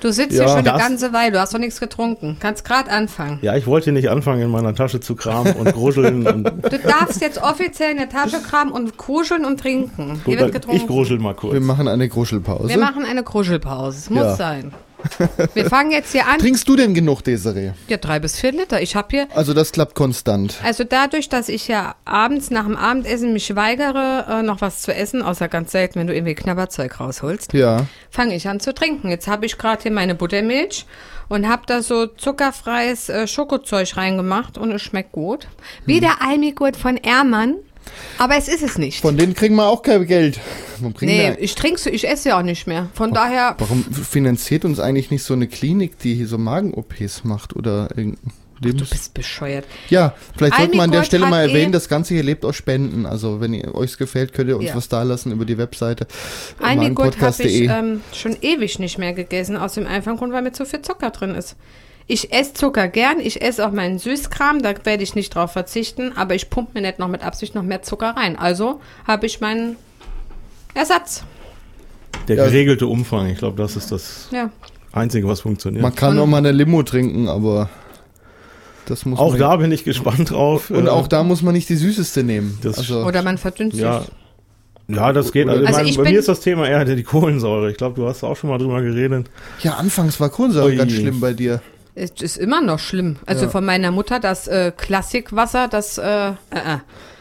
Speaker 4: Du sitzt
Speaker 1: Ja,
Speaker 4: hier schon eine
Speaker 3: das-
Speaker 4: ganze Weile, du hast noch nichts getrunken. Kannst gerade anfangen.
Speaker 3: Ja, ich wollte nicht anfangen, in meiner Tasche zu kramen und gruscheln. Und,
Speaker 4: Du darfst jetzt offiziell in der Tasche kramen und kuscheln und trinken. Hier wird
Speaker 3: Gut, dann, ich Also?
Speaker 4: getrunken.
Speaker 3: gruschel mal
Speaker 1: Wir
Speaker 3: kurz.
Speaker 1: machen eine Gruschelpause.
Speaker 4: Wir machen eine Kruschelpause. Es muss
Speaker 1: Ja.
Speaker 4: sein. Wir fangen jetzt hier an.
Speaker 1: Trinkst du denn genug, Desiree?
Speaker 4: Ja, drei bis vier Liter. Ich habe hier.
Speaker 1: Also das klappt konstant.
Speaker 4: Also dadurch, dass ich ja abends nach dem Abendessen mich weigere, äh, noch was zu essen, außer ganz selten, wenn du irgendwie Knabberzeug rausholst,
Speaker 1: Ja.
Speaker 4: fange ich an zu trinken. Jetzt habe ich gerade hier meine Buttermilch und habe da so zuckerfreies äh, Schokozeug reingemacht und es schmeckt gut. Wie der Almigurt von Ermann, aber es ist es nicht.
Speaker 1: Von denen kriegen wir auch kein Geld. Warum kriegen
Speaker 4: nee,
Speaker 1: wir,
Speaker 4: ich trinke, ich esse ja auch nicht mehr. Von daher,
Speaker 1: warum finanziert uns eigentlich nicht so eine Klinik, die hier so Magen-OPs macht oder irgendein
Speaker 4: du
Speaker 1: Lebens
Speaker 4: bist bescheuert.
Speaker 1: Ja, vielleicht sollte man an der
Speaker 4: Almigurt
Speaker 1: Stelle
Speaker 4: hat
Speaker 1: mal erwähnen,
Speaker 4: eh-
Speaker 1: das Ganze hier lebt aus Spenden. Also wenn ihr euch gefällt, könnt ihr uns
Speaker 4: Ja.
Speaker 1: was dalassen über die Webseite äh,
Speaker 4: Almigurt habe ich äh,
Speaker 1: magenpodcast.de.
Speaker 4: ähm, schon ewig nicht mehr gegessen, aus dem einfachen Grund, weil mir zu viel Zucker drin ist. Ich esse Zucker gern, ich esse auch meinen Süßkram, da werde ich nicht drauf verzichten, aber ich pumpe mir nicht noch mit Absicht noch mehr Zucker rein. Also habe ich meinen Ersatz.
Speaker 3: Der
Speaker 1: Ja.
Speaker 3: geregelte Umfang, ich glaube, das ist das
Speaker 4: Ja.
Speaker 3: Einzige, was funktioniert.
Speaker 1: Man kann auch mal eine Limo trinken, aber das muss
Speaker 3: auch
Speaker 1: man
Speaker 3: da bin ich gespannt drauf.
Speaker 1: Und
Speaker 3: äh,
Speaker 1: auch da muss man nicht die süßeste nehmen. Also,
Speaker 3: Das
Speaker 4: Oder man verdünnt
Speaker 3: Ja.
Speaker 4: sich.
Speaker 3: Ja, das geht.
Speaker 1: Oder-
Speaker 3: Also,
Speaker 4: Also
Speaker 3: mein,
Speaker 4: ich
Speaker 3: bei
Speaker 4: bin-
Speaker 3: mir ist das Thema eher die Kohlensäure. Ich glaube, du hast auch schon mal drüber geredet.
Speaker 1: ja, anfangs war Kohlensäure
Speaker 3: Ui.
Speaker 1: ganz schlimm bei dir.
Speaker 4: Es ist immer noch schlimm. Also
Speaker 1: Ja.
Speaker 4: von meiner Mutter das äh, Klassikwasser, das äh, äh, äh,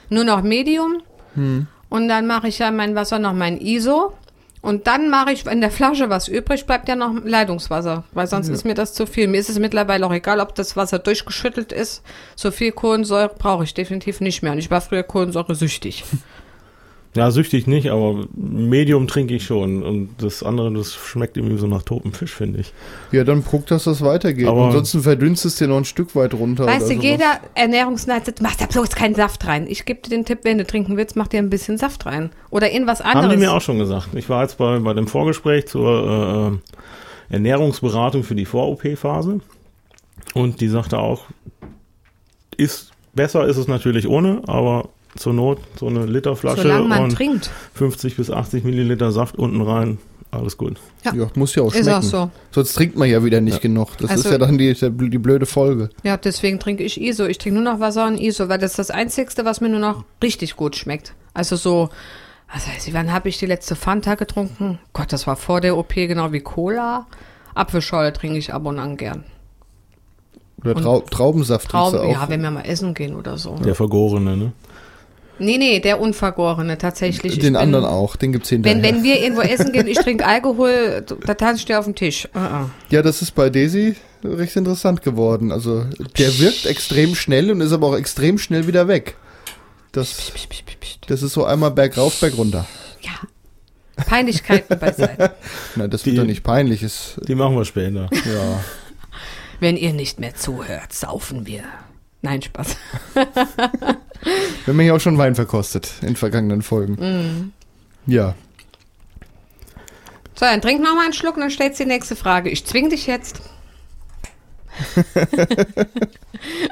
Speaker 4: nur noch Medium. Und dann mache ich ja mein Wasser noch mein ISO. Und dann mache ich, wenn der Flasche was übrig bleibt, ja noch Leitungswasser, weil sonst ist mir das zu viel. Mir ist es mittlerweile auch egal, ob das Wasser durchgeschüttelt ist. So viel Kohlensäure brauche ich definitiv nicht mehr. Und ich war früher Kohlensäure süchtig.
Speaker 3: Ja, süchtig nicht, aber Medium trinke ich schon. Und das andere, das schmeckt irgendwie so nach totem Fisch, finde ich.
Speaker 1: Ja, dann guck, dass das weitergeht.
Speaker 3: Aber-
Speaker 1: Ansonsten verdünnst es dir noch ein Stück weit runter.
Speaker 4: weißt du,
Speaker 1: oder sowas.
Speaker 4: jeder Ernährungsneid sagt, mach da bloß keinen Saft rein. Ich gebe dir den Tipp, wenn du trinken willst, mach dir ein bisschen Saft rein. Oder irgendwas anderes.
Speaker 3: Haben die mir auch schon gesagt. Ich war jetzt bei, bei dem Vorgespräch zur äh, Ernährungsberatung für die Vor-OP-Phase. Und die sagte auch, ist, besser ist es natürlich ohne, aber zur Not so eine Literflasche
Speaker 4: Solange man
Speaker 3: und
Speaker 4: trinkt.
Speaker 3: 50 bis 80 Milliliter Saft unten rein. Alles gut.
Speaker 1: Ja, muss ja auch schmecken.
Speaker 4: Ist auch so.
Speaker 1: Sonst trinkt man ja wieder nicht genug. Das
Speaker 4: Also-
Speaker 1: ist ja dann die, die blöde Folge.
Speaker 4: Ja, deswegen trinke ich ISO. Ich trinke nur noch Wasser und ISO, weil das ist das Einzigste, was mir nur noch richtig gut schmeckt. Also so, was weiß ich, wann habe ich die letzte Fanta getrunken? Gott, das war vor der OP, genau wie Cola. Apfelschorle trinke ich ab und an gern.
Speaker 1: Oder
Speaker 4: Und-
Speaker 1: Trau Traubensaft trinkst
Speaker 4: Trauben,
Speaker 1: du auch.
Speaker 4: ja, wenn wir mal essen gehen oder so.
Speaker 3: Der Vergorene, ne?
Speaker 4: Nee, nee, der Unvergorene tatsächlich. Ich
Speaker 1: den
Speaker 4: bin-
Speaker 1: anderen auch, den gibt's hinterher.
Speaker 4: Wenn, wenn wir irgendwo essen gehen, ich trinke Alkohol, da tanze ich dir auf den Tisch. Ah, ah.
Speaker 1: Ja, das ist bei Daisy recht interessant geworden. Also der wirkt extrem schnell und ist aber auch extrem schnell wieder weg. Das,
Speaker 4: Psst, psst, psst, psst.
Speaker 1: das ist so einmal bergauf, bergunter.
Speaker 4: Peinlichkeiten beiseite.
Speaker 1: Nein, das wird
Speaker 3: Die-
Speaker 1: doch nicht peinlich. Ist,
Speaker 3: Die machen wir später.
Speaker 1: ja.
Speaker 4: Wenn ihr nicht mehr zuhört, saufen wir. Nein, Spaß.
Speaker 1: Wir haben ja auch schon Wein verkostet in vergangenen Folgen. Ja.
Speaker 4: So, dann trink noch mal einen Schluck und dann stellst du die nächste Frage. Ich zwing dich jetzt.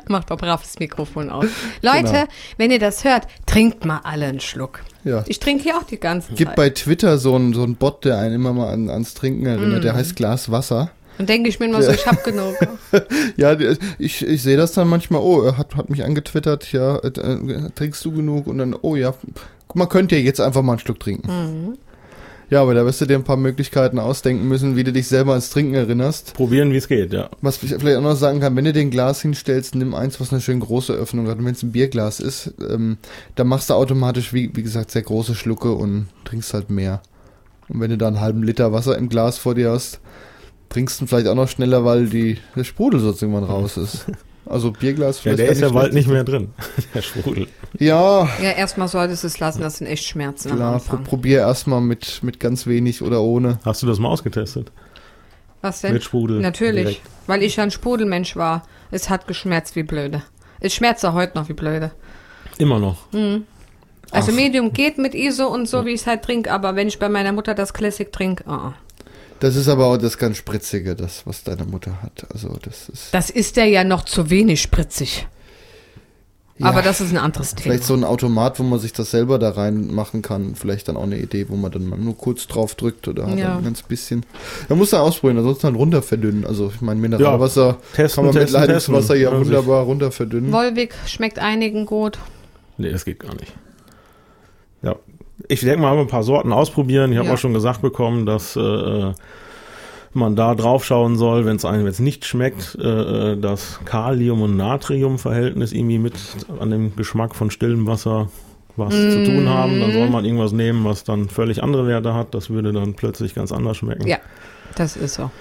Speaker 4: Mach doch brav das Mikrofon auf. Leute,
Speaker 1: Genau.
Speaker 4: wenn ihr das hört, trinkt mal alle einen Schluck.
Speaker 1: ja.
Speaker 4: Ich trinke hier auch die ganze
Speaker 1: Gibt
Speaker 4: Zeit.
Speaker 1: bei Twitter so einen, so einen Bot, der einen immer mal an, ans Trinken erinnert. Der heißt Glas Wasser.
Speaker 4: Dann denke ich mir immer so, ich hab genug.
Speaker 1: Ja, die- ich, ich sehe das dann manchmal, oh, er hat, hat mich angetwittert, ja, äh, äh, trinkst du genug? Und dann, oh ja, guck mal, könnt ihr jetzt einfach mal einen Schluck trinken. Ja, aber da wirst du dir ein paar Möglichkeiten ausdenken müssen, wie du dich selber ans Trinken erinnerst.
Speaker 3: Probieren, wie es geht, ja.
Speaker 1: Was ich vielleicht auch noch sagen kann, wenn du den Glas hinstellst, nimm eins, was eine schön große Öffnung hat. Und wenn es ein Bierglas ist, ähm, dann machst du automatisch, wie, wie gesagt, sehr große Schlucke und trinkst halt mehr. Und wenn du da einen halben Liter Wasser im Glas vor dir hast, trinkst du ihn vielleicht auch noch schneller, weil die, der Sprudel sonst irgendwann raus ist. Also Bierglas
Speaker 3: ja
Speaker 1: vielleicht.
Speaker 3: der
Speaker 1: gar
Speaker 3: ist ja bald
Speaker 1: schlecht.
Speaker 3: nicht mehr drin, der Sprudel.
Speaker 1: Ja,
Speaker 4: ja, erstmal solltest du es lassen, das sind echt Schmerzen am
Speaker 1: klar, pro,
Speaker 4: Anfang.
Speaker 1: probier erstmal mit, mit ganz wenig oder ohne.
Speaker 3: Hast du das mal ausgetestet?
Speaker 4: Was denn?
Speaker 3: Mit Sprudel.
Speaker 4: Natürlich,
Speaker 3: Direkt.
Speaker 4: weil ich ja ein Sprudelmensch war. Es hat geschmerzt wie blöde. Es schmerzt auch heute noch wie blöde.
Speaker 3: Immer noch.
Speaker 4: Also Medium geht mit ISO und so, wie ich es halt trinke, aber wenn ich bei meiner Mutter das Classic trinke, ah, ah.
Speaker 1: Das ist aber auch das ganz Spritzige, das, was deine Mutter hat. Also das ist
Speaker 4: Das ist der ja noch zu wenig spritzig.
Speaker 1: Ja.
Speaker 4: Aber das ist ein anderes Thema.
Speaker 1: vielleicht so ein Automat, wo man sich das selber da reinmachen kann. Vielleicht dann auch eine Idee, wo man dann mal nur kurz drauf drückt oder
Speaker 4: Ja.
Speaker 1: dann ein ganz bisschen. Man muss da ausprobieren, ansonsten dann runter verdünnen. Also ich meine, Mineralwasser
Speaker 3: Testen,
Speaker 1: kann man
Speaker 3: testen,
Speaker 1: mit Leitungswasser
Speaker 3: testen.
Speaker 1: ja
Speaker 3: Also ich-
Speaker 1: wunderbar runter verdünnen.
Speaker 4: Wolwig schmeckt einigen gut.
Speaker 3: Nee, das geht gar nicht. Ja. Ich denke mal, haben wir ein paar Sorten ausprobieren. Ich habe
Speaker 4: Ja.
Speaker 3: auch schon gesagt bekommen, dass äh, man da drauf schauen soll, wenn es einem jetzt nicht schmeckt, äh, äh, das Kalium- und Natrium-Verhältnis irgendwie mit an dem Geschmack von stillem Wasser was zu
Speaker 4: Mhm.
Speaker 3: tun haben. Dann soll man irgendwas nehmen, was dann völlig andere Werte hat. Das würde dann plötzlich ganz anders schmecken.
Speaker 4: Ja, das ist so.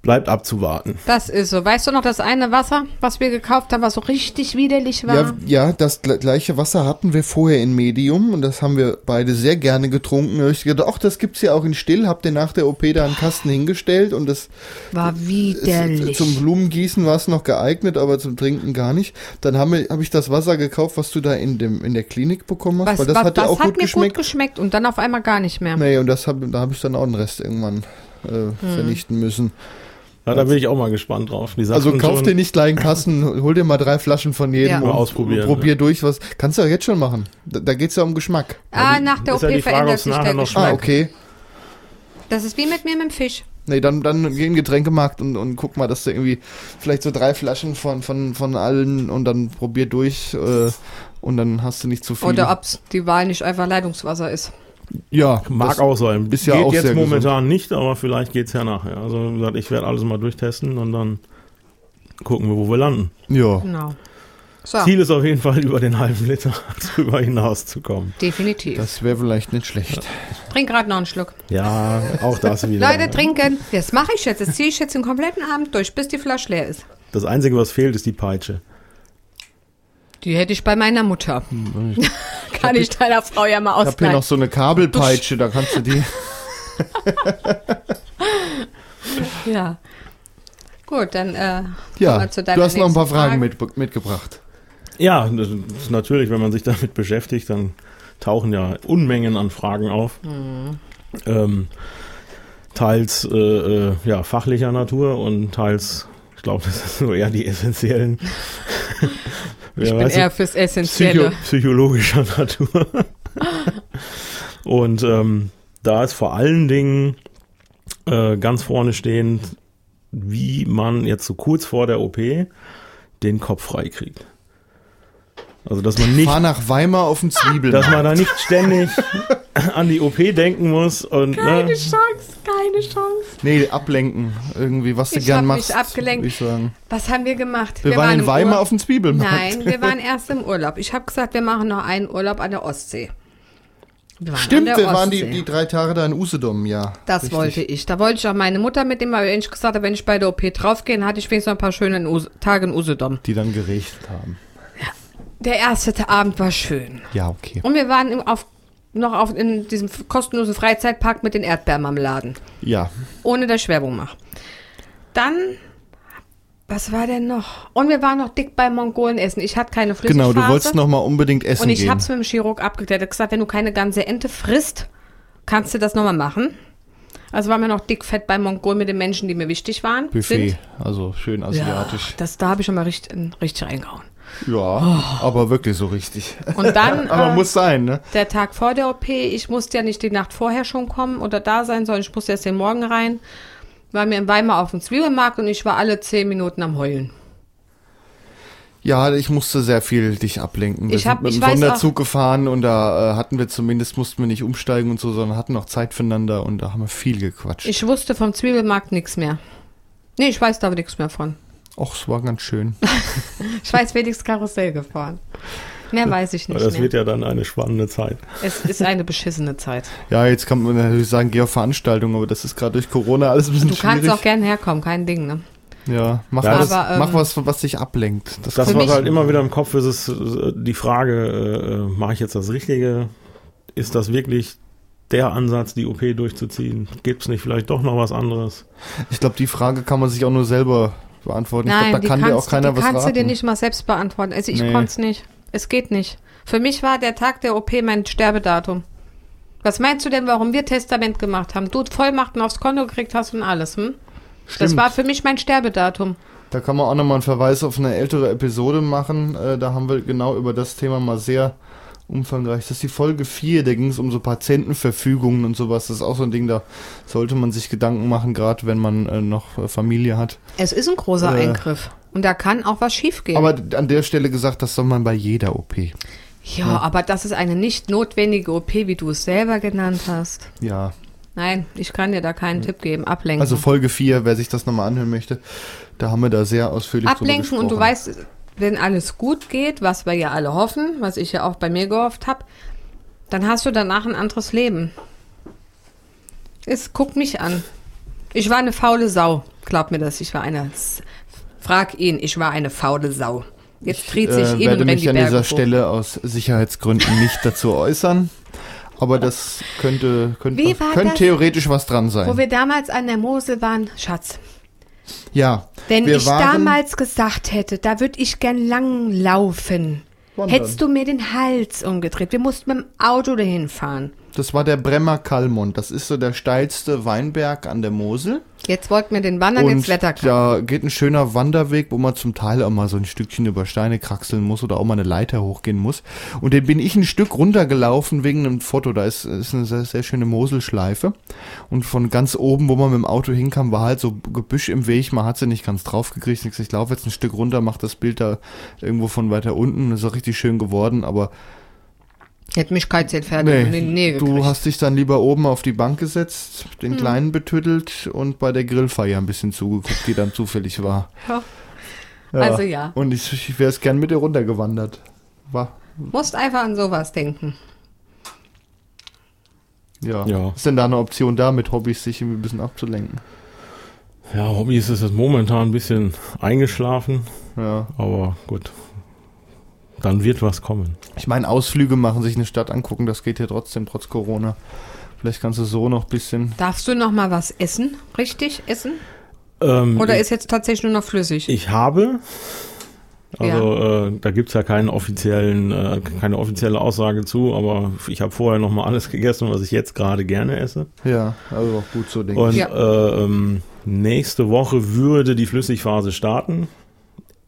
Speaker 3: Bleibt abzuwarten.
Speaker 4: Das ist so. Weißt du noch das eine Wasser, was wir gekauft haben, was so richtig widerlich war?
Speaker 1: Ja, ja, das gle- gleiche Wasser hatten wir vorher in Medium und das haben wir beide sehr gerne getrunken. Da hab Ich gedacht, ach, das gibt's ja auch in Still. Habt ihr nach der OP da einen Kasten hingestellt und das
Speaker 4: war
Speaker 1: Ist,
Speaker 4: widerlich.
Speaker 1: zum Blumengießen war es noch geeignet, aber zum Trinken gar nicht. Dann habe hab ich das Wasser gekauft, was du da in, dem, in der Klinik bekommen hast,
Speaker 4: was,
Speaker 1: weil das
Speaker 4: was,
Speaker 1: hat ja
Speaker 4: das
Speaker 1: auch
Speaker 4: hat
Speaker 1: gut
Speaker 4: mir
Speaker 1: geschmeckt.
Speaker 4: gut geschmeckt und dann auf einmal gar nicht mehr. Hm.
Speaker 1: nee, und das hab, da habe ich dann auch einen Rest irgendwann äh, vernichten müssen.
Speaker 3: Ja, da bin ich auch mal gespannt drauf. Die Sachen
Speaker 1: Also kauf
Speaker 3: schon-
Speaker 1: dir nicht gleich einen Kasten, hol dir mal drei Flaschen von jedem
Speaker 4: Ja.
Speaker 1: und
Speaker 3: Mal ausprobieren,
Speaker 1: probier
Speaker 3: ja.
Speaker 1: durch was. Kannst du ja jetzt schon machen. Da, da geht's ja um Geschmack.
Speaker 4: Ah, nach der
Speaker 3: ist
Speaker 4: OP
Speaker 3: ja die Frage,
Speaker 4: verändert
Speaker 3: ob's
Speaker 4: sich
Speaker 3: nachher
Speaker 4: der
Speaker 3: noch
Speaker 4: Geschmack.
Speaker 1: Ah, okay.
Speaker 4: Das ist wie mit mir mit dem Fisch.
Speaker 1: Nee, dann, dann geh in den Getränkemarkt und, und guck mal, dass du irgendwie vielleicht so drei Flaschen von, von, von allen und dann probier durch äh, und dann hast du nicht zu viel.
Speaker 4: Oder ob die Wahl nicht einfach Leitungswasser ist.
Speaker 1: ja,
Speaker 3: Mag
Speaker 1: das-
Speaker 3: auch sein.
Speaker 1: ist ja
Speaker 3: Geht
Speaker 1: auch
Speaker 3: jetzt
Speaker 1: sehr gesund.
Speaker 3: momentan nicht, aber vielleicht geht's ja nachher. Also wie gesagt, ich werde alles mal durchtesten und dann gucken wir, wo wir landen.
Speaker 1: Ja.
Speaker 4: Genau. So,
Speaker 3: Ziel ist auf jeden Fall, über den halben Liter drüber hinauszukommen.
Speaker 4: definitiv.
Speaker 1: Das wäre vielleicht nicht schlecht.
Speaker 4: Trink gerade noch einen Schluck.
Speaker 3: Ja, auch das wieder.
Speaker 4: Leute, trinken. Das mache ich jetzt. Das ziehe ich jetzt den kompletten Abend durch, bis die Flasche leer ist.
Speaker 3: Das Einzige, was fehlt, ist die Peitsche.
Speaker 4: Die hätte ich bei meiner Mutter.
Speaker 1: Hm,
Speaker 4: Kann ich deiner Frau ja mal
Speaker 1: Ich habe hier
Speaker 4: ausleihen.
Speaker 1: noch so eine Kabelpeitsche, da kannst du die.
Speaker 4: Ja. Gut, dann äh,
Speaker 1: Ja,
Speaker 4: kommen wir zu deiner
Speaker 1: du hast noch ein paar
Speaker 4: nächsten
Speaker 1: Fragen
Speaker 4: Frage.
Speaker 1: mit, mitgebracht.
Speaker 3: Ja, das ist natürlich, wenn man sich damit beschäftigt, dann tauchen ja Unmengen an Fragen auf.
Speaker 4: Mhm.
Speaker 3: Ähm, teils äh, äh, ja, fachlicher Natur und teils, ich glaube, das sind so eher die essentiellen.
Speaker 4: Ich bin eher fürs
Speaker 3: Psycho
Speaker 4: Essentielle.
Speaker 3: psychologischer Natur. Und ähm, da ist vor allen Dingen äh, ganz vorne stehend, wie man jetzt so kurz vor der OP den Kopf frei kriegt. Also dass man nicht,
Speaker 1: Fahr nach Weimar auf den Zwiebeln.
Speaker 3: dass man da nicht ständig an die OP denken muss und
Speaker 4: Keine
Speaker 3: ne,
Speaker 4: Chance, keine Chance.
Speaker 1: nee, ablenken. Irgendwie, was du
Speaker 4: Ich
Speaker 1: gern
Speaker 4: hab
Speaker 1: machst.
Speaker 4: mich abgelenkt.
Speaker 1: würd Ich sagen.
Speaker 4: Was haben wir gemacht?
Speaker 1: Wir, waren in Weimar
Speaker 4: Urlaub.
Speaker 1: auf dem Zwiebelmarkt.
Speaker 4: Nein, wir waren erst im Urlaub. Ich habe gesagt, wir machen noch einen Urlaub an der Ostsee. Wir waren
Speaker 1: Stimmt,
Speaker 4: an der
Speaker 1: wir waren die,
Speaker 4: Ostsee.
Speaker 1: die drei Tage da in Usedom, ja.
Speaker 4: Das
Speaker 1: Richtig.
Speaker 4: wollte ich. Da wollte ich auch meine Mutter mitnehmen, weil ich gesagt habe, wenn ich bei der OP draufgehe, dann hatte ich wenigstens noch ein paar schöne Us- Tage in Usedom.
Speaker 1: Die dann gerichtet haben.
Speaker 4: Der erste Ta- Abend war schön.
Speaker 1: Ja, okay.
Speaker 4: Und wir waren im, auf, noch auf, in diesem f- kostenlosen Freizeitpark mit den Erdbeermarmeladen.
Speaker 1: Ja.
Speaker 4: Ohne dass ich Werbung mache. Dann, was war denn noch? Und wir waren noch dick bei Mongolen essen. Ich hatte keine
Speaker 1: Genau,
Speaker 4: Flüssigphase.
Speaker 1: du wolltest nochmal unbedingt essen
Speaker 4: Und ich
Speaker 1: gehen.
Speaker 4: habe es mit dem Chirurg abgeklärt. Er hat gesagt, wenn du keine ganze Ente frisst, kannst du das nochmal machen. Also waren wir noch dickfett bei Mongolen mit den Menschen, die mir wichtig waren.
Speaker 1: Buffet,
Speaker 4: Sind.
Speaker 1: also schön
Speaker 4: Ja,
Speaker 1: asiatisch.
Speaker 4: das, da habe ich schon mal richtig, äh, richtig reingehauen.
Speaker 1: Ja, aber wirklich so richtig.
Speaker 4: Und dann
Speaker 1: aber
Speaker 4: äh,
Speaker 1: muss sein, ne?
Speaker 4: der Tag vor der OP, ich musste ja nicht die Nacht vorher schon kommen oder da sein, sondern ich musste erst den Morgen rein. War mir in Weimar auf dem Zwiebelmarkt und ich war alle zehn Minuten am Heulen.
Speaker 1: Ja, ich musste sehr viel dich ablenken. Wir
Speaker 4: Ich hab-
Speaker 1: sind mit
Speaker 4: ich
Speaker 1: dem
Speaker 4: weiß
Speaker 1: Sonderzug gefahren und da äh, hatten wir zumindest, mussten wir nicht umsteigen und so, sondern hatten noch Zeit füreinander und da haben wir viel gequatscht.
Speaker 4: Ich wusste vom Zwiebelmarkt nichts mehr. Nee, ich weiß da nichts mehr von.
Speaker 1: Och, es war ganz schön.
Speaker 4: Ich weiß wenigstens Karussell gefahren. Mehr weiß ich nicht
Speaker 3: das
Speaker 4: mehr.
Speaker 3: wird ja dann eine spannende Zeit.
Speaker 4: Es ist eine beschissene Zeit.
Speaker 1: Ja, jetzt kann man natürlich sagen, geh auf Veranstaltungen, aber das ist gerade durch Corona alles ein bisschen
Speaker 4: Du
Speaker 1: schwierig.
Speaker 4: kannst auch gerne herkommen, kein Ding, ne?
Speaker 1: ja, mach,
Speaker 3: Ja,
Speaker 1: was,
Speaker 4: aber, ähm,
Speaker 1: mach was, was dich ablenkt.
Speaker 3: Das,
Speaker 4: Für
Speaker 3: was
Speaker 4: mich-
Speaker 3: halt immer wieder im Kopf ist, ist äh, die Frage, äh, mache ich jetzt das Richtige? Ist das wirklich der Ansatz, die OP durchzuziehen? Gibt es nicht vielleicht doch noch was anderes?
Speaker 1: Ich glaube, die Frage kann man sich auch nur selber beantworten. ich glaube, da
Speaker 4: die
Speaker 1: kann dir auch
Speaker 4: kannst du-
Speaker 1: keiner
Speaker 4: die
Speaker 1: was
Speaker 4: kannst
Speaker 1: raten.
Speaker 4: du dir nicht mal selbst beantworten. Also ich
Speaker 1: Nee.
Speaker 4: konnte es nicht. Es geht nicht. Für mich war der Tag der OP mein Sterbedatum. Was meinst du denn, warum wir Testament gemacht haben? Du Vollmachten aufs Konto gekriegt hast und alles, hm? Das
Speaker 1: Stimmt.
Speaker 4: war für mich mein Sterbedatum.
Speaker 1: Da kann man auch nochmal einen Verweis auf eine ältere Episode machen. Äh, da haben wir genau über das Thema mal sehr umfangreich. Das ist die Folge 4, da ging es um so Patientenverfügungen und sowas. Das ist auch so ein Ding, da sollte man sich Gedanken machen, gerade wenn man äh, noch äh, Familie hat.
Speaker 4: Es ist ein großer
Speaker 1: Äh.
Speaker 4: Eingriff. Und da kann auch was schiefgehen.
Speaker 1: Aber d- an der Stelle gesagt, das soll man bei jeder OP.
Speaker 4: ja, aber das ist eine nicht notwendige OP, wie du es selber genannt hast.
Speaker 1: Ja.
Speaker 4: Nein, ich kann dir da keinen Tipp geben. Ablenken.
Speaker 1: Hm. Also Folge 4, wer sich das nochmal anhören möchte, da haben wir da sehr ausführlich drüber
Speaker 4: ablenken und du
Speaker 1: gesprochen.
Speaker 4: weißt, wenn alles gut geht, was wir ja alle hoffen, was ich ja auch bei mir gehofft habe, dann hast du danach ein anderes Leben. Es guckt mich an. Ich war eine faule Sau. Glaub mir das, ich war eine. S- Frag ihn, ich war eine faule Sau. Jetzt dreht sich
Speaker 1: äh,
Speaker 4: eben
Speaker 1: werde
Speaker 4: Randy
Speaker 1: mich an
Speaker 4: Berg
Speaker 1: dieser
Speaker 4: hoch.
Speaker 1: Stelle aus Sicherheitsgründen nicht dazu äußern. Aber das könnte, könnte,
Speaker 4: Wie war
Speaker 1: könnte
Speaker 4: das?
Speaker 1: theoretisch was dran
Speaker 4: Wo
Speaker 1: sein.
Speaker 4: wir damals an der Mosel waren, Schatz.
Speaker 1: Ja,
Speaker 4: Wenn
Speaker 1: wir
Speaker 4: ich
Speaker 1: waren,
Speaker 4: damals gesagt hätte, da würde ich gern lang laufen,
Speaker 1: Wandern.
Speaker 4: hättest du mir den Hals umgedreht. Wir mussten mit dem Auto dahin fahren.
Speaker 1: Das war der Bremmer Kalmund. Das ist so der steilste Weinberg an der Mosel.
Speaker 4: Jetzt wollten wir den wandern, jetzt Letterkampf.
Speaker 1: da geht ein schöner Wanderweg, wo man zum Teil auch mal so ein Stückchen über Steine kraxeln muss oder auch mal eine Leiter hochgehen muss. Und den bin ich ein Stück runtergelaufen wegen einem Foto. Da ist, ist eine sehr, sehr schöne Moselschleife. Und von ganz oben, wo man mit dem Auto hinkam, war halt so Gebüsch im Weg. Man hat sie nicht ganz drauf gekriegt. Ich, sag, ich laufe jetzt ein Stück runter, mach das Bild da irgendwo von weiter unten. Das ist auch richtig schön geworden, aber
Speaker 4: Hätte mich kein Zelt fertig
Speaker 1: Nee,
Speaker 4: in die Nähe
Speaker 1: du
Speaker 4: gekriegt. Hm.
Speaker 1: hast dich dann lieber oben auf die Bank gesetzt, den Kleinen betüttelt und bei der Grillfeier ein bisschen zugeguckt, die dann zufällig war.
Speaker 4: Ja. Also ja.
Speaker 1: Und ich, ich wäre es gern mit dir runtergewandert. War,
Speaker 4: Musst einfach an sowas denken.
Speaker 1: ja.
Speaker 3: Ja.
Speaker 1: Ist denn da eine Option da, mit Hobbys sich irgendwie ein bisschen abzulenken?
Speaker 3: Ja, Hobby ist es jetzt momentan ein bisschen eingeschlafen,
Speaker 1: Ja.
Speaker 3: aber gut. Dann wird was kommen.
Speaker 1: Ich meine, Ausflüge machen, sich eine Stadt angucken, das geht hier trotzdem, trotz Corona. Vielleicht kannst du so noch ein bisschen.
Speaker 4: Darfst du noch mal was essen? Richtig essen?
Speaker 3: Ähm,
Speaker 4: Oder
Speaker 3: ich,
Speaker 4: ist jetzt tatsächlich nur noch flüssig?
Speaker 3: ich habe, also äh, da gibt's ja keinen offiziellen, äh, keine offizielle Aussage zu, aber ich habe vorher nochmal alles gegessen, was ich jetzt gerade gerne esse.
Speaker 1: Ja, also auch gut so, denke
Speaker 3: Und
Speaker 1: ich.
Speaker 4: Ja.
Speaker 3: äh, ähm, nächste Woche würde die Flüssigphase starten.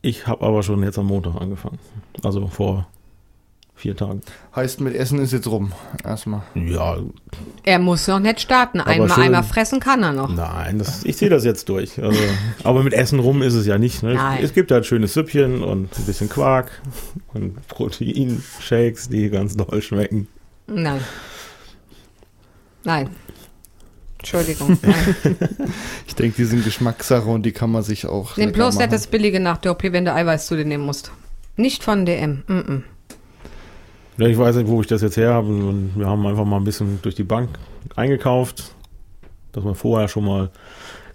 Speaker 3: Ich habe aber schon jetzt am Montag angefangen. Also vor vier Tagen.
Speaker 1: Heißt, mit Essen ist jetzt rum. Erstmal.
Speaker 3: Ja,
Speaker 4: er muss noch nicht starten. Einmal,
Speaker 3: schön.
Speaker 4: einmal fressen kann er noch.
Speaker 3: nein, das, ich ziehe das jetzt durch. Also, aber mit Essen rum ist es ja nicht. Ne?
Speaker 4: Nein.
Speaker 3: Es gibt halt schönes Süppchen und ein bisschen Quark und Proteinshakes, die ganz doll schmecken.
Speaker 4: Nein. Nein. Entschuldigung. Nein.
Speaker 1: Ich denke, die sind Geschmackssache und die kann man sich auch.
Speaker 4: Nimm
Speaker 1: lecker
Speaker 4: bloß
Speaker 1: machen.
Speaker 4: nicht das Billige nach der OP, wenn du Eiweiß zu dir nehmen musst. Nicht von DM. Mm -mm.
Speaker 3: Ja, ich weiß nicht, wo ich das jetzt her habe. Und wir haben einfach mal ein bisschen durch die Bank eingekauft, dass man vorher schon mal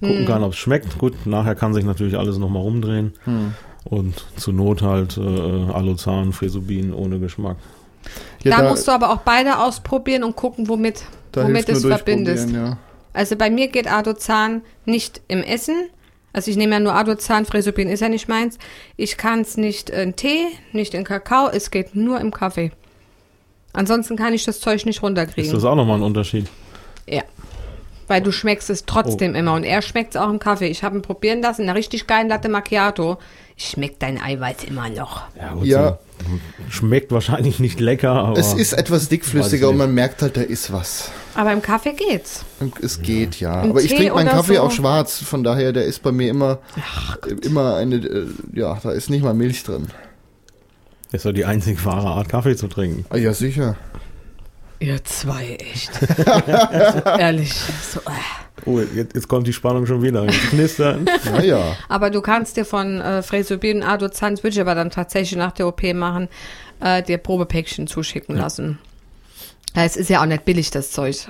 Speaker 3: gucken kann, ob es schmeckt. Gut, nachher kann sich natürlich alles nochmal rumdrehen. Und zur Not halt äh, Alozan, Fresubin ohne Geschmack.
Speaker 1: Ja,
Speaker 4: da, musst du aber auch beide ausprobieren und gucken, womit,
Speaker 1: da
Speaker 4: womit
Speaker 1: hilft nur
Speaker 4: es verbindest.
Speaker 1: durchprobieren, Ja.
Speaker 4: Also bei mir geht Adozan nicht im Essen. Also ich nehme ja nur Adozan, Fresopin ist ja nicht meins. Ich kann es nicht in Tee, nicht in Kakao, es geht nur im Kaffee. Ansonsten kann ich das Zeug nicht
Speaker 3: Ist
Speaker 4: runterkriegen.
Speaker 3: das auch nochmal ein Unterschied?
Speaker 4: Ja. Weil du schmeckst es trotzdem
Speaker 3: Oh.
Speaker 4: immer und er schmeckt es auch im Kaffee. Ich habe ihn probieren lassen, in einer richtig geilen Latte Macchiato. Ich schmeck dein Eiweiß immer noch.
Speaker 3: Ja, gut,
Speaker 1: Ja.
Speaker 3: so. schmeckt wahrscheinlich nicht lecker, aber
Speaker 1: Es ist etwas dickflüssiger
Speaker 3: Weiß ich
Speaker 1: und man merkt halt, da ist was.
Speaker 4: Aber im Kaffee geht's.
Speaker 1: Und es geht, ja.
Speaker 4: Im
Speaker 1: Aber ich
Speaker 4: Tee
Speaker 1: trinke meinen
Speaker 4: oder
Speaker 1: Kaffee
Speaker 4: so.
Speaker 1: auch schwarz, von daher, der ist bei mir immer, immer eine, äh, ja, da ist nicht mal Milch drin.
Speaker 3: ist doch die einzig wahre Art, Kaffee zu trinken.
Speaker 1: Ah, ja, sicher.
Speaker 4: Ihr zwei, echt. Ehrlich. So, äh.
Speaker 3: Oh, jetzt, jetzt kommt die Spannung schon wieder. Jetzt Knistern.
Speaker 1: Ja, ja.
Speaker 4: Aber du kannst dir von äh, Fresubin Adozans, würde ich aber dann tatsächlich nach der OP machen, äh, dir Probepäckchen zuschicken lassen. Ja, es ist ja auch nicht billig, das Zeug.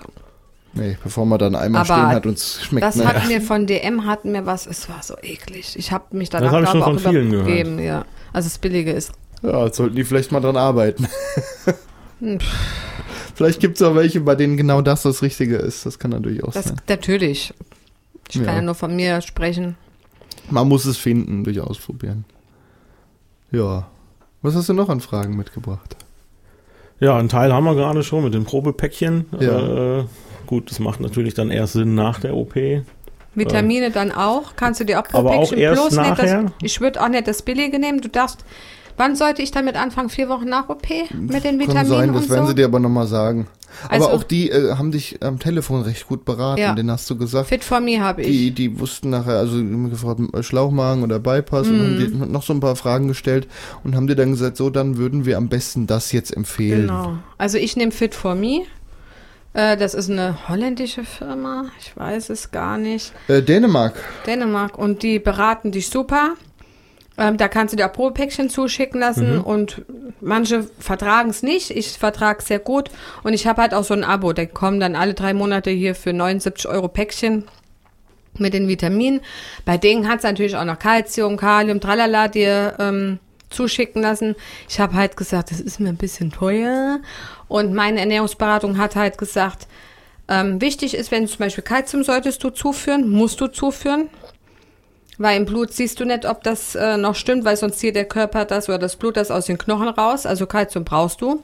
Speaker 1: Nee, bevor man dann einmal
Speaker 4: Aber
Speaker 1: stehen hat und es schmeckt.
Speaker 4: Das
Speaker 1: ne?
Speaker 4: hatten wir von DM, hatten wir was, es war so eklig. Ich habe mich danach,
Speaker 3: hab ich schon
Speaker 4: glaube ich, auch
Speaker 3: von vielen
Speaker 4: übergeben. Ja. Also das Billige ist.
Speaker 1: ja, jetzt sollten die vielleicht mal dran arbeiten.
Speaker 4: Hm.
Speaker 1: vielleicht gibt es auch welche, bei denen genau das das Richtige ist. Das kann natürlich auch
Speaker 4: Das
Speaker 1: sein.
Speaker 4: natürlich. Ich
Speaker 1: Ja.
Speaker 4: kann ja nur von mir sprechen.
Speaker 1: Man muss es finden, durch Ausprobieren. Ja. Was hast du noch an Fragen mitgebracht?
Speaker 3: Ja, einen Teil haben wir gerade schon mit den Probepäckchen.
Speaker 1: Ja.
Speaker 3: Äh, gut, das macht natürlich dann erst Sinn nach der OP.
Speaker 4: Vitamine dann auch, kannst du dir auch
Speaker 3: Aber auch
Speaker 4: Propäckchen
Speaker 3: erst
Speaker 4: nicht
Speaker 3: nachher?
Speaker 4: das, ich würde auch nicht das Billige nehmen. Du darfst, wann sollte ich damit anfangen? Vier Wochen nach OP? Mit den Vitaminen
Speaker 1: Kann sein, das
Speaker 4: und
Speaker 1: werden
Speaker 4: so?
Speaker 1: sie dir aber nochmal sagen.
Speaker 4: Also-
Speaker 1: aber auch die äh, haben dich am Telefon recht gut beraten,
Speaker 4: Ja.
Speaker 1: den hast du gesagt.
Speaker 4: Fit for me habe ich.
Speaker 1: Die, die wussten nachher, also die haben gefragt, Schlauchmagen oder Bypass und
Speaker 4: Mhm.
Speaker 1: haben dir noch so ein paar Fragen gestellt und haben dir dann gesagt, so, dann würden wir am besten das jetzt empfehlen.
Speaker 4: Genau. Also ich nehme Fit for me. Äh, Das ist eine holländische Firma, ich weiß es gar nicht.
Speaker 1: Äh, Dänemark,
Speaker 4: Dänemark und die beraten dich super. Ähm, da kannst du dir auch Probepäckchen zuschicken lassen und manche vertragen es nicht. Ich vertrage es sehr gut und ich habe halt auch so ein Abo. Da kommen dann alle drei Monate hier für 79 Euro Päckchen mit den Vitaminen. Bei denen hat es natürlich auch noch Kalzium, Kalium, tralala dir ähm, zuschicken lassen. Ich habe halt gesagt, das ist mir ein bisschen teuer. Und meine Ernährungsberatung hat halt gesagt, ähm, wichtig ist, wenn du zum Beispiel Kalzium solltest du zuführen, musst du zuführen. Weil im Blut siehst du nicht, ob das äh, noch stimmt, weil sonst zieht der Körper das oder das Blut das aus den Knochen raus. Also Kalzium brauchst du.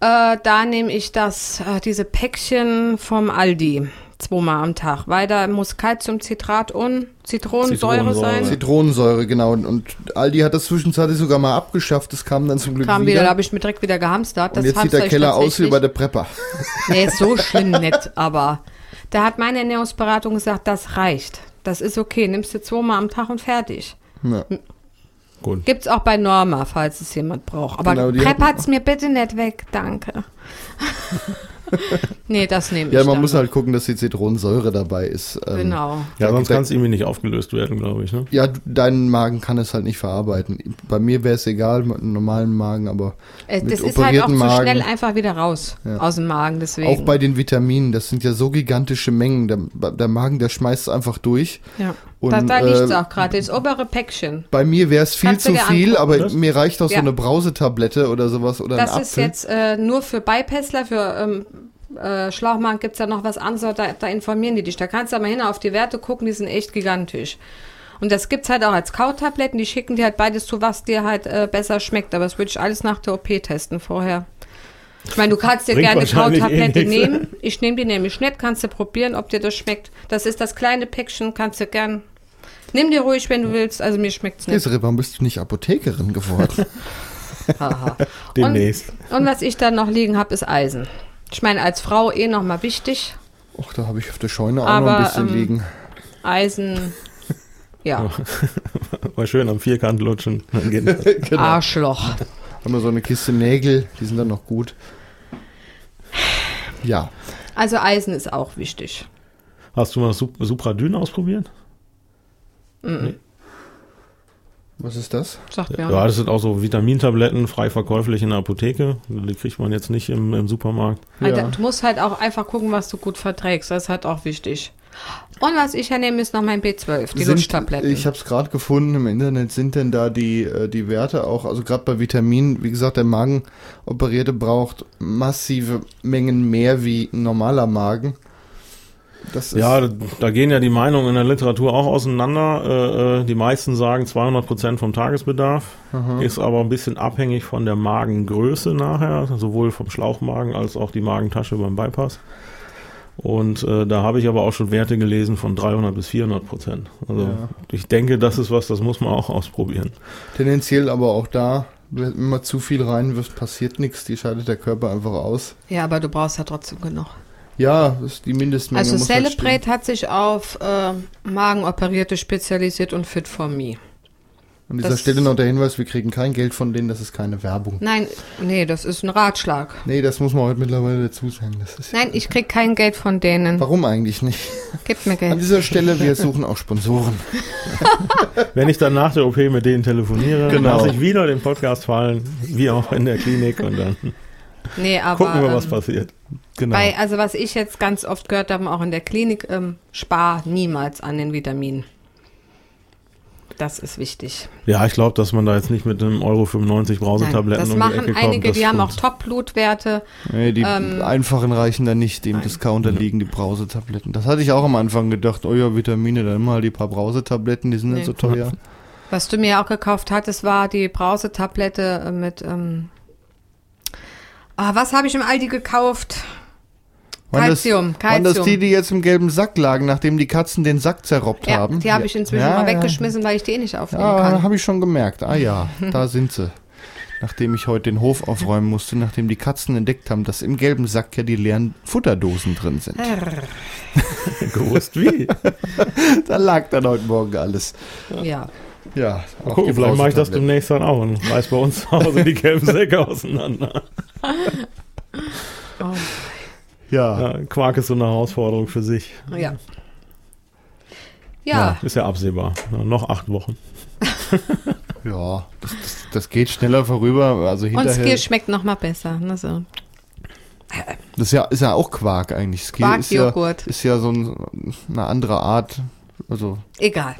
Speaker 4: Äh, da nehme ich das, äh, diese Päckchen vom Aldi zweimal am Tag, weil da muss Calciumcitrat und Zitronensäure
Speaker 3: Zitronensäure.
Speaker 4: sein.
Speaker 1: Zitronensäure, genau. Und- Und Aldi hat das zwischenzeitlich sogar mal abgeschafft. Das kam dann zum Glück
Speaker 4: Kam wieder,
Speaker 1: wieder.
Speaker 4: da habe ich mir direkt wieder gehamstert.
Speaker 1: und
Speaker 4: Das
Speaker 1: jetzt sieht
Speaker 4: hamster
Speaker 1: der
Speaker 4: ich
Speaker 1: Keller aus wie
Speaker 4: tatsächlich.
Speaker 1: bei der Prepper.
Speaker 4: Nee, ist so schlimm nicht, aber da hat meine Ernährungsberatung gesagt, das reicht. Das ist okay, nimmst du zweimal am Tag und fertig.
Speaker 1: Ja.
Speaker 3: Gut.
Speaker 4: Gibt's auch bei Norma, falls es jemand braucht. Aber
Speaker 1: Genau, die
Speaker 4: preppert's mir bitte nicht weg, danke. nee, das nehme ich.
Speaker 1: ja, man
Speaker 4: dann.
Speaker 1: muss halt gucken, dass die Zitronensäure dabei ist. Ähm,
Speaker 4: Genau.
Speaker 3: Ja, sonst
Speaker 1: da-
Speaker 3: kann es irgendwie nicht aufgelöst werden, glaube ich. Ne?
Speaker 1: Ja, du- dein Magen kann es halt nicht verarbeiten. Bei mir wäre es egal, mit einem normalen Magen, aber
Speaker 4: Äh,
Speaker 1: mit
Speaker 4: Das ist halt auch
Speaker 1: operierten
Speaker 4: zu
Speaker 1: Magen.
Speaker 4: schnell einfach wieder raus aus dem Magen, deswegen.
Speaker 1: auch bei den Vitaminen, das sind ja so gigantische Mengen. Der, der Magen, der scheißt es einfach durch.
Speaker 4: ja.
Speaker 1: und,
Speaker 4: da da liegt's
Speaker 1: äh,
Speaker 4: auch gerade, das obere Päckchen.
Speaker 1: Bei mir wäre es viel
Speaker 4: Kannst du
Speaker 1: zu
Speaker 4: dir
Speaker 1: viel,
Speaker 4: angucken.
Speaker 1: aber
Speaker 3: Das-
Speaker 1: mir reicht auch
Speaker 4: Ja.
Speaker 1: so eine Brausetablette oder sowas oder ein
Speaker 4: Das
Speaker 1: Apfel.
Speaker 4: ist jetzt äh, nur für Bypassler, für ähm, äh, Schlauchmagen gibt's ja noch was anderes, da, da informieren die dich. Da kannst du mal hin auf die Werte gucken, die sind echt gigantisch. Und das gibt's halt auch als Kautabletten, die schicken dir halt beides zu, was dir halt äh, besser schmeckt. Aber das würde ich alles nach der OP testen vorher. Ich meine, du kannst dir
Speaker 3: Bringt
Speaker 4: gerne eine
Speaker 3: wahrscheinlich eh
Speaker 4: Kautablette
Speaker 3: nix.
Speaker 4: nehmen. Ich nehme die nämlich nicht, kannst du probieren, ob dir das schmeckt. Das ist das kleine Päckchen, kannst du gern. Nimm dir ruhig, wenn du willst. Also mir schmeckt's nicht.
Speaker 1: Desiree, warum bist du nicht Apothekerin geworden?
Speaker 4: Haha.
Speaker 3: Demnächst.
Speaker 4: Und, und was ich dann noch liegen habe, ist Eisen. Ich meine, als Frau eh nochmal wichtig.
Speaker 1: Och, da habe ich auf der Scheune auch noch
Speaker 4: Aber,
Speaker 1: ein bisschen
Speaker 4: ähm,
Speaker 1: liegen.
Speaker 4: Eisen, ja,
Speaker 3: Mal schön am Vierkant lutschen. Dann geht das.
Speaker 4: ah. Arschloch.
Speaker 1: Genau. Haben wir so eine Kiste Nägel, die sind dann noch gut. Ja,
Speaker 4: Also Eisen ist auch wichtig.
Speaker 3: Hast du mal Sup Supradyn ausprobiert?
Speaker 1: was ist das?
Speaker 4: Sagt
Speaker 3: Ja.
Speaker 4: mir. auch.
Speaker 3: das sind auch so Vitamintabletten, frei verkäuflich in der Apotheke. Die kriegt man jetzt nicht im, im Supermarkt.
Speaker 4: Alter,
Speaker 1: ja.
Speaker 4: Du musst halt auch einfach gucken, was du gut verträgst. Das ist halt auch wichtig. Und was ich ja nehme, ist noch mein B12, die
Speaker 1: Sind-
Speaker 4: Lutschtabletten.
Speaker 1: Ich habe es gerade gefunden im Internet. Sind denn da die, äh, die Werte auch, also gerade bei Vitaminen, wie gesagt, der Magenoperierte braucht massive Mengen mehr wie ein normaler Magen. Das ist,
Speaker 3: Ja, da, da gehen ja die Meinungen in der Literatur auch auseinander. Äh, äh, die meisten sagen 200 Prozent vom Tagesbedarf,
Speaker 1: Mhm.
Speaker 3: ist aber ein bisschen abhängig von der Magengröße nachher, also sowohl vom Schlauchmagen als auch die Magentasche beim Bypass. Und äh, da habe ich aber auch schon Werte gelesen von 300 bis 400 Prozent. Also
Speaker 1: Ja.
Speaker 3: ich denke, das ist was, das muss man auch ausprobieren.
Speaker 1: tendenziell aber auch da, wenn man zu viel reinwirft, passiert nichts. Die scheidet der Körper einfach aus.
Speaker 4: ja, aber du brauchst ja trotzdem genug.
Speaker 1: Ja, das ist die Mindestmenge.
Speaker 4: Also
Speaker 1: muss halt
Speaker 4: Celebrate hat sich auf äh, Magenoperierte spezialisiert und Fit for Me.
Speaker 1: stimmen. An dieser
Speaker 4: das-
Speaker 1: Stelle noch der Hinweis, wir kriegen kein Geld von denen, das ist keine Werbung.
Speaker 4: Nein, nee, das ist ein Ratschlag.
Speaker 1: Nee, das muss man heute mittlerweile dazu sagen. Das ist
Speaker 4: Nein, ich krieg kein Geld von denen.
Speaker 1: Warum eigentlich nicht?
Speaker 4: Gib mir
Speaker 1: An
Speaker 4: Geld.
Speaker 1: dieser Stelle, wir suchen auch Sponsoren.
Speaker 3: Wenn ich dann nach der OP mit denen telefoniere,
Speaker 1: Genau.
Speaker 3: lasse ich wieder den Podcast fallen, wie auch in der Klinik und dann
Speaker 4: Nee, aber
Speaker 3: gucken wir, was
Speaker 4: ähm,
Speaker 3: passiert. Genau.
Speaker 4: bei, also was ich jetzt ganz oft gehört habe, auch in der Klinik, ähm, spar niemals an den Vitaminen. Das ist wichtig.
Speaker 3: Ja, ich glaube, dass man da jetzt nicht mit einem Euro 95
Speaker 4: Nein,
Speaker 3: Brausetabletten
Speaker 4: das
Speaker 3: um die
Speaker 4: machen
Speaker 3: Ecke kommt.
Speaker 4: einige,
Speaker 3: das
Speaker 4: die haben auch
Speaker 3: stimmt.
Speaker 4: Top-Blutwerte.
Speaker 1: Nee, die
Speaker 4: Ähm,
Speaker 1: einfachen reichen dann nicht, dem Discounter liegen die Brausetabletten. Das hatte ich auch am Anfang gedacht, oh ja, Vitamine, dann mal die paar Brausetabletten, die sind
Speaker 4: Nee. Hm.
Speaker 1: nicht so teuer.
Speaker 4: Was du mir auch gekauft hattest, war die Brausetablette äh, mit. Ähm, ah, was habe ich im Aldi gekauft? Calcium,
Speaker 1: das, Waren das
Speaker 4: Calcium.
Speaker 1: die, die jetzt im gelben Sack lagen, nachdem die Katzen den Sack zerrobbt
Speaker 4: Ja,
Speaker 1: haben?
Speaker 4: die habe ich inzwischen
Speaker 1: Ja,
Speaker 4: mal
Speaker 1: ja.
Speaker 4: weggeschmissen, weil ich die eh nicht aufnehmen
Speaker 1: Ja,
Speaker 4: kann.
Speaker 1: habe ich schon gemerkt. Ah ja, da sind sie. Nachdem ich heute den Hof aufräumen musste, nachdem die Katzen entdeckt haben, dass im gelben Sack ja die leeren Futterdosen drin sind.
Speaker 3: gewusst wie.
Speaker 1: Da lag dann heute Morgen alles.
Speaker 4: Ja.
Speaker 1: Ja, auch
Speaker 3: Guck,
Speaker 1: die
Speaker 3: vielleicht mache ich das
Speaker 1: Brausetabletten.
Speaker 3: demnächst dann auch und reiß bei uns zu Hause die gelben Säcke auseinander.
Speaker 4: Oh.
Speaker 1: Ja,
Speaker 3: Ja, Quark ist so eine Herausforderung für sich.
Speaker 4: Ja. Ja,
Speaker 3: Ist ja absehbar. Ja, noch acht Wochen.
Speaker 1: ja, das, das, das geht schneller vorüber. Also
Speaker 4: und
Speaker 1: hinterher.
Speaker 4: Skier schmeckt noch mal besser. Ne, so.
Speaker 1: Das ist ja, ist ja auch Quark eigentlich. Skier ist ja,
Speaker 4: Quarkjoghurt.
Speaker 1: ist ja so ein, eine andere Art. Also,
Speaker 4: Egal.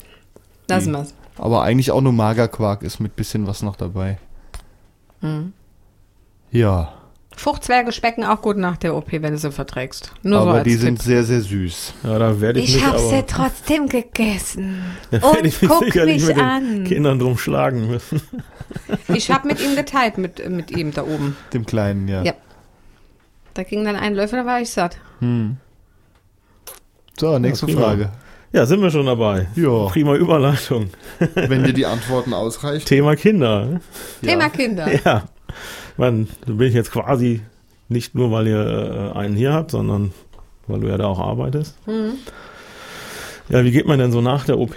Speaker 4: Lassen
Speaker 3: Hm.
Speaker 4: wir's.
Speaker 1: aber eigentlich auch nur Magerquark ist mit bisschen was noch dabei.
Speaker 4: Mhm.
Speaker 1: Ja,
Speaker 4: Fruchtzwerge schmecken auch gut nach der OP, wenn du sie verträgst. Nur so
Speaker 1: aber
Speaker 4: als
Speaker 1: die
Speaker 4: Tipp.
Speaker 1: sind sehr, sehr süß.
Speaker 3: Ja, da werde ich,
Speaker 5: Ich
Speaker 3: mich
Speaker 5: habe
Speaker 3: aber,
Speaker 5: sie trotzdem gegessen.
Speaker 3: da werd
Speaker 5: und
Speaker 3: ich mich
Speaker 5: guck
Speaker 3: sicherlich
Speaker 5: mich
Speaker 3: mit den
Speaker 5: an.
Speaker 3: Kindern drum schlagen müssen.
Speaker 4: ich habe mit ihm geteilt, mit, mit ihm da oben.
Speaker 1: Dem Kleinen, ja.
Speaker 4: Ja. Da ging dann ein Löffel, da war ich satt.
Speaker 1: Hm. So, nächste
Speaker 3: prima.
Speaker 1: Frage.
Speaker 3: Ja, sind wir schon dabei.
Speaker 1: Ja.
Speaker 3: Prima Überleitung.
Speaker 1: Wenn dir die Antworten ausreichen.
Speaker 3: Thema Kinder. ne?
Speaker 4: Thema Kinder.
Speaker 3: Ja. Man, da bin ich jetzt quasi nicht nur, weil ihr äh, einen hier habt, sondern weil du ja da auch arbeitest.
Speaker 4: Hm.
Speaker 3: Ja, wie geht man denn so nach der OP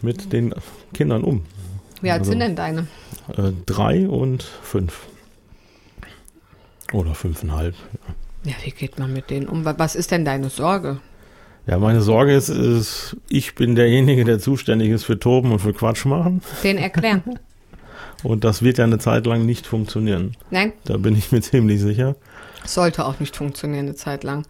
Speaker 3: mit den Kindern um?
Speaker 4: Wie alt
Speaker 3: Also-
Speaker 4: sind denn deine?
Speaker 3: Äh, drei und fünf. Oder fünfeinhalb.
Speaker 4: Ja, wie geht man mit denen um? Wa- Was ist denn deine Sorge?
Speaker 3: Ja, meine Sorge ist, ist, ich bin derjenige, der zuständig ist für Toben und für Quatsch machen.
Speaker 4: Den erklären.
Speaker 3: Und das wird ja eine Zeit lang nicht funktionieren.
Speaker 4: Nein,
Speaker 3: Da bin ich mir ziemlich sicher.
Speaker 4: sollte auch nicht funktionieren eine Zeit lang.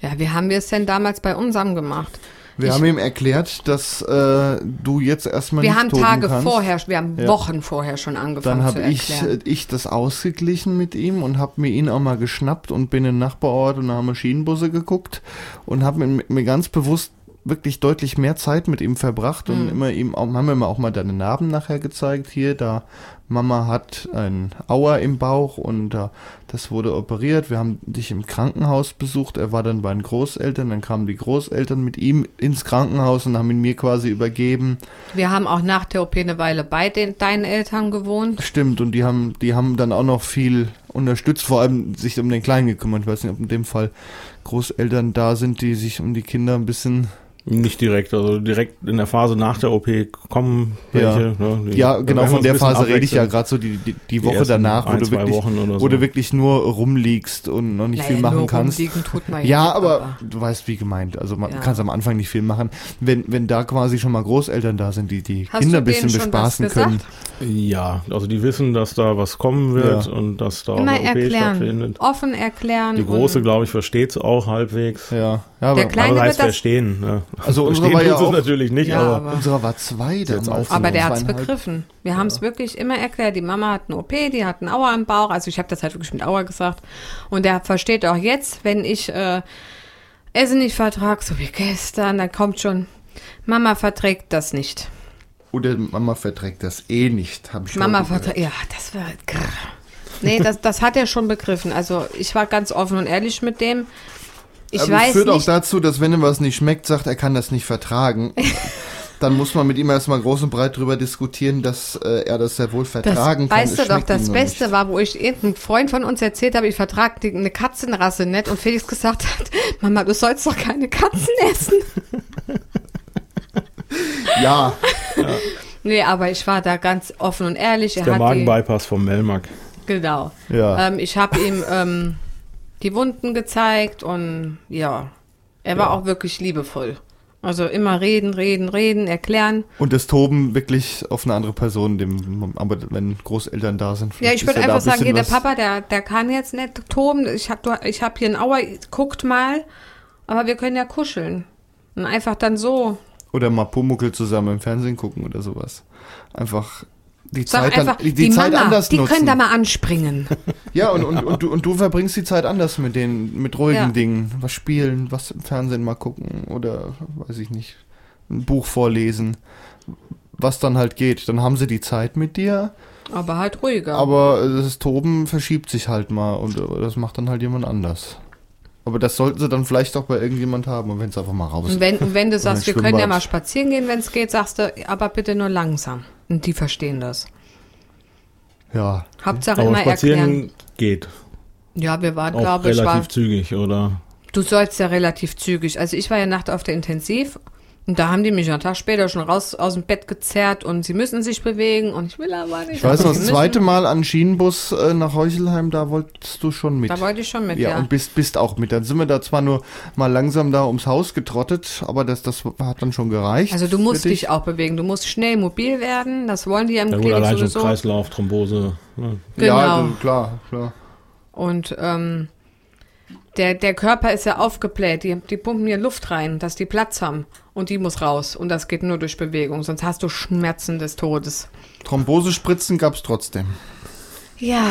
Speaker 4: Ja, wie haben wir es denn damals bei unserem gemacht?
Speaker 1: Wir
Speaker 4: Ich-
Speaker 1: haben ihm erklärt, dass äh, du jetzt erstmal
Speaker 4: Wir
Speaker 1: nicht
Speaker 4: haben
Speaker 1: toben
Speaker 4: Tage
Speaker 1: kannst.
Speaker 4: vorher, wir haben
Speaker 1: Ja.
Speaker 4: Wochen vorher schon angefangen
Speaker 1: Dann
Speaker 4: zu
Speaker 1: habe ich,
Speaker 4: erklären.
Speaker 1: äh, ich das ausgeglichen mit ihm und habe mir ihn auch mal geschnappt und bin in den Nachbarort und da haben wir Schienenbusse geguckt und habe mir, mir ganz bewusst wirklich deutlich mehr Zeit mit ihm verbracht
Speaker 4: Mhm.
Speaker 1: und immer ihm auch, haben wir immer auch mal deine Narben nachher gezeigt hier da Mama hat ein Auer im Bauch und äh, das wurde operiert wir haben dich im Krankenhaus besucht er war dann bei den Großeltern dann kamen die Großeltern mit ihm ins Krankenhaus und haben ihn mir quasi übergeben
Speaker 4: wir haben auch nach der OP eine Weile bei den, deinen Eltern gewohnt.
Speaker 1: Stimmt, und die haben, die haben dann auch noch viel unterstützt, vor allem sich um den Kleinen gekümmert. Ich weiß nicht, ob in dem Fall Großeltern da sind, die sich um die Kinder ein bisschen.
Speaker 3: Nicht direkt, also direkt in der Phase nach der OP kommen welche. ne, die-
Speaker 1: Ja,
Speaker 3: da
Speaker 1: genau,
Speaker 3: werden wir
Speaker 1: von
Speaker 3: uns
Speaker 1: der
Speaker 3: ein bisschen
Speaker 1: Phase rede ich ja
Speaker 3: abwechseln.
Speaker 1: gerade so, die, die, die
Speaker 3: Die
Speaker 1: Woche
Speaker 3: ersten
Speaker 1: danach, wo,
Speaker 3: ein,
Speaker 1: du
Speaker 3: zwei
Speaker 1: wirklich,
Speaker 3: Wochen oder so.
Speaker 1: wo du wirklich nur rumliegst und noch nicht viel machen
Speaker 4: nur
Speaker 1: kannst.
Speaker 4: rumliegen tut man
Speaker 1: Ja,
Speaker 4: nicht,
Speaker 1: aber du weißt, wie gemeint. Also man
Speaker 4: Ja.
Speaker 1: kannst am Anfang nicht viel machen. Wenn, wenn da quasi schon mal Großeltern da sind, die die
Speaker 4: Hast
Speaker 1: Kinder
Speaker 4: du
Speaker 1: ein bisschen
Speaker 4: denen schon was
Speaker 1: bespaßen können.
Speaker 4: gesagt?
Speaker 3: Ja, also die wissen, dass da was kommen wird
Speaker 1: Ja.
Speaker 3: und dass da
Speaker 4: Immer
Speaker 3: eine OP
Speaker 4: erklären,
Speaker 3: stattfindet.
Speaker 4: offen erklären.
Speaker 3: Die große,
Speaker 4: und-
Speaker 3: glaube ich, versteht es auch halbwegs.
Speaker 1: Ja, ja aber
Speaker 4: Der Kleine
Speaker 3: aber
Speaker 4: wird
Speaker 3: heißt
Speaker 4: das-
Speaker 3: verstehen. Ne?
Speaker 1: Also unsere
Speaker 3: verstehen
Speaker 1: war ja
Speaker 3: tut's
Speaker 1: auch-
Speaker 3: natürlich nicht,
Speaker 4: Ja,
Speaker 3: aber
Speaker 4: aber-
Speaker 1: unserer war zwei damals.
Speaker 3: aufgenommen.
Speaker 4: Aber der hat's
Speaker 1: Zweieinhalb.
Speaker 4: begriffen. Wir haben's haben es wirklich immer erklärt. Die Mama hat eine OP, die hat einen Auer im Bauch. Also ich habe das halt wirklich mit Auer gesagt. Und der versteht auch jetzt, wenn ich äh, Essen nicht vertrag, so wie gestern, dann kommt schon, Mama verträgt das nicht.
Speaker 1: Oder Mama verträgt das eh nicht, habe ich
Speaker 4: Mama
Speaker 1: heute gehört.
Speaker 4: verträgt, ja, das war, grrr. Nee, das, das hat er schon begriffen. Also ich war ganz offen und ehrlich mit dem. Ich
Speaker 1: Aber es
Speaker 4: weiß
Speaker 1: führt auch
Speaker 4: nicht,
Speaker 1: dazu, dass wenn ihm was nicht schmeckt, sagt, er kann das nicht vertragen. Dann muss man mit ihm erstmal groß und breit drüber diskutieren, dass äh, er das sehr wohl
Speaker 4: das,
Speaker 1: vertragen kann.
Speaker 4: weißt
Speaker 1: Es
Speaker 4: du doch,
Speaker 1: schmeckt ihm
Speaker 4: das
Speaker 1: nur
Speaker 4: Beste
Speaker 1: nicht.
Speaker 4: war, wo ich irgendein Freund von uns erzählt habe, ich vertrag die, eine Katzenrasse nicht und Felix gesagt hat, Mama, du sollst doch keine Katzen essen.
Speaker 1: Ja,
Speaker 4: Nee, aber ich war da ganz offen und ehrlich. Er
Speaker 3: der
Speaker 4: hat die,
Speaker 3: Magenbypass vom Melmac.
Speaker 4: genau.
Speaker 1: Ja.
Speaker 4: Ähm, ich habe ihm ähm, die Wunden gezeigt und ja, er war auch wirklich liebevoll. Also immer reden, reden, reden, erklären.
Speaker 1: und das Toben wirklich auf eine andere Person, dem, aber wenn Großeltern da sind,
Speaker 4: Ja,
Speaker 1: vielleicht
Speaker 4: ich
Speaker 1: ist
Speaker 4: würde
Speaker 1: ja da
Speaker 4: einfach sagen, hier
Speaker 1: bisschen
Speaker 4: der
Speaker 1: was-
Speaker 4: Papa, der, der kann jetzt nicht toben. Ich habe ich hab hier ein Auer, guckt mal. Aber wir können ja kuscheln. Und einfach dann so.
Speaker 1: Oder mal Pumuckel zusammen im Fernsehen gucken oder sowas. Einfach die
Speaker 4: Sag
Speaker 1: Zeit,
Speaker 4: einfach,
Speaker 1: dann, die,
Speaker 4: die,
Speaker 1: Zeit
Speaker 4: Mama,
Speaker 1: anders
Speaker 4: die
Speaker 1: nutzen.
Speaker 4: können da mal anspringen.
Speaker 1: Ja, und, und, und, du, und du verbringst die Zeit anders mit den, mit ruhigen
Speaker 4: Ja.
Speaker 1: Dingen. Was spielen, was im Fernsehen mal gucken oder weiß ich nicht, ein Buch vorlesen. Was dann halt geht. Dann haben sie die Zeit mit dir,
Speaker 4: Aber halt ruhiger.
Speaker 1: aber äh, das Toben verschiebt sich halt mal und äh, das macht dann halt jemand anders. Aber das sollten sie dann vielleicht auch bei irgendjemand haben und wenn es einfach mal raus
Speaker 4: Und wenn, und wenn du sagst, wir
Speaker 1: ins
Speaker 4: können ja
Speaker 1: Schwimmbad.
Speaker 4: mal spazieren gehen, wenn es geht, sagst du, aber bitte nur langsam. Und die verstehen das.
Speaker 1: Ja.
Speaker 4: Hauptsache
Speaker 3: Aber
Speaker 4: immer
Speaker 3: spazieren
Speaker 4: erklären.
Speaker 3: geht.
Speaker 4: Ja, wir waren,
Speaker 3: Auch
Speaker 4: glaube ich,
Speaker 3: relativ
Speaker 4: war,
Speaker 3: zügig, oder?
Speaker 4: du sollst ja relativ zügig. Also ich war ja Nacht auf der Intensiv und da haben die mich einen Tag später schon raus aus dem Bett gezerrt und sie müssen sich bewegen und ich will aber nicht.
Speaker 1: Ich weiß noch,
Speaker 4: Sie
Speaker 1: das
Speaker 4: müssen.
Speaker 1: zweite Mal an Schienenbus äh, nach Heuchelheim, da wolltest du schon mit.
Speaker 4: Da wollte ich schon mit,
Speaker 1: ja,
Speaker 4: ja.
Speaker 1: und bist, bist auch mit. Dann sind wir da zwar nur mal langsam da ums Haus getrottet, aber das, das hat dann schon gereicht.
Speaker 4: Also du musst
Speaker 1: für
Speaker 4: dich auch bewegen, du musst schnell mobil werden, das wollen die ja im
Speaker 3: Ja, gut,
Speaker 4: Klinik
Speaker 3: allein schon
Speaker 4: sowieso.
Speaker 3: Kreislauf, Thrombose. Ne?
Speaker 1: Ja, also-
Speaker 4: Genau.
Speaker 1: du, klar, klar.
Speaker 4: Und ähm, der, der Körper ist ja aufgebläht. Die, die pumpen hier Luft rein, dass die Platz haben. Und die muss raus. Und das geht nur durch Bewegung. Sonst hast du Schmerzen des Todes.
Speaker 1: Thrombosespritzen gab's trotzdem.
Speaker 4: Ja,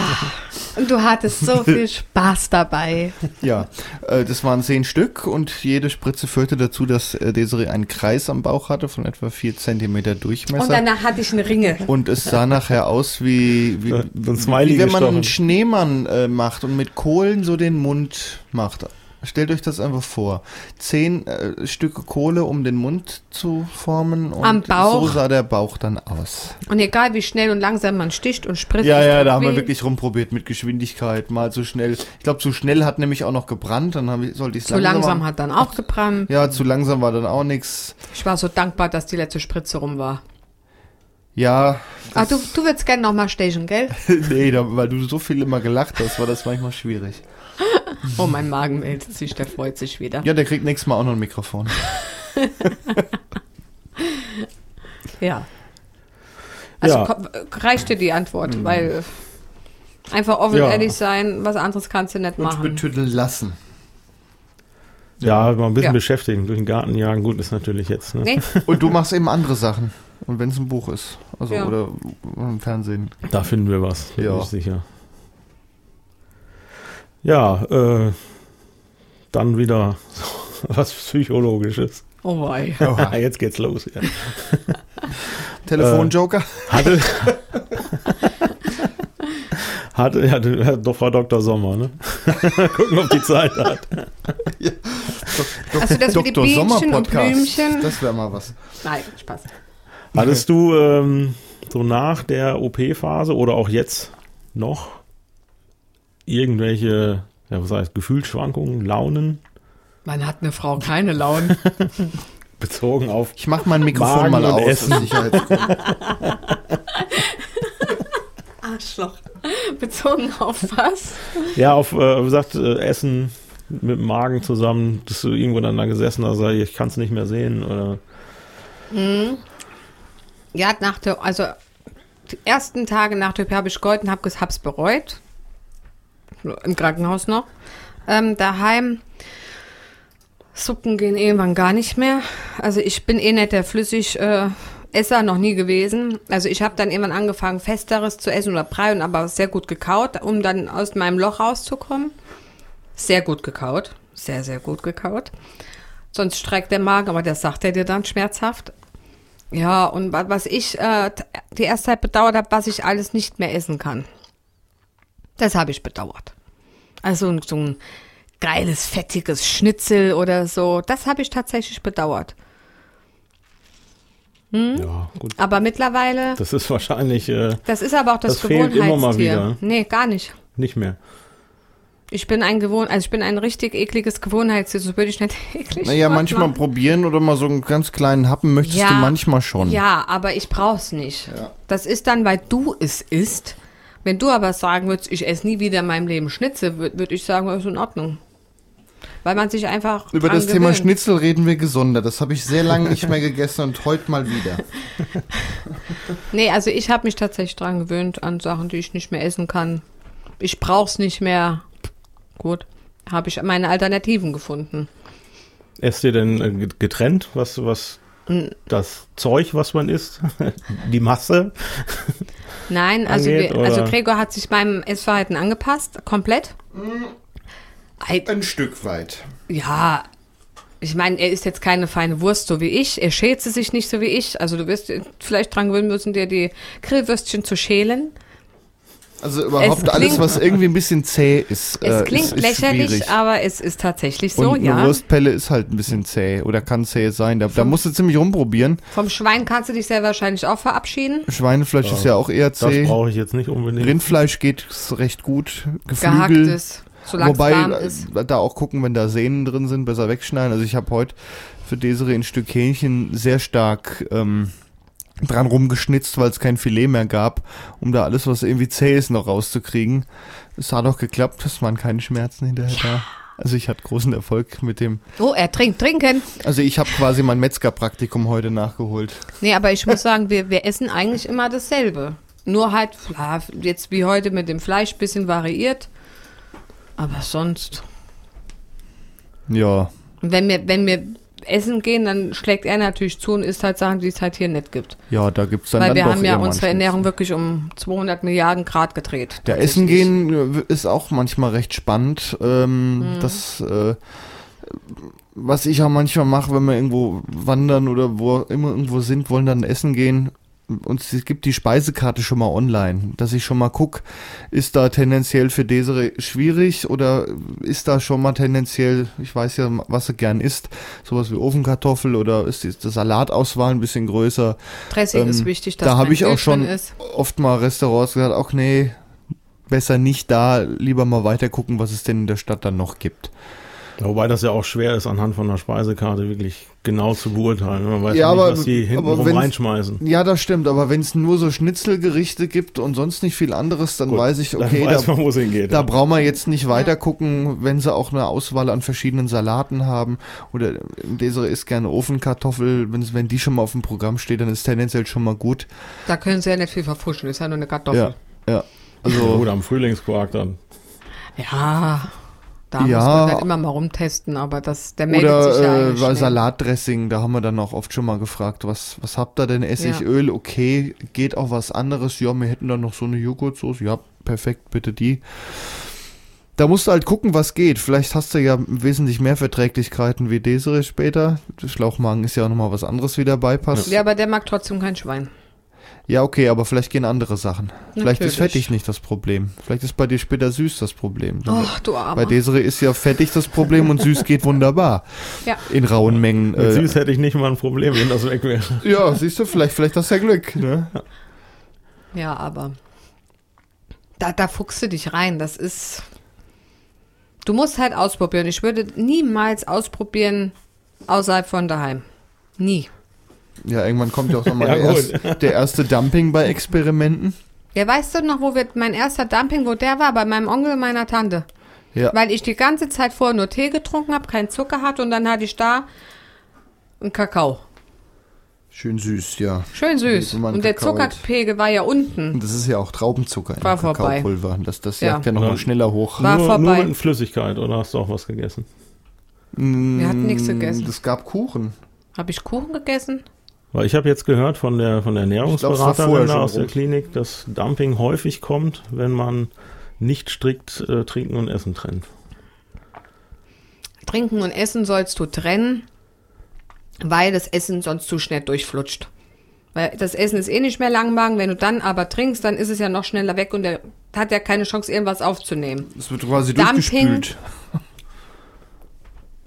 Speaker 4: und du hattest so viel Spaß dabei.
Speaker 1: Ja, äh, das waren zehn Stück und jede Spritze führte dazu, dass äh, Desiree einen Kreis am Bauch hatte von etwa vier Zentimeter Durchmesser.
Speaker 4: Und danach hatte ich eine Ringe.
Speaker 1: Und es sah nachher aus wie, wie,
Speaker 3: So ein
Speaker 1: wie
Speaker 3: Smiley
Speaker 1: wenn man einen
Speaker 3: gestochen.
Speaker 1: Schneemann äh, macht und mit Kohlen so den Mund macht. Stellt euch das einfach vor. Zehn äh, Stücke Kohle, um den Mund zu formen. Und
Speaker 4: Am Bauch?
Speaker 1: so sah der Bauch dann aus.
Speaker 4: Und egal wie schnell und langsam man sticht und spritzt.
Speaker 1: Ja, ja, da haben wir
Speaker 4: wie-
Speaker 1: wirklich rumprobiert mit Geschwindigkeit, mal zu schnell. Ich glaube, zu schnell hat nämlich auch noch gebrannt, dann hab ich, sollte ich
Speaker 4: Zu langsam hat dann auch gebrannt.
Speaker 1: Ja, zu langsam war dann auch nix.
Speaker 4: Ich war so dankbar, dass die letzte Spritze rum war.
Speaker 1: Ja,
Speaker 4: Ah, du, du würdest gerne nochmal stechen, gell?
Speaker 1: nee, da, weil du so viel immer gelacht hast, war das manchmal schwierig.
Speaker 4: Oh, mein Magen meldet sich, der freut sich wieder.
Speaker 1: Ja, der kriegt nächstes Mal auch noch ein Mikrofon.
Speaker 4: Ja. Also
Speaker 3: Ja.
Speaker 4: komm, äh, reicht dir die
Speaker 1: Mhm.
Speaker 4: Antwort, weil äh, einfach offen
Speaker 3: Ja.
Speaker 4: ehrlich sein, was anderes kannst du nicht
Speaker 1: Und
Speaker 4: machen.
Speaker 1: betütteln lassen.
Speaker 3: Ja, mal ein bisschen
Speaker 4: Ja.
Speaker 3: beschäftigen. Durch den Garten jagen, gut ist natürlich jetzt. Ne?
Speaker 4: Nee,
Speaker 1: Und du machst eben andere Sachen. Und wenn es ein Buch ist. Also,
Speaker 4: Ja.
Speaker 1: oder im Fernsehen.
Speaker 3: Da finden wir was, bin
Speaker 1: Ja.
Speaker 3: ich sicher. Ja, äh, dann wieder was Psychologisches. Ah,
Speaker 4: oh wei.
Speaker 1: Oha.
Speaker 3: Jetzt geht's los. Ja.
Speaker 1: Telefonjoker?
Speaker 3: Hatte, hatte, hatte, doch Frau Dr. Sommer, ne? Gucken, ob die Zeit hat.
Speaker 4: Also das mit den
Speaker 1: Dr. Sommer
Speaker 4: Bienchen und
Speaker 1: Podcast.
Speaker 4: Blümchen.
Speaker 1: Das wäre mal was.
Speaker 4: Nein, Spaß.
Speaker 3: Hattest du ähm, so nach der OP-Phase oder auch jetzt noch irgendwelche, ja, was heißt, Gefühlsschwankungen, Launen
Speaker 4: Man hat eine Frau keine Laune.
Speaker 3: bezogen auf
Speaker 1: Ich mach mein Mikrofon
Speaker 3: Magen
Speaker 1: mal
Speaker 3: und
Speaker 1: aus.
Speaker 3: Essen.
Speaker 1: aus Sicherheitsgründen.
Speaker 4: Arschloch. Bezogen auf was?
Speaker 3: Ja, auf, äh, wie gesagt, äh, Essen mit dem Magen zusammen, dass du irgendwo dann da gesessen hast, sag ich, ich kann es nicht mehr sehen. Oder,
Speaker 4: Mhm. Ja, nach der, also die ersten Tage nach der OP habe ich geholfen, habe es bereut. Im Krankenhaus noch. Ähm, daheim Suppen gehen irgendwann gar nicht mehr. Also ich bin eh nicht der flüssig äh, Esser noch nie gewesen. Also ich habe dann irgendwann angefangen, Festeres zu essen oder Brei und aber sehr gut gekaut, um dann aus meinem Loch rauszukommen. Sehr gut gekaut. Sehr, sehr gut gekaut. Sonst streckt der Magen, aber das sagt er dir dann schmerzhaft. Ja, und wa- was ich äh, t- die erste Zeit bedauert habe, was ich alles nicht mehr essen kann. Das habe ich bedauert. Also ein- so ein geiles, fettiges Schnitzel oder so. Das habe ich tatsächlich bedauert.
Speaker 3: Ja, gut.
Speaker 4: Aber mittlerweile,
Speaker 3: Das ist wahrscheinlich äh,
Speaker 4: das ist aber auch das,
Speaker 3: Das fehlt
Speaker 4: Gewohnheitstier.
Speaker 3: immer mal wieder.
Speaker 4: Nee, gar nicht.
Speaker 3: nicht mehr.
Speaker 4: Ich bin ein Gewohn, also ich bin ein richtig ekliges Gewohnheitstier, so würde ich nicht eklig.
Speaker 1: Naja,
Speaker 4: Sport
Speaker 1: manchmal
Speaker 4: machen.
Speaker 1: probieren oder mal so einen ganz kleinen Happen möchtest
Speaker 4: Ja.
Speaker 1: du manchmal schon.
Speaker 4: Ja, aber ich brauch's nicht. Das ist dann, weil du es isst. Wenn du aber sagen würdest, ich esse nie wieder in meinem Leben Schnitzel, würde würd ich sagen, das ist in Ordnung. Weil man sich einfach.
Speaker 1: Über
Speaker 4: dran
Speaker 1: das Thema
Speaker 4: gewöhnt.
Speaker 1: Schnitzel reden wir gesondert. Das habe ich sehr lange nicht mehr gegessen und heute mal wieder.
Speaker 4: Nee, also ich habe mich tatsächlich dran gewöhnt an Sachen, die ich nicht mehr essen kann. Ich brauch's nicht mehr. Gut, habe ich meine Alternativen gefunden.
Speaker 3: Esst ihr denn äh, get- getrennt, was, was das Zeug, was man isst, die Masse?
Speaker 4: Nein, also,
Speaker 3: Angeht,
Speaker 4: wir, also
Speaker 3: oder?
Speaker 4: Gregor hat sich meinem Essverhalten angepasst, komplett.
Speaker 1: Mhm.
Speaker 4: Ei-
Speaker 1: Ein Stück weit.
Speaker 4: Ja, ich meine, er ist jetzt keine feine Wurst, so wie ich. Er schält sie sich nicht so wie ich. Also du wirst vielleicht dran gewöhnen müssen, dir die Grillwürstchen zu schälen.
Speaker 1: Also überhaupt
Speaker 4: Es
Speaker 1: alles,
Speaker 4: klingt-
Speaker 1: was irgendwie ein bisschen zäh ist.
Speaker 4: Es
Speaker 1: äh,
Speaker 4: klingt
Speaker 1: ist, ist
Speaker 4: lächerlich,
Speaker 1: schwierig.
Speaker 4: aber es ist tatsächlich so,
Speaker 1: und
Speaker 4: ja.
Speaker 1: eine Wurstpelle ist halt ein bisschen zäh oder kann zäh sein. Da, da musst du ziemlich rumprobieren.
Speaker 4: Vom Schwein kannst du dich sehr wahrscheinlich auch verabschieden.
Speaker 1: Schweinefleisch ist ja auch eher
Speaker 3: Das
Speaker 1: zäh.
Speaker 3: brauche ich jetzt nicht unbedingt.
Speaker 1: Rindfleisch geht recht gut. Geflügel.
Speaker 4: Gehacktes, solange es
Speaker 1: Wobei
Speaker 4: warm ist.
Speaker 1: äh, da auch gucken, wenn da Sehnen drin sind, besser wegschneiden. Also ich habe heute für Desiree ein Stück Hähnchen sehr stark ähm, dran rumgeschnitzt, weil es kein Filet mehr gab, um da alles, was irgendwie zäh ist, noch rauszukriegen. Es hat auch geklappt, es waren keine Schmerzen hinterher da. Also ich hatte großen Erfolg mit dem.
Speaker 4: Oh, er trinkt, trinken.
Speaker 1: Also ich habe quasi mein Metzgerpraktikum heute nachgeholt.
Speaker 4: Nee, aber ich muss sagen, wir, wir essen eigentlich immer dasselbe. Nur halt, ja, jetzt wie heute mit dem Fleisch, bisschen variiert. Aber sonst...
Speaker 1: Ja,
Speaker 4: Und Wenn wir, wenn wir essen gehen, dann schlägt er natürlich zu und isst halt Sachen, die es halt hier nicht gibt.
Speaker 1: Ja, da gibt's dann,
Speaker 4: Weil
Speaker 1: dann
Speaker 4: wir
Speaker 1: doch
Speaker 4: haben ja
Speaker 1: eher mal
Speaker 4: unsere
Speaker 1: einen
Speaker 4: Ernährung
Speaker 1: Schnitzel.
Speaker 4: wirklich um 200 Milliarden Grad gedreht.
Speaker 1: Der Essen gehen äh, ist auch manchmal recht spannend. Ähm, Das, äh, was ich ja manchmal mache, wenn wir irgendwo wandern oder wo auch immer irgendwo sind, wollen dann essen gehen. Uns gibt die Speisekarte schon mal online, dass ich schon mal guck, ist da tendenziell für Desiree schwierig oder ist da schon mal tendenziell, ich weiß ja, was sie gern isst, sowas wie Ofenkartoffel oder ist die die Salatauswahl ein bisschen größer?
Speaker 4: Dressing
Speaker 1: Ähm,
Speaker 4: ist wichtig, dass
Speaker 1: da hab
Speaker 4: kein
Speaker 1: ich
Speaker 4: Öl
Speaker 1: auch schon-
Speaker 4: drin Ist.
Speaker 1: oft mal Restaurants gesagt, auch nee, besser nicht da, lieber mal weiter gucken, was es denn in der Stadt dann noch gibt.
Speaker 3: Wobei das ja auch schwer ist, anhand von einer Speisekarte wirklich genau zu beurteilen. Man weiß
Speaker 1: Ja,
Speaker 3: ja, nicht,
Speaker 1: aber-
Speaker 3: was die hinten
Speaker 1: aber
Speaker 3: rum
Speaker 1: wenn's-
Speaker 3: reinschmeißen.
Speaker 1: Ja, das stimmt, aber wenn es nur so Schnitzelgerichte gibt und sonst nicht viel anderes, dann
Speaker 3: Gut,
Speaker 1: weiß ich, okay,
Speaker 3: dann weiß
Speaker 1: da,
Speaker 3: man, wo es hingeht.
Speaker 1: da brauchen wir jetzt nicht weiter gucken, wenn sie auch eine Auswahl an verschiedenen Salaten haben oder Desiree isst gerne Ofenkartoffel, wenn's, wenn die schon mal auf dem Programm steht, dann ist tendenziell schon mal gut.
Speaker 4: Da können sie ja nicht viel verfuschen, ist ja nur eine Kartoffel.
Speaker 1: Ja, ja.
Speaker 3: ja.
Speaker 1: Also,
Speaker 3: Oder am Frühlingsquark dann.
Speaker 4: Ja. Da
Speaker 1: Ja.
Speaker 4: muss man halt immer mal rumtesten, aber das, der meldet sich ja
Speaker 1: Oder äh,
Speaker 4: eigentlich
Speaker 1: bei
Speaker 4: schnell.
Speaker 1: Salatdressing, da haben wir dann auch oft schon mal gefragt, was, was habt ihr denn? Essig,
Speaker 4: Ja.
Speaker 1: Öl, okay, geht auch was anderes? Ja, wir hätten dann noch so eine Joghurtsoße. Ja, perfekt, bitte die. Da musst du halt gucken, was geht. Vielleicht hast du ja wesentlich mehr Verträglichkeiten wie Desiree später. Schlauchmagen ist ja auch nochmal was anderes, wie der Bypass.
Speaker 4: Ja, aber der mag trotzdem kein Schwein.
Speaker 1: Ja, okay, aber vielleicht gehen andere Sachen. Vielleicht ist
Speaker 4: Natürlich.
Speaker 1: fettig nicht das Problem. Vielleicht ist bei dir später süß das Problem.
Speaker 4: Ach, du
Speaker 1: Bei
Speaker 4: Armer.
Speaker 1: Desiree ist ja fettig das Problem und süß geht wunderbar.
Speaker 4: Ja.
Speaker 1: In rauen Mengen. äh,
Speaker 3: Mit Süß hätte ich nicht mal ein Problem, wenn das weg wäre.
Speaker 1: Ja, siehst du, vielleicht, vielleicht hast du ja Glück. Ne?
Speaker 4: Ja, aber da, da fuchst du dich rein. Das ist. Du musst halt ausprobieren. Ich würde niemals ausprobieren außerhalb von daheim. Nie.
Speaker 1: Ja, irgendwann kommt ja auch nochmal
Speaker 3: Ja,
Speaker 1: der, erst, der erste Dumping bei Experimenten.
Speaker 4: Ja, weißt du noch, wo wir, mein erster Dumping, wo der war? Bei meinem Onkel und meiner Tante.
Speaker 1: Ja.
Speaker 4: Weil ich die ganze Zeit vorher nur Tee getrunken habe, keinen Zucker hatte und dann hatte ich da einen Kakao.
Speaker 1: Schön süß, ja.
Speaker 4: Schön süß.
Speaker 1: Wie man
Speaker 4: Und der
Speaker 1: Kakao isst.
Speaker 4: Zuckerpegel war ja unten.
Speaker 1: Und das ist ja auch Traubenzucker in
Speaker 4: War
Speaker 1: dem
Speaker 4: vorbei.
Speaker 1: Kakaopulver. Das, das
Speaker 4: Ja.
Speaker 1: jagt ja, noch nochmal
Speaker 3: Ja.
Speaker 1: schneller hoch.
Speaker 4: War
Speaker 3: nur,
Speaker 4: vorbei.
Speaker 3: nur mit Flüssigkeit oder hast du auch was gegessen?
Speaker 1: Wir
Speaker 4: hatten nichts gegessen.
Speaker 1: Es Mm, gab Kuchen.
Speaker 4: Habe ich Kuchen gegessen?
Speaker 3: Weil ich habe jetzt gehört von der, von der
Speaker 1: Ich glaub, es war vorher
Speaker 3: Ernährungsberaterin
Speaker 1: schon
Speaker 3: da aus der
Speaker 1: rum.
Speaker 3: Klinik, dass Dumping häufig kommt, wenn man nicht strikt äh, Trinken und Essen trennt.
Speaker 4: Trinken und Essen sollst du trennen, weil das Essen sonst zu schnell durchflutscht. Weil das Essen ist eh nicht mehr langmagen. Wenn du dann aber trinkst, dann ist es ja noch schneller weg und der hat ja keine Chance, irgendwas aufzunehmen.
Speaker 1: Es wird quasi
Speaker 4: Dumping.
Speaker 1: durchgespült.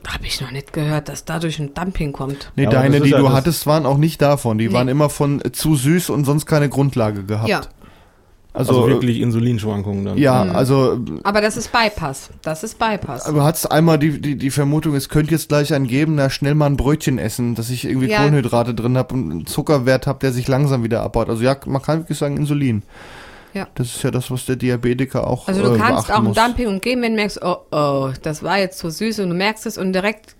Speaker 4: Habe ich noch nicht gehört, dass dadurch ein Dumping kommt.
Speaker 1: Nee,
Speaker 3: Ja, aber
Speaker 1: deine,
Speaker 3: das ist
Speaker 1: die
Speaker 3: ja
Speaker 1: du
Speaker 3: das-
Speaker 1: hattest, waren auch nicht davon. Die
Speaker 4: Nee.
Speaker 1: waren immer von äh, zu süß und sonst keine Grundlage gehabt.
Speaker 4: Ja, Hm.
Speaker 1: Also,
Speaker 3: Also, wirklich Insulinschwankungen dann.
Speaker 1: äh, Ja, also äh,
Speaker 4: aber das ist Bypass. Das ist Bypass.
Speaker 1: Aber hattest einmal die, die, die Vermutung, es könnte jetzt gleich einen geben, na schnell mal ein Brötchen essen, dass ich irgendwie
Speaker 4: Ja.
Speaker 1: Kohlenhydrate drin habe und einen Zuckerwert habe, der sich langsam wieder abbaut. Also ja, man kann wirklich sagen Insulin.
Speaker 4: Ja.
Speaker 1: Das ist ja das, was der Diabetiker auch
Speaker 4: Also du
Speaker 1: äh,
Speaker 4: kannst
Speaker 1: beachten
Speaker 4: auch ein
Speaker 1: muss.
Speaker 4: Dumping umgehen, wenn du merkst, oh, oh, das war jetzt so süß und du merkst es und direkt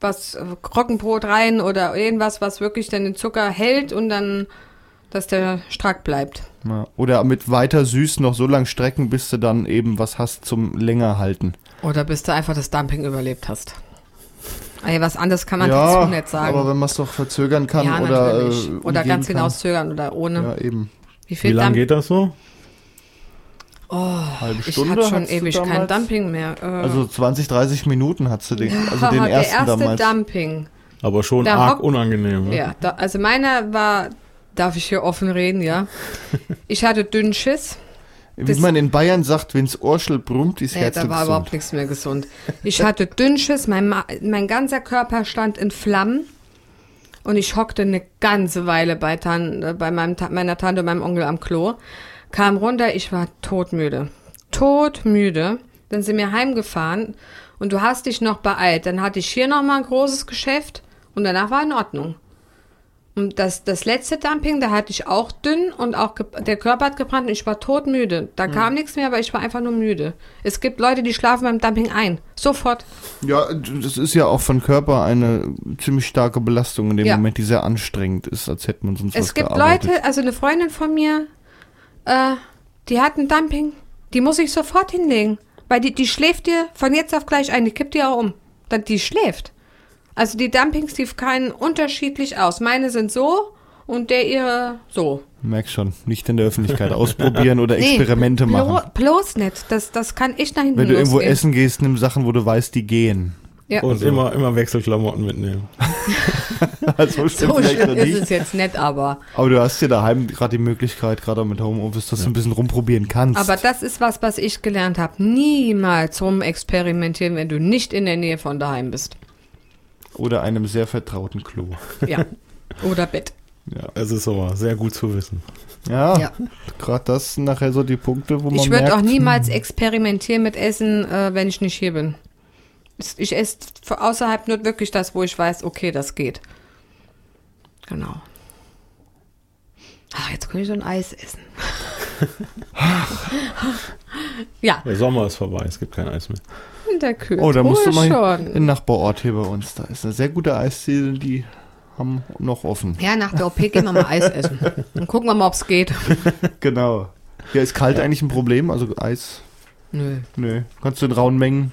Speaker 4: was äh, Roggenbrot rein oder irgendwas, was wirklich dann den Zucker hält und dann, dass der stark bleibt.
Speaker 1: ja. Oder mit weiter süß noch so lang strecken, bis du dann eben was hast zum länger halten.
Speaker 4: Oder bis du einfach das Dumping überlebt hast. Ey, was anderes kann man
Speaker 1: ja,
Speaker 4: dazu nicht sagen.
Speaker 1: aber wenn man es doch verzögern kann
Speaker 4: ja,
Speaker 1: oder
Speaker 4: natürlich.
Speaker 1: äh,
Speaker 4: oder ganz genau ne?
Speaker 1: umgehen
Speaker 4: hinaus zögern oder ohne.
Speaker 1: kann. Ja, eben.
Speaker 4: Wie viel
Speaker 3: Wie lange
Speaker 4: Dump- Oh,
Speaker 3: geht das so?
Speaker 1: Halbe
Speaker 4: Ich
Speaker 1: Stunde
Speaker 4: hatte schon
Speaker 1: hattest du
Speaker 4: ewig kein
Speaker 1: damals?
Speaker 4: Dumping mehr. Äh,
Speaker 1: Also 20, 30 Minuten hattest du den, also den
Speaker 4: der
Speaker 1: ersten
Speaker 4: erste
Speaker 1: damals.
Speaker 4: Dumping.
Speaker 3: Aber schon
Speaker 4: Da
Speaker 3: arg
Speaker 4: hockt-
Speaker 3: unangenehm. ne?
Speaker 4: Ja, da, also meiner war, darf ich hier offen reden, ja. Ich hatte dünnen Schiss.
Speaker 1: Wie
Speaker 4: Bis-
Speaker 1: man in Bayern sagt, wenn's Orschel brummt, ist
Speaker 4: Nee,
Speaker 1: Herz
Speaker 4: da war
Speaker 1: gesund.
Speaker 4: überhaupt nichts mehr gesund. Ich hatte dünnen Schiss, mein, Ma mein ganzer Körper stand in Flammen und ich hockte eine ganze Weile bei, Tan äh, bei meinem Ta meiner Tante und meinem Onkel am Klo. Kam runter, ich war todmüde. Todmüde. Dann sind wir heimgefahren und du hast dich noch beeilt. Dann hatte ich hier nochmal ein großes Geschäft und danach war in Ordnung. Und das, das letzte Dumping, da hatte ich auch dünn und auch ge- der Körper hat gebrannt und ich war todmüde. Da kam nichts mehr, aber ich war einfach nur müde. Es gibt Leute, die schlafen beim Dumping ein. Sofort.
Speaker 1: Ja, das ist ja auch von Körper eine ziemlich starke Belastung in dem
Speaker 4: Ja.
Speaker 1: Moment, die sehr anstrengend ist, als hätten wir sonst was
Speaker 4: es gibt
Speaker 1: gearbeitet.
Speaker 4: Leute, also eine Freundin von mir, äh, die hat ein Dumping, die muss ich sofort hinlegen. Weil die, die schläft dir von jetzt auf gleich ein, die kippt dir auch um. Dann, die schläft. Also die Dumpings, die fallen unterschiedlich aus. Meine sind so und der ihre so.
Speaker 1: Merkst schon, nicht in der Öffentlichkeit ausprobieren oder Experimente
Speaker 4: blo-
Speaker 1: machen.
Speaker 4: Bloß nicht. Das, das kann ich nach hinten
Speaker 1: Wenn du irgendwo
Speaker 4: losgehen.
Speaker 1: essen gehst, nimm Sachen, wo du weißt, die gehen.
Speaker 4: Ja.
Speaker 3: Und immer, immer Wechselklamotten mitnehmen.
Speaker 1: Also
Speaker 4: So schlimm ist es jetzt nicht, aber.
Speaker 1: Aber du hast ja daheim gerade die Möglichkeit, gerade auch mit Homeoffice, dass du ein bisschen rumprobieren kannst.
Speaker 4: Aber das ist was, was ich gelernt habe. Niemals rumexperimentieren, wenn du nicht in der Nähe von daheim bist.
Speaker 1: Oder einem sehr vertrauten Klo.
Speaker 4: Ja. Oder Bett.
Speaker 3: Es ist aber sehr gut zu wissen.
Speaker 1: Ja,
Speaker 4: Ja.
Speaker 1: gerade das sind nachher so die Punkte, wo Ah, man
Speaker 4: Ich
Speaker 1: merkt,
Speaker 4: würde auch niemals experimentieren mit Essen, äh, wenn ich nicht hier bin. Ich esse für- außerhalb nur wirklich das, wo ich weiß, okay, das geht. Genau. Ach, jetzt könnte ich so ein Eis essen. ja,
Speaker 3: Der Sommer ist vorbei, es gibt kein Eis mehr.
Speaker 4: in der Kühl.
Speaker 1: Oh, da musst du mal in
Speaker 4: schon.
Speaker 1: den Nachbarort hier bei uns. Da ist eine sehr gute Eisdiele, die haben noch offen.
Speaker 4: Ja, nach der OP gehen wir mal Eis essen. Und gucken wir mal, ob es geht.
Speaker 1: Genau. Ja, ist kalt eigentlich ein Problem? Also Eis?
Speaker 4: Nö.
Speaker 1: Nö. Kannst du in rauen Mengen.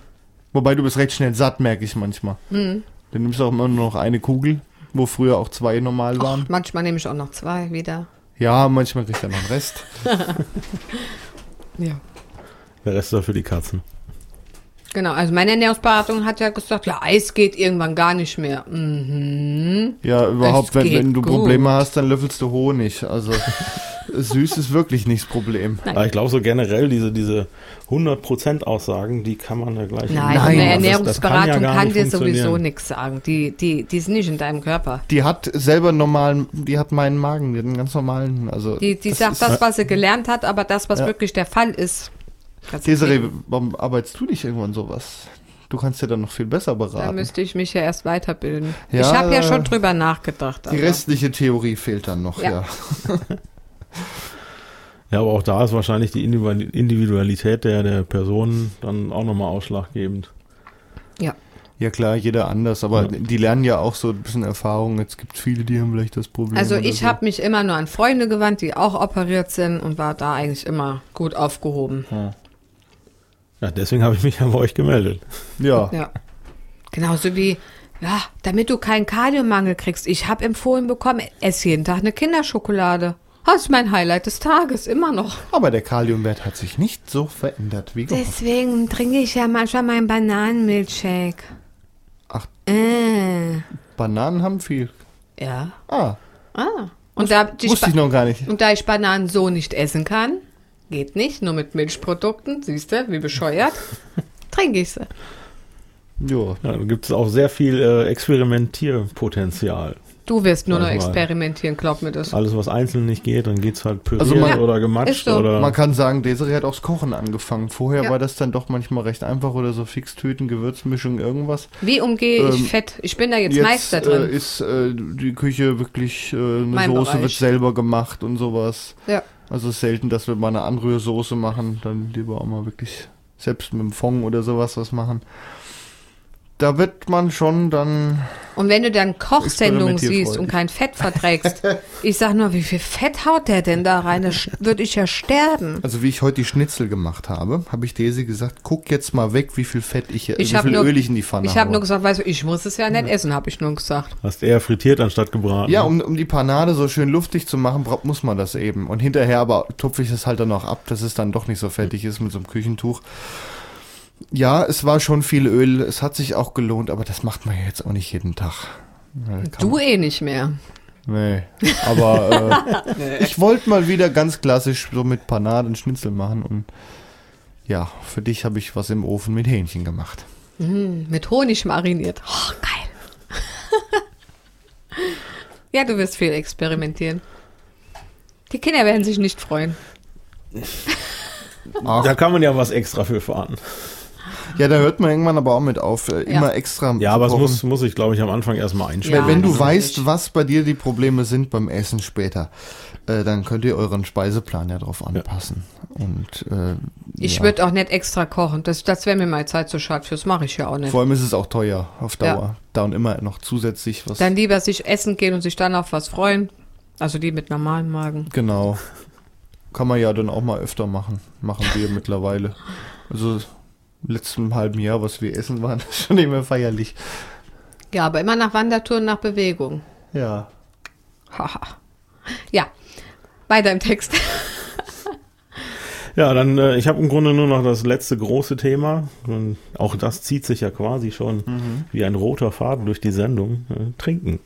Speaker 1: Wobei du bist recht schnell satt, merke ich manchmal.
Speaker 4: Mhm.
Speaker 1: Dann nimmst du auch immer nur noch eine Kugel, wo früher auch zwei normal waren.
Speaker 4: Manchmal nehme ich auch noch zwei wieder.
Speaker 1: Ja, manchmal kriegt er noch einen Rest.
Speaker 4: Ja.
Speaker 3: Der Rest ist ja für die Katzen.
Speaker 4: Genau, also meine Ernährungsberatung hat ja gesagt, ja, Eis geht irgendwann gar nicht mehr. Mhm.
Speaker 1: Ja, überhaupt,
Speaker 4: Es
Speaker 1: wenn,
Speaker 4: geht
Speaker 1: wenn du
Speaker 4: gut.
Speaker 1: Probleme hast, dann löffelst du Honig. Also süß ist wirklich nicht das Problem.
Speaker 3: Aber ich glaube so generell, diese, diese 100%-Aussagen, die kann man ja gleich...
Speaker 4: Nein, eine
Speaker 1: Nein,
Speaker 3: das- das ja
Speaker 4: Ernährungsberatung
Speaker 3: gar
Speaker 4: kann,
Speaker 3: nicht
Speaker 4: dir sowieso
Speaker 3: funktionieren.
Speaker 4: nichts sagen. Die, die, die ist nicht in deinem Körper.
Speaker 1: Die hat selber normalen, die hat meinen Magen, die hat einen ganz normalen. Also
Speaker 4: Die, die
Speaker 1: das
Speaker 4: sagt
Speaker 1: ist-
Speaker 4: das, was sie gelernt hat, aber das, was
Speaker 1: Ja.
Speaker 4: wirklich der Fall ist. das-
Speaker 1: Desiree, warum arbeitest du nicht irgendwann sowas? Du kannst ja dann noch viel besser
Speaker 4: Da
Speaker 1: beraten.
Speaker 4: müsste ich mich ja erst weiterbilden.
Speaker 1: Ja,
Speaker 4: ich habe ja
Speaker 1: da-
Speaker 4: schon drüber nachgedacht.
Speaker 1: die
Speaker 4: aber-
Speaker 1: restliche Theorie fehlt dann noch, ja.
Speaker 4: Ja.
Speaker 3: Ja, aber auch da ist wahrscheinlich die Individu- Individualität der, der Personen dann auch nochmal ausschlaggebend.
Speaker 1: Ja klar, jeder anders, aber
Speaker 3: Ja.
Speaker 1: die lernen ja auch so ein bisschen Erfahrung. Jetzt gibt viele, die haben vielleicht das Problem.
Speaker 4: Also
Speaker 1: oder
Speaker 4: ich
Speaker 1: so.
Speaker 4: habe mich immer nur an Freunde gewandt, die auch operiert sind und war da eigentlich immer gut aufgehoben.
Speaker 3: Ja, deswegen habe ich mich ja bei euch gemeldet.
Speaker 1: Ja,
Speaker 4: Ja. Genauso wie, ja, damit du keinen Kaliummangel kriegst. Ich habe empfohlen bekommen, ess jeden Tag eine Kinderschokolade. Das ist mein Highlight des Tages, immer noch.
Speaker 1: aber der Kaliumwert hat sich nicht so verändert wie gehofft.
Speaker 6: Deswegen trinke ich ja manchmal meinen Bananenmilchshake.
Speaker 1: Ach.
Speaker 6: Äh.
Speaker 1: Bananen haben viel.
Speaker 4: Ja.
Speaker 1: Ah,
Speaker 4: Ah. Und da, die
Speaker 1: wusste ich
Speaker 4: Spa-
Speaker 1: noch gar nicht.
Speaker 4: und da ich Bananen so nicht essen kann, geht nicht, nur mit Milchprodukten, siehst du, wie bescheuert, trinke ich sie.
Speaker 1: Jo.
Speaker 3: Ja, da gibt es auch sehr viel äh, Experimentierpotenzial.
Speaker 4: Du wirst nur noch
Speaker 3: Sag mal.
Speaker 4: experimentieren, glaub mir das.
Speaker 3: Alles, was einzeln nicht geht, dann geht es halt püriert
Speaker 1: Also man-
Speaker 3: oder
Speaker 4: ist
Speaker 3: gematscht
Speaker 4: so.
Speaker 3: oder...
Speaker 1: Man kann sagen, Desiree hat aufs Kochen angefangen. Vorher
Speaker 4: Ja.
Speaker 1: war das dann doch manchmal recht einfach oder so Fixtüten, Gewürzmischung, irgendwas.
Speaker 4: Wie umgehe
Speaker 1: Ähm,
Speaker 4: ich Fett? Ich bin da jetzt, Meister drin.
Speaker 1: Äh, ist äh, die Küche wirklich, äh, eine
Speaker 4: Mein
Speaker 1: Soße
Speaker 4: Bereich.
Speaker 1: wird selber gemacht und sowas.
Speaker 4: Ja.
Speaker 1: Also es ist selten, dass wir mal eine Anrührsoße machen, dann lieber auch mal wirklich selbst mit dem Fond oder sowas was machen. Da wird man schon dann,
Speaker 4: Und wenn du dann Kochsendungen siehst
Speaker 1: Experimentierfreudig.
Speaker 4: und kein Fett verträgst, ich sag nur, wie viel Fett haut der denn da rein? Da würde ich ja sterben.
Speaker 1: also wie ich heute die Schnitzel gemacht habe, habe ich Daisy gesagt, guck jetzt mal weg, wie viel Fett ich,
Speaker 4: Ich
Speaker 1: wie
Speaker 4: hab
Speaker 1: viel
Speaker 4: nur-
Speaker 1: Öl ich in die Pfanne
Speaker 4: Ich habe
Speaker 1: habe.
Speaker 4: nur gesagt, weißt du, ich muss es ja nicht essen, habe ich nur gesagt.
Speaker 3: Hast eher frittiert anstatt gebraten.
Speaker 1: Ja, um, um die Panade so schön luftig zu machen, bra- muss man das eben. Und hinterher aber tupfe ich es halt dann auch ab, dass es dann doch nicht so
Speaker 3: Hm.
Speaker 1: fertig ist mit so einem Küchentuch. Ja, es war schon viel Öl, es hat sich auch gelohnt, aber das macht man ja jetzt auch nicht jeden Tag. Ja, kann
Speaker 4: Du eh nicht mehr.
Speaker 1: man- Nee, aber äh, ich wollte mal wieder ganz klassisch so mit Panade und Schnitzel machen und ja, für dich habe ich was im Ofen mit Hähnchen gemacht.
Speaker 4: Hm, Mit Honig mariniert. Oh, geil. ja, du wirst viel experimentieren. Die Kinder werden sich nicht freuen.
Speaker 1: Ach,
Speaker 3: Da kann man ja was extra für fahren.
Speaker 1: ja, da hört man irgendwann aber auch mit auf, äh,
Speaker 4: Ja.
Speaker 1: immer extra.
Speaker 3: Ja, aber es
Speaker 1: kochen.
Speaker 3: muss, muss ich, glaube ich, am Anfang erstmal einstellen.
Speaker 4: Ja,
Speaker 1: Wenn du
Speaker 4: das
Speaker 1: weißt,
Speaker 4: ist-
Speaker 1: was bei dir die Probleme sind beim Essen später, äh, dann könnt ihr euren Speiseplan ja drauf anpassen. Und äh,
Speaker 4: Ich
Speaker 1: ja.
Speaker 4: würde auch nicht extra kochen. Das, das wäre mir mal Zeit zu schade fürs. Mache ich ja auch nicht.
Speaker 1: vor allem ist es auch teuer auf Dauer.
Speaker 4: Ja.
Speaker 1: Da und immer noch zusätzlich was.
Speaker 4: Dann lieber sich essen gehen und sich dann auf was freuen. Also die mit normalem Magen.
Speaker 1: genau. Kann man ja dann auch mal öfter machen. Machen wir mittlerweile. Also im letzten halben Jahr, was wir essen, waren schon nicht mehr feierlich.
Speaker 4: Ja, aber immer nach Wandertouren, nach Bewegung.
Speaker 7: Ja.
Speaker 4: Haha. ja, weiter im Text.
Speaker 3: Ja, dann, äh, ich habe im Grunde nur noch das letzte große Thema. Und auch das zieht sich ja quasi schon
Speaker 1: Mhm.
Speaker 3: wie ein roter Faden durch die Sendung. Äh, trinken.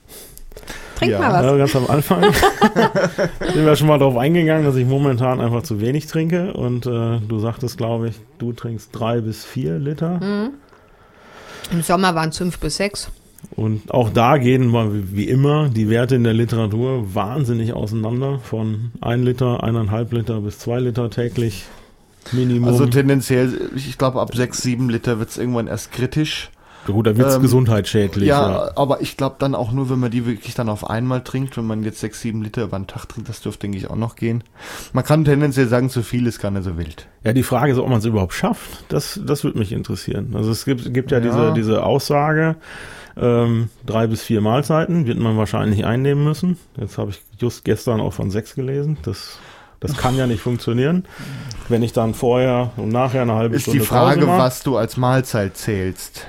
Speaker 4: Trink
Speaker 7: Ja.
Speaker 4: mal was.
Speaker 3: Ja, ganz am Anfang sind wir schon mal darauf eingegangen, dass ich momentan einfach zu wenig trinke. Und äh, du sagtest, glaube ich, du trinkst drei bis vier Liter.
Speaker 4: Im Sommer waren es fünf bis sechs.
Speaker 3: Und auch da gehen mal wie immer die Werte in der Literatur wahnsinnig auseinander. Von 1 Liter, 1,5 Liter bis 2 Liter täglich Minimum.
Speaker 1: Also tendenziell, ich glaube, ab 6, 7 Liter wird es irgendwann erst kritisch.
Speaker 3: Ja, gut, da wird es
Speaker 1: ähm,
Speaker 3: gesundheitsschädlich.
Speaker 1: Ja,
Speaker 3: Ja.
Speaker 1: aber ich glaube dann auch nur, wenn man die wirklich dann auf einmal trinkt, wenn man jetzt 6, 7 Liter über den Tag trinkt, das dürfte, denke ich, auch noch gehen. Man kann tendenziell sagen, zu viel ist gar nicht so wild.
Speaker 3: ja, die Frage ist, ob man es überhaupt schafft. Das, das würde mich interessieren. Also es gibt, gibt ja, Diese, diese Aussage, ähm, drei bis vier Mahlzeiten wird man wahrscheinlich einnehmen müssen. Jetzt habe ich just gestern auch von sechs gelesen. Das, das kann ja nicht funktionieren. Wenn ich dann vorher und nachher eine halbe
Speaker 1: Ist
Speaker 3: Stunde
Speaker 1: die Frage,
Speaker 3: Pause mache.
Speaker 1: was du als Mahlzeit zählst.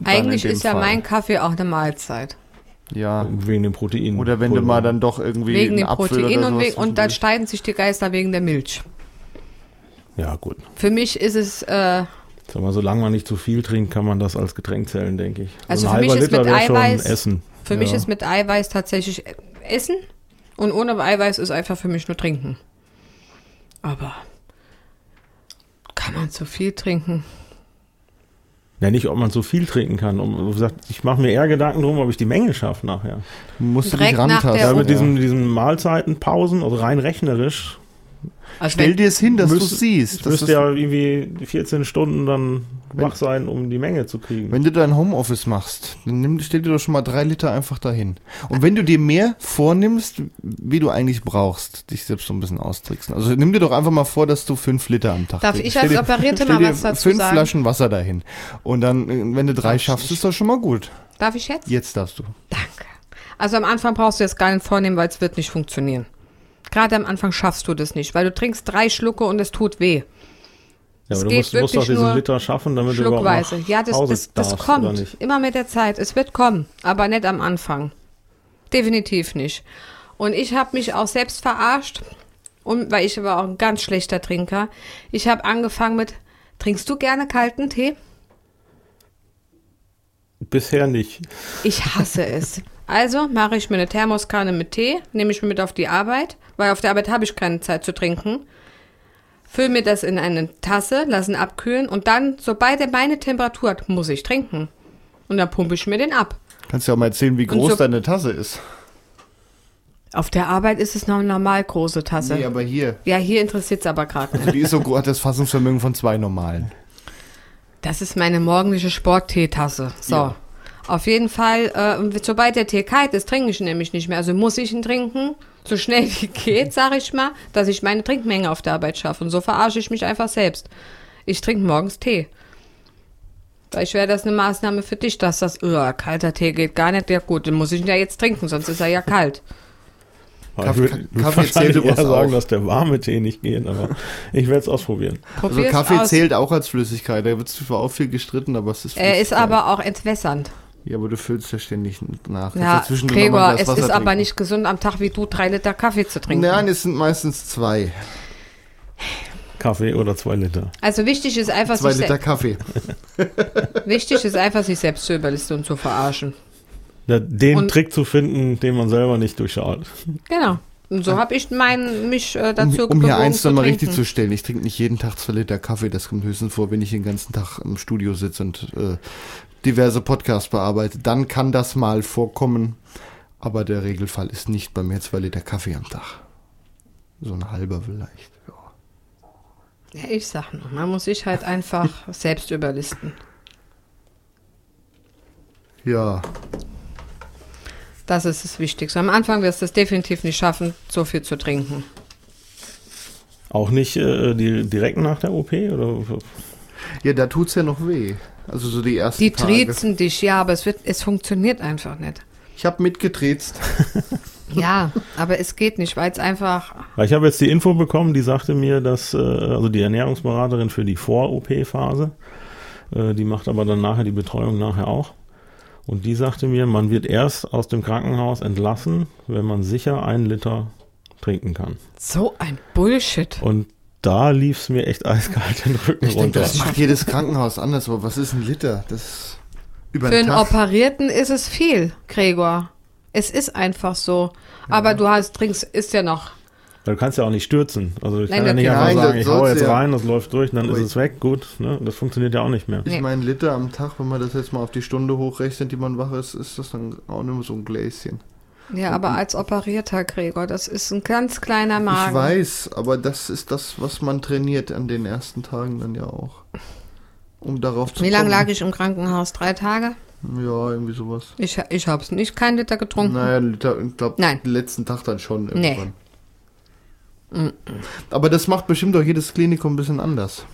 Speaker 1: Dann
Speaker 4: Eigentlich
Speaker 1: in dem
Speaker 4: ist ja
Speaker 1: Fall.
Speaker 4: mein Kaffee auch eine Mahlzeit.
Speaker 1: Ja.
Speaker 3: Wegen den Proteinen.
Speaker 1: Oder wenn du
Speaker 3: Pulver.
Speaker 1: mal dann doch irgendwie
Speaker 4: wegen
Speaker 1: einen
Speaker 4: dem
Speaker 1: Apfel
Speaker 4: Protein
Speaker 1: oder
Speaker 4: und,
Speaker 1: sowas
Speaker 4: wegen, und dann streiten sich die Geister wegen der Milch.
Speaker 3: Ja, gut.
Speaker 4: Für mich ist es, äh,
Speaker 3: Sag mal, solange man nicht zu viel trinkt, kann man das als Getränk zählen, denke ich.
Speaker 4: Also
Speaker 3: ein
Speaker 4: für mich
Speaker 3: halber
Speaker 4: ist mit
Speaker 3: wär
Speaker 4: Eiweiß-
Speaker 3: Essen.
Speaker 4: für
Speaker 3: Ja.
Speaker 4: mich ist mit Eiweiß tatsächlich äh, Essen und ohne Eiweiß ist einfach für mich nur Trinken. Aber kann man zu viel trinken?
Speaker 3: Ja, nicht, ob man zu viel trinken kann. Um, wie gesagt, ich mache mir eher Gedanken drum, ob ich die Menge schaffe nachher.
Speaker 1: Musst du dich
Speaker 4: Direkt nach der
Speaker 1: rantasten.
Speaker 3: Ja,
Speaker 4: Ja,
Speaker 3: mit diesen, diesen Mahlzeitenpausen, also rein rechnerisch,
Speaker 4: Also
Speaker 1: Stell
Speaker 4: wenn,
Speaker 1: dir es hin, dass du
Speaker 3: Müsst-
Speaker 1: es siehst. Das
Speaker 3: müsste
Speaker 1: ist,
Speaker 3: ja irgendwie 14 Stunden dann wach sein, um die Menge zu kriegen.
Speaker 1: Wenn du dein Homeoffice machst, dann nimm, stell dir doch schon mal drei Liter einfach dahin. Und wenn du dir mehr vornimmst, wie du eigentlich brauchst, dich selbst so ein bisschen austricksen. Also nimm dir doch einfach mal vor, dass du fünf Liter am Tag
Speaker 4: darf
Speaker 1: trinkst.
Speaker 4: ich als
Speaker 1: Stell dir-
Speaker 4: Operierte
Speaker 1: stell
Speaker 4: mal
Speaker 1: dir
Speaker 4: was dazu
Speaker 1: fünf
Speaker 4: sagen?
Speaker 1: Flaschen Wasser dahin. Und dann, äh, wenn du drei schaffst, ist das schon mal gut.
Speaker 4: Darf ich jetzt?
Speaker 1: Jetzt darfst du.
Speaker 4: Danke. Also am Anfang brauchst du das gar nicht vornehmen, weil es wird nicht funktionieren. Gerade am Anfang schaffst du das nicht, weil du trinkst drei Schlucke und es tut weh.
Speaker 3: Ja, aber
Speaker 4: es
Speaker 3: du
Speaker 4: geht
Speaker 3: musst, musst doch
Speaker 4: wirklich
Speaker 3: diesen
Speaker 4: nur
Speaker 3: Liter schaffen, damit du überhaupt
Speaker 4: Schluckweise.
Speaker 3: noch
Speaker 4: Ja, das,
Speaker 3: Pause
Speaker 4: das, das
Speaker 3: darfst, Oder
Speaker 4: kommt.
Speaker 3: nicht?
Speaker 4: Immer mit der Zeit. Es wird kommen, aber nicht am Anfang. Definitiv nicht. Und ich habe mich auch selbst verarscht, und, weil ich war auch ein ganz schlechter Trinker. Ich habe angefangen mit, trinkst du gerne kalten Tee?
Speaker 3: Bisher nicht.
Speaker 4: Ich hasse es. Also mache ich mir eine Thermoskanne mit Tee, nehme ich mir mit auf die Arbeit, weil auf der Arbeit habe ich keine Zeit zu trinken. Fülle mir das in eine Tasse, lasse ihn abkühlen und dann, sobald er meine Temperatur hat, muss ich trinken. Und dann pumpe ich mir den ab.
Speaker 1: Kannst ja auch mal erzählen, wie groß
Speaker 4: so-
Speaker 1: deine Tasse ist.
Speaker 4: Auf der Arbeit ist es noch eine normal große Tasse.
Speaker 1: Nee, aber hier.
Speaker 4: ja, hier interessiert es aber gerade nicht.
Speaker 1: Die ist so groß, hat das Fassungsvermögen von zwei normalen.
Speaker 4: Das ist meine morgendliche Sportteetasse. So.
Speaker 1: Ja.
Speaker 4: Auf jeden Fall, äh, und sobald der Tee kalt ist, trinke ich ihn nämlich nicht mehr. Also muss ich ihn trinken, so schnell wie geht, sage ich mal, dass ich meine Trinkmenge auf der Arbeit schaffe. Und so verarsche ich mich einfach selbst. Ich trinke morgens Tee. Vielleicht wäre das eine Maßnahme für dich, dass das, öh, kalter Tee geht gar nicht. Ja gut, den muss ich ihn ja jetzt trinken, sonst ist er ja kalt.
Speaker 3: Weil
Speaker 1: Kaffee-
Speaker 3: ich würd- würd
Speaker 1: Kaffee
Speaker 3: wahrscheinlich
Speaker 1: zählt
Speaker 3: eher
Speaker 1: übrigens
Speaker 3: sagen,
Speaker 1: auch.
Speaker 3: dass der warme Tee nicht geht, aber ich werde es ausprobieren.
Speaker 1: Also
Speaker 4: Probier's
Speaker 1: Kaffee
Speaker 4: aus.
Speaker 1: zählt auch als Flüssigkeit. Da wird zwar auch viel gestritten, aber es ist
Speaker 4: Er ist
Speaker 1: Flüssigkeit.
Speaker 4: aber auch entwässernd.
Speaker 1: Ja, aber du füllst ja ständig nach. Kannst
Speaker 4: Ja,
Speaker 1: dazwischen nochmal
Speaker 4: Gregor,
Speaker 1: ein
Speaker 4: es
Speaker 1: Glas
Speaker 4: ist
Speaker 1: Wasser
Speaker 4: aber
Speaker 1: trinken.
Speaker 4: nicht gesund, am Tag wie du drei Liter Kaffee zu trinken.
Speaker 1: Nein, es sind meistens zwei.
Speaker 3: Kaffee oder zwei Liter.
Speaker 4: Also wichtig ist einfach,
Speaker 1: Zwei
Speaker 4: sich se-
Speaker 1: Liter Kaffee.
Speaker 4: Wichtig ist einfach, sich selbst zu überlisten und zu verarschen.
Speaker 3: Ja, den
Speaker 4: Und-
Speaker 3: Trick zu finden, den man selber nicht durchschaut.
Speaker 4: Genau. Und so habe ich mein, mich äh,
Speaker 1: Um,
Speaker 4: dazu
Speaker 1: um hier
Speaker 4: bewogen
Speaker 1: eins
Speaker 4: zu
Speaker 1: nochmal
Speaker 4: trinken.
Speaker 1: richtig zu stellen. Ich trinke nicht jeden Tag zwei Liter Kaffee. Das kommt höchstens vor, wenn ich den ganzen Tag im Studio sitze und äh, diverse Podcasts bearbeite. Dann kann das mal vorkommen. Aber der Regelfall ist nicht bei mir zwei Liter Kaffee am Tag. So ein halber vielleicht. Ja.
Speaker 4: Ja, ich sag nur, man muss sich halt einfach selbst überlisten.
Speaker 1: Ja,
Speaker 4: Das ist das Wichtigste. Am Anfang wirst du es definitiv nicht schaffen, so viel zu trinken.
Speaker 3: Auch nicht äh, die, direkt nach der OP? Oder?
Speaker 1: ja da tut's ja noch weh. Also so die ersten
Speaker 4: Die
Speaker 1: Tage.
Speaker 4: triezen dich, ja, aber es, wird, es funktioniert einfach nicht.
Speaker 1: Ich habe mitgetriezt.
Speaker 4: Ja, aber es geht nicht, weil es einfach.
Speaker 3: Weil ich habe jetzt die Info bekommen, die sagte mir, dass, äh, also die Ernährungsberaterin für die Vor-OP-Phase, äh, die macht aber dann nachher die Betreuung nachher auch. Und die sagte mir, man wird erst aus dem Krankenhaus entlassen, wenn man sicher einen Liter trinken kann.
Speaker 4: So ein Bullshit.
Speaker 1: Oh,
Speaker 3: Und da lief es mir echt eiskalt den Rücken
Speaker 1: Ich denke,
Speaker 3: runter.
Speaker 1: das macht jedes Krankenhaus anders, aber was ist ein Liter? Das ist über
Speaker 4: Für
Speaker 1: den
Speaker 4: einen
Speaker 1: Tag.
Speaker 4: Operierten ist es viel, Gregor. Es ist einfach so. Aber du hast, trinkst, ist ja noch.
Speaker 3: Du kannst ja auch nicht stürzen. Also ich
Speaker 4: Nein,
Speaker 3: kann ja
Speaker 4: das-
Speaker 3: nicht
Speaker 1: Nein,
Speaker 3: einfach
Speaker 1: das
Speaker 3: sagen, ich hau
Speaker 1: soll's
Speaker 3: jetzt
Speaker 1: ja.
Speaker 3: rein, das läuft durch, und dann
Speaker 1: Ui.
Speaker 3: ist es weg, gut. Ne? Das funktioniert ja auch nicht mehr.
Speaker 1: Ich
Speaker 4: Nee.
Speaker 1: meine, Liter am Tag, wenn man das jetzt mal auf die Stunde hochrechnet, die man wach ist, ist das dann auch nur so ein Gläschen.
Speaker 4: Ja, aber als operierter Gregor, das ist ein ganz kleiner Magen.
Speaker 1: Ich weiß, aber das ist das, was man trainiert an den ersten Tagen dann ja auch. Um darauf zu
Speaker 4: Wie lange lag
Speaker 1: kommen.
Speaker 4: ich im Krankenhaus? Drei Tage?
Speaker 1: Ja, irgendwie sowas.
Speaker 4: Ich, ich hab's nicht, keinen Liter getrunken.
Speaker 1: Naja, ein Liter, ich glaube,
Speaker 4: Nein.
Speaker 1: den letzten Tag dann schon
Speaker 4: Nee.
Speaker 1: irgendwann. Aber das macht bestimmt auch jedes Klinikum ein bisschen anders.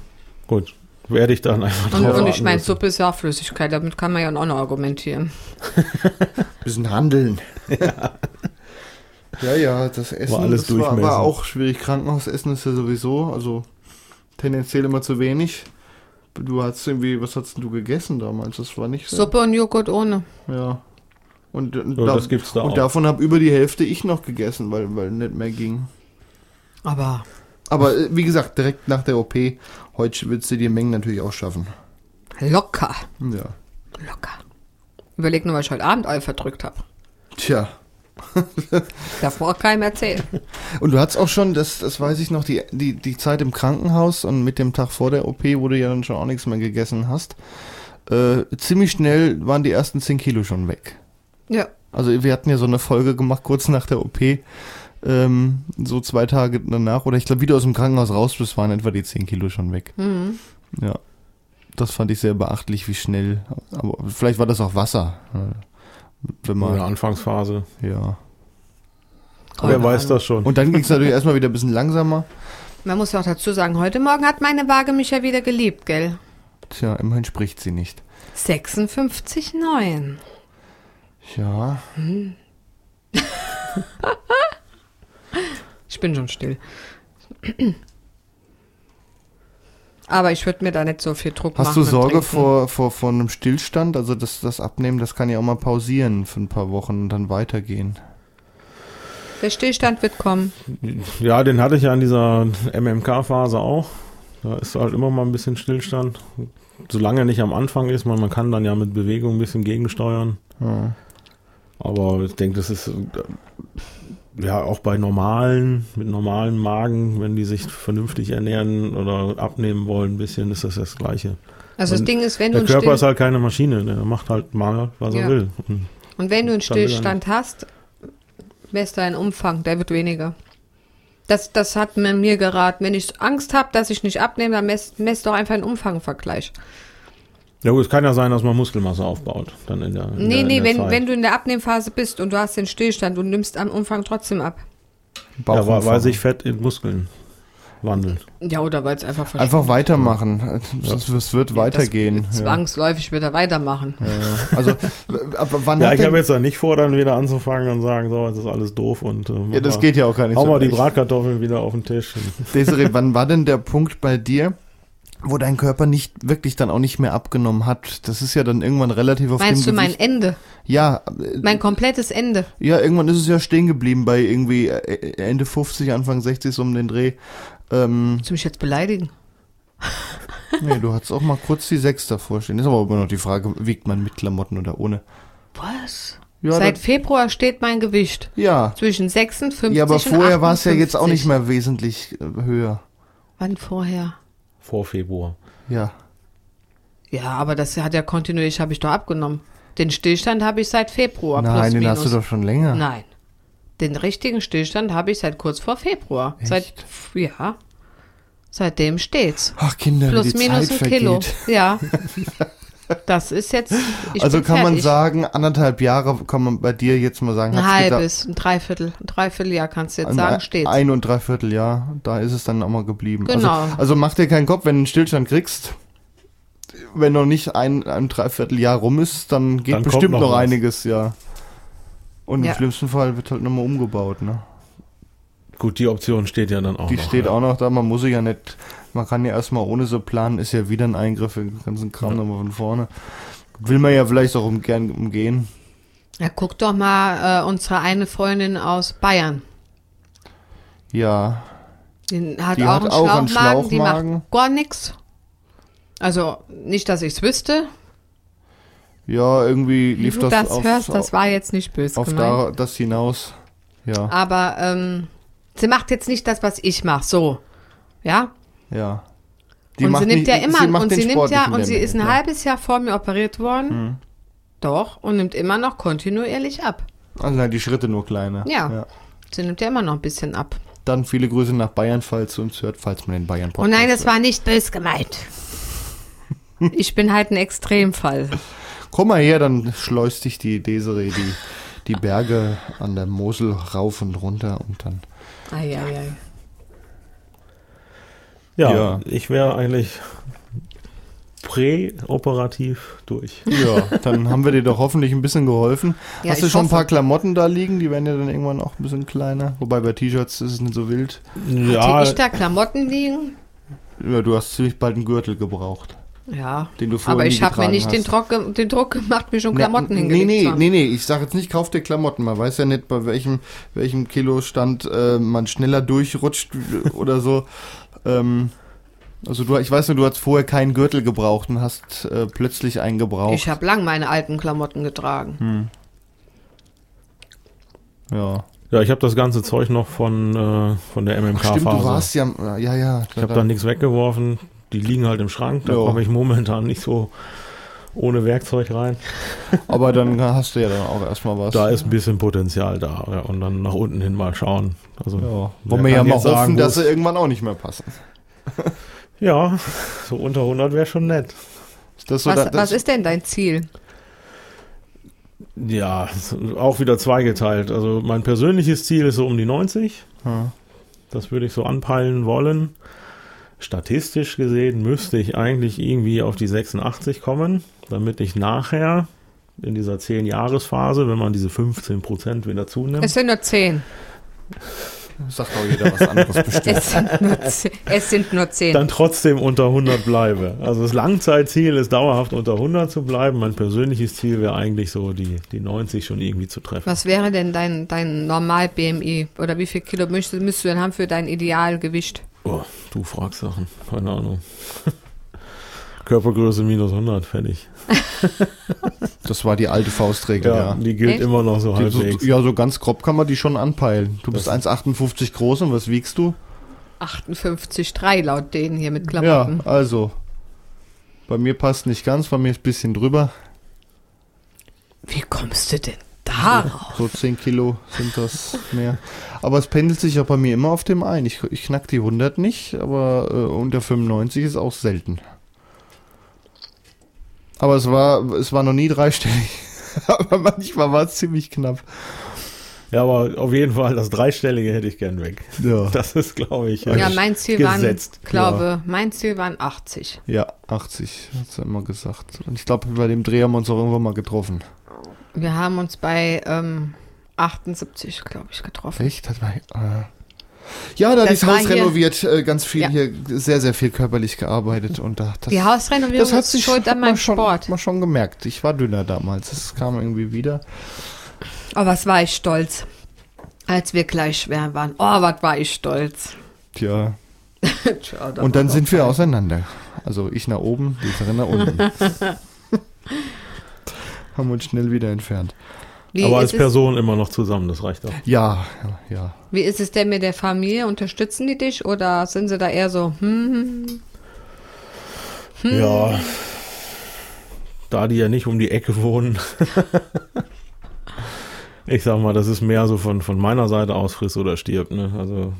Speaker 3: Gut, werde ich dann einfach
Speaker 4: und, und
Speaker 3: drauf
Speaker 4: ich
Speaker 3: warten
Speaker 4: meine,
Speaker 3: müssen.
Speaker 4: Suppe ist ja auch Flüssigkeit, damit kann man ja auch noch argumentieren.
Speaker 1: bisschen handeln. Ja, ja, das Essen
Speaker 3: War alles
Speaker 1: das war,
Speaker 3: durchmessen.
Speaker 1: war auch schwierig. Krankenhausessen ist ja sowieso, also tendenziell immer zu wenig. Du hast irgendwie, was hast denn du gegessen damals? Das war nicht so.
Speaker 4: Suppe und Joghurt ohne.
Speaker 1: Ja. Und, und,
Speaker 3: Ja,
Speaker 1: da,
Speaker 3: das gibt's da
Speaker 1: und
Speaker 3: auch.
Speaker 1: davon habe über die Hälfte ich noch gegessen, weil, weil nicht mehr ging.
Speaker 4: Aber
Speaker 1: Aber äh, wie gesagt, direkt nach der OP, heute willst du die Mengen natürlich auch schaffen.
Speaker 4: locker,
Speaker 1: Ja.
Speaker 4: locker. Überleg nur, was ich heute Abend all verdrückt habe.
Speaker 1: Tja.
Speaker 4: Darf man auch keinem erzählen.
Speaker 1: Und du hattest auch schon, das, das weiß ich noch, die, die, die Zeit im Krankenhaus und mit dem Tag vor der OP, wo du ja dann schon auch nichts mehr gegessen hast. Äh, ziemlich schnell waren die ersten 10 Kilo schon weg.
Speaker 4: Ja,
Speaker 1: Also wir hatten ja so eine Folge gemacht, kurz nach der OP, ähm, so zwei Tage danach, oder ich glaube, wie du aus dem Krankenhaus raus bist, waren etwa die 10 Kilo schon weg.
Speaker 4: mhm.
Speaker 1: Ja. Das fand ich sehr beachtlich, wie schnell. Aber vielleicht war das auch Wasser. äh, Wenn
Speaker 3: In
Speaker 1: man,
Speaker 3: der Anfangsphase.
Speaker 1: ja.
Speaker 3: Wer weiß das schon?
Speaker 1: Und dann ging es natürlich erstmal wieder ein bisschen langsamer.
Speaker 4: Man muss ja auch dazu sagen, heute Morgen hat meine Waage mich ja wieder geliebt, gell?
Speaker 1: Tja, immerhin spricht sie nicht.
Speaker 4: 56,9.
Speaker 1: Ja.
Speaker 4: Ich bin schon still. Aber ich würde mir da nicht so viel Druck machen.
Speaker 1: Hast du
Speaker 4: mit
Speaker 1: Sorge
Speaker 4: Trinken.
Speaker 1: vor, vor, vor einem Stillstand? Also das, das Abnehmen, das kann ja auch mal pausieren für ein paar Wochen und dann weitergehen.
Speaker 4: Der Stillstand wird kommen.
Speaker 3: Ja, den hatte ich ja in dieser MMK-Phase auch. Da ist halt immer mal ein bisschen Stillstand. Solange er nicht am Anfang ist, man, man kann dann ja mit Bewegung ein bisschen gegensteuern.
Speaker 1: Ja.
Speaker 3: Aber ich denke, das ist äh, ja auch bei normalen, mit normalen Magen, wenn die sich vernünftig ernähren oder abnehmen wollen, ein bisschen ist das das Gleiche.
Speaker 4: Also das
Speaker 3: Und
Speaker 4: Ding ist, wenn du,
Speaker 3: Der
Speaker 4: einen
Speaker 3: Körper ist
Speaker 4: Still
Speaker 3: halt keine Maschine, der macht halt mal, was
Speaker 4: Ja.
Speaker 3: er will. Und
Speaker 4: und wenn du einen
Speaker 3: Dann will er
Speaker 4: Stillstand hast, wächst dein Umfang, der wird weniger. Das, das hat man mir geraten. Wenn ich Angst habe, dass ich nicht abnehme, dann mess, mess doch einfach einen Umfangvergleich.
Speaker 3: Ja gut, es kann ja sein, dass man Muskelmasse aufbaut. Dann in der, in
Speaker 4: Nee,
Speaker 3: der,
Speaker 4: nee,
Speaker 3: in der
Speaker 4: wenn,
Speaker 3: Zeit.
Speaker 4: wenn du in der Abnehmphase bist und du hast den Stillstand und nimmst am Umfang trotzdem ab.
Speaker 3: ja, weil, weil
Speaker 1: Bauchumfang.
Speaker 3: sich Fett in Muskeln wandelt.
Speaker 4: Ja, oder weil es einfach
Speaker 1: Einfach weitermachen. Es es wird weitergehen. Ja.
Speaker 4: zwangsläufig wieder weitermachen.
Speaker 1: Also, ab wann
Speaker 3: Ja,
Speaker 1: hat
Speaker 3: ich
Speaker 1: denn-
Speaker 3: habe jetzt da nicht vor, dann wieder anzufangen und sagen, so, jetzt ist alles doof und äh,
Speaker 1: ja,
Speaker 3: mach
Speaker 1: das
Speaker 3: mal-
Speaker 1: geht ja auch gar nicht
Speaker 3: hau mal die
Speaker 1: leicht.
Speaker 3: Bratkartoffeln wieder auf den Tisch.
Speaker 1: Desiree, wann war denn der Punkt bei dir, wo dein Körper nicht wirklich dann auch nicht mehr abgenommen hat? Das ist ja dann irgendwann relativ auf
Speaker 4: Meinst du
Speaker 1: dem
Speaker 4: mein
Speaker 1: Gewicht-
Speaker 4: Ende?
Speaker 1: Ja, äh,
Speaker 4: Mein komplettes Ende?
Speaker 1: ja, irgendwann ist es ja stehen geblieben bei irgendwie äh, Ende 50, Anfang 60 so um den Dreh. Ähm,
Speaker 4: Willst du mich jetzt beleidigen?
Speaker 1: nee, du hattest auch mal kurz die 6 davor stehen. Ist aber immer noch die Frage, wiegt man mit Klamotten oder ohne?
Speaker 4: Was?
Speaker 1: Ja,
Speaker 4: Seit
Speaker 1: das-
Speaker 4: Februar steht mein Gewicht
Speaker 1: ja.
Speaker 4: zwischen 56
Speaker 1: ja, aber
Speaker 4: und
Speaker 1: vorher war es ja jetzt auch nicht
Speaker 4: 58.
Speaker 1: mehr wesentlich äh, höher.
Speaker 4: Wann vorher?
Speaker 3: Vor Februar.
Speaker 1: Ja.
Speaker 4: Ja, aber das hat ja kontinuierlich, habe ich doch abgenommen. Den Stillstand habe ich seit Februar. plus
Speaker 1: Nein, den
Speaker 4: minus.
Speaker 1: hast du doch schon länger.
Speaker 4: Nein. Den richtigen Stillstand habe ich seit kurz vor Februar. Seit, ja. Seitdem steht's.
Speaker 1: Ach, Kinder, wie
Speaker 4: Plus
Speaker 1: die
Speaker 4: minus
Speaker 1: Zeit
Speaker 4: ein Kilo.
Speaker 1: vergeht.
Speaker 4: Ja. Das ist jetzt. Ich
Speaker 1: also
Speaker 4: bin
Speaker 1: kann man
Speaker 4: fertig.
Speaker 1: sagen, anderthalb Jahre kann man bei dir jetzt mal sagen,
Speaker 4: Ein
Speaker 1: hat's gedau-
Speaker 4: halbes, ein Dreiviertel, ein Dreivierteljahr kannst du jetzt
Speaker 1: ein- e-
Speaker 4: sagen, steht's.
Speaker 1: Ein und dreiviertel Jahr, da ist es dann auch mal geblieben.
Speaker 4: Genau.
Speaker 1: Also, also mach dir keinen Kopf, wenn du einen Stillstand kriegst, wenn noch nicht ein, ein Dreivierteljahr rum ist, dann geht
Speaker 3: Dann kommt
Speaker 1: bestimmt
Speaker 3: noch
Speaker 1: noch,
Speaker 3: was.
Speaker 1: einiges, ja. Und
Speaker 4: Ja.
Speaker 1: im schlimmsten Fall wird halt nochmal umgebaut, ne?
Speaker 3: Gut, die Option steht ja dann auch
Speaker 1: Die
Speaker 3: noch.
Speaker 1: steht
Speaker 3: Oh, ja.
Speaker 1: auch noch da, man muss sie ja nicht, man kann ja erstmal ohne so planen, ist ja wieder ein Eingriff in den ganzen Kram nochmal von vorne. Will man ja vielleicht auch um, gern umgehen.
Speaker 4: Ja, guck doch mal äh, unsere eine Freundin aus Bayern.
Speaker 1: Ja.
Speaker 4: Die hat
Speaker 1: Die
Speaker 4: auch,
Speaker 1: hat
Speaker 4: einen,
Speaker 1: auch einen
Speaker 4: Schlauchmagen, die
Speaker 1: Schlauchmagen.
Speaker 4: macht gar nichts. Also nicht, dass ich es wüsste.
Speaker 1: Ja, irgendwie lief
Speaker 4: du
Speaker 1: das,
Speaker 4: das
Speaker 1: auf,
Speaker 4: hörst, das war jetzt nicht böse
Speaker 1: auf
Speaker 4: gemeint.
Speaker 1: da, das hinaus. Ja,
Speaker 4: Aber ähm, sie macht jetzt nicht das, was ich mache, so. Ja?
Speaker 1: ja.
Speaker 4: und sie nimmt
Speaker 1: nicht-
Speaker 4: ja immer
Speaker 1: macht
Speaker 4: und
Speaker 1: den
Speaker 4: sie nimmt
Speaker 1: Sport
Speaker 4: ja
Speaker 1: nicht in
Speaker 4: und
Speaker 1: der
Speaker 4: sie ist ein
Speaker 1: Menge,
Speaker 4: halbes Jahr vor mir operiert worden.
Speaker 1: Mhm.
Speaker 4: Doch, und nimmt immer noch kontinuierlich ab.
Speaker 1: ja. Also nein, die Schritte nur kleiner.
Speaker 4: Ja. Sie nimmt ja immer noch ein bisschen ab.
Speaker 1: Dann viele Grüße nach Bayern, falls du uns hört, falls man den Bayern
Speaker 4: Oh nein, das war nicht bös gemeint. Ich bin halt ein Extremfall.
Speaker 1: Komm mal her, dann schleust dich die Desiree die, die Berge an der Mosel rauf und runter und dann.
Speaker 4: Ei, ei, ei.
Speaker 3: Ja,
Speaker 1: Ja.
Speaker 3: ich wäre eigentlich präoperativ durch.
Speaker 1: Ja, dann haben wir dir doch hoffentlich ein bisschen geholfen.
Speaker 4: Ja,
Speaker 1: Hast du
Speaker 4: ich
Speaker 1: schon ein paar
Speaker 4: hoffe.
Speaker 1: Klamotten da liegen? Die werden ja dann irgendwann auch ein bisschen kleiner. Wobei bei T-Shirts ist es nicht so wild.
Speaker 3: Ja,
Speaker 4: Hatte ich da Klamotten liegen?
Speaker 1: Ja, du hast ziemlich bald einen Gürtel gebraucht,
Speaker 4: Ja.
Speaker 1: den du vorher
Speaker 4: Aber ich
Speaker 1: nie
Speaker 4: habe mir
Speaker 1: getragen
Speaker 4: nicht
Speaker 1: hast.
Speaker 4: den Druck, ge- den Druck gemacht, mir schon
Speaker 1: Na,
Speaker 4: Klamotten
Speaker 1: nee,
Speaker 4: hingelegt
Speaker 1: nee,
Speaker 4: zu haben.
Speaker 1: nee, nee, ich sage jetzt nicht, kauf dir Klamotten. Man weiß ja nicht, bei welchem, welchem Kilostand äh, man schneller durchrutscht oder so. Ähm, also du, ich weiß nur, du hast vorher keinen Gürtel gebraucht und hast äh, plötzlich einen gebraucht. Hm.
Speaker 4: Ich habe lang meine alten Klamotten getragen.
Speaker 1: ja.
Speaker 3: ja ich habe das ganze Zeug noch von, äh, von der
Speaker 1: Stimmt, du
Speaker 3: MMK-Phase.
Speaker 1: warst ja, ja, ja.
Speaker 3: Ich habe da nichts weggeworfen. Die liegen halt im Schrank. Da
Speaker 1: Ja.
Speaker 3: komme ich momentan nicht so ohne Werkzeug rein.
Speaker 1: aber dann hast du ja dann auch erstmal was.
Speaker 3: Da ist ein bisschen Potenzial da. Ja, und dann nach unten hin mal schauen. Also,
Speaker 1: ja.
Speaker 3: wer
Speaker 1: Wollen wir ja
Speaker 3: kann
Speaker 1: mal
Speaker 3: jetzt
Speaker 1: hoffen,
Speaker 3: sagen, wo
Speaker 1: dass
Speaker 3: es-
Speaker 1: sie irgendwann auch nicht mehr passen.
Speaker 3: Ja, so unter 100 wäre schon nett.
Speaker 1: Ist Das so
Speaker 4: Was,
Speaker 1: da, das,
Speaker 4: was ist denn dein Ziel?
Speaker 3: Ja, ist auch wieder zweigeteilt. Also mein persönliches Ziel ist so um die 90.
Speaker 1: Hm.
Speaker 3: Das würde ich so anpeilen wollen. Statistisch gesehen müsste ich eigentlich irgendwie auf die 86 kommen, damit ich nachher in dieser 10-Jahres-Phase, wenn man diese 15% wieder
Speaker 4: Es
Speaker 3: zunimmt,
Speaker 4: sind nur zehn.
Speaker 1: Sagt doch jeder was anderes bestimmt.
Speaker 4: Es sind nur zehn. Es sind nur zehn.
Speaker 3: dann trotzdem unter 100 bleibe. Also das Langzeitziel ist dauerhaft unter 100 zu bleiben. Mein persönliches Ziel wäre eigentlich so, die, die 90 schon irgendwie zu treffen.
Speaker 4: Was wäre denn dein, dein Normal-BMI? Oder wie viel Kilo müsstest, müsstest du denn haben für dein Idealgewicht?
Speaker 3: Oh, du fragst Sachen, keine Ahnung. Körpergröße minus 100, fertig.
Speaker 1: Das war die alte Faustregel, ja.
Speaker 3: die gilt
Speaker 4: Echt?
Speaker 3: immer noch so
Speaker 1: Die, so,
Speaker 3: halbwegs.
Speaker 1: ja, so ganz grob kann man die schon anpeilen. Du bist 1,58 groß und was wiegst du?
Speaker 4: 58,3 laut denen hier mit
Speaker 1: Ja,
Speaker 4: Klamotten.
Speaker 1: also. Bei mir passt nicht ganz, bei mir ist ein bisschen drüber.
Speaker 4: Wie kommst du denn darauf?
Speaker 1: So 10 Kilo sind das mehr. Aber es pendelt sich auch bei mir immer auf dem ein. Ich, ich knack die 100 nicht, aber äh, unter 95 ist auch selten. Aber es war, es war noch nie dreistellig. aber manchmal war es ziemlich knapp.
Speaker 3: Ja, aber auf jeden Fall, das Dreistellige hätte ich gern weg.
Speaker 1: Ja.
Speaker 3: Das ist, glaube ich,
Speaker 4: Ja,
Speaker 3: äh,
Speaker 4: mein Ziel waren,
Speaker 3: gesetzt.
Speaker 4: glaube, mein Ziel waren 80.
Speaker 1: Ja, 80, hat sie immer gesagt. Und ich glaube, bei dem Dreh haben wir uns auch irgendwann mal getroffen.
Speaker 4: Wir haben uns bei ähm, 78, glaube ich, getroffen.
Speaker 1: Echt? Hat man, äh. Ja, da hat
Speaker 4: Das
Speaker 1: das
Speaker 4: war
Speaker 1: Haus
Speaker 4: hier-
Speaker 1: renoviert, äh, ganz viel
Speaker 4: Ja.
Speaker 1: hier, sehr, sehr viel körperlich gearbeitet und da, das,
Speaker 4: Die Hausrenovierung
Speaker 1: das hat
Speaker 4: ist
Speaker 1: sich
Speaker 4: schuld an
Speaker 1: mal
Speaker 4: meinem
Speaker 1: schon,
Speaker 4: Sport.
Speaker 1: mal schon gemerkt. Ich war dünner damals, es kam irgendwie wieder.
Speaker 4: Oh, was war ich stolz, als wir gleich schwer waren. Oh, was war ich stolz.
Speaker 1: Tja.
Speaker 4: Tja, da
Speaker 1: Und
Speaker 4: war
Speaker 1: dann
Speaker 4: doch-
Speaker 1: sind wir auseinander. Also ich nach oben, die Sarin nach unten. haben uns schnell wieder entfernt.
Speaker 4: Wie,
Speaker 3: aber als
Speaker 4: ist es,
Speaker 3: Person immer noch zusammen, das reicht auch.
Speaker 1: Ja, ja, ja.
Speaker 4: wie ist es denn mit der Familie? Unterstützen die dich oder sind sie da eher so, hm, hm,
Speaker 3: Ja. Da die ja nicht um die Ecke wohnen. ich sag mal, das ist mehr so von, von meiner Seite aus friss oder stirbt. Ne? Also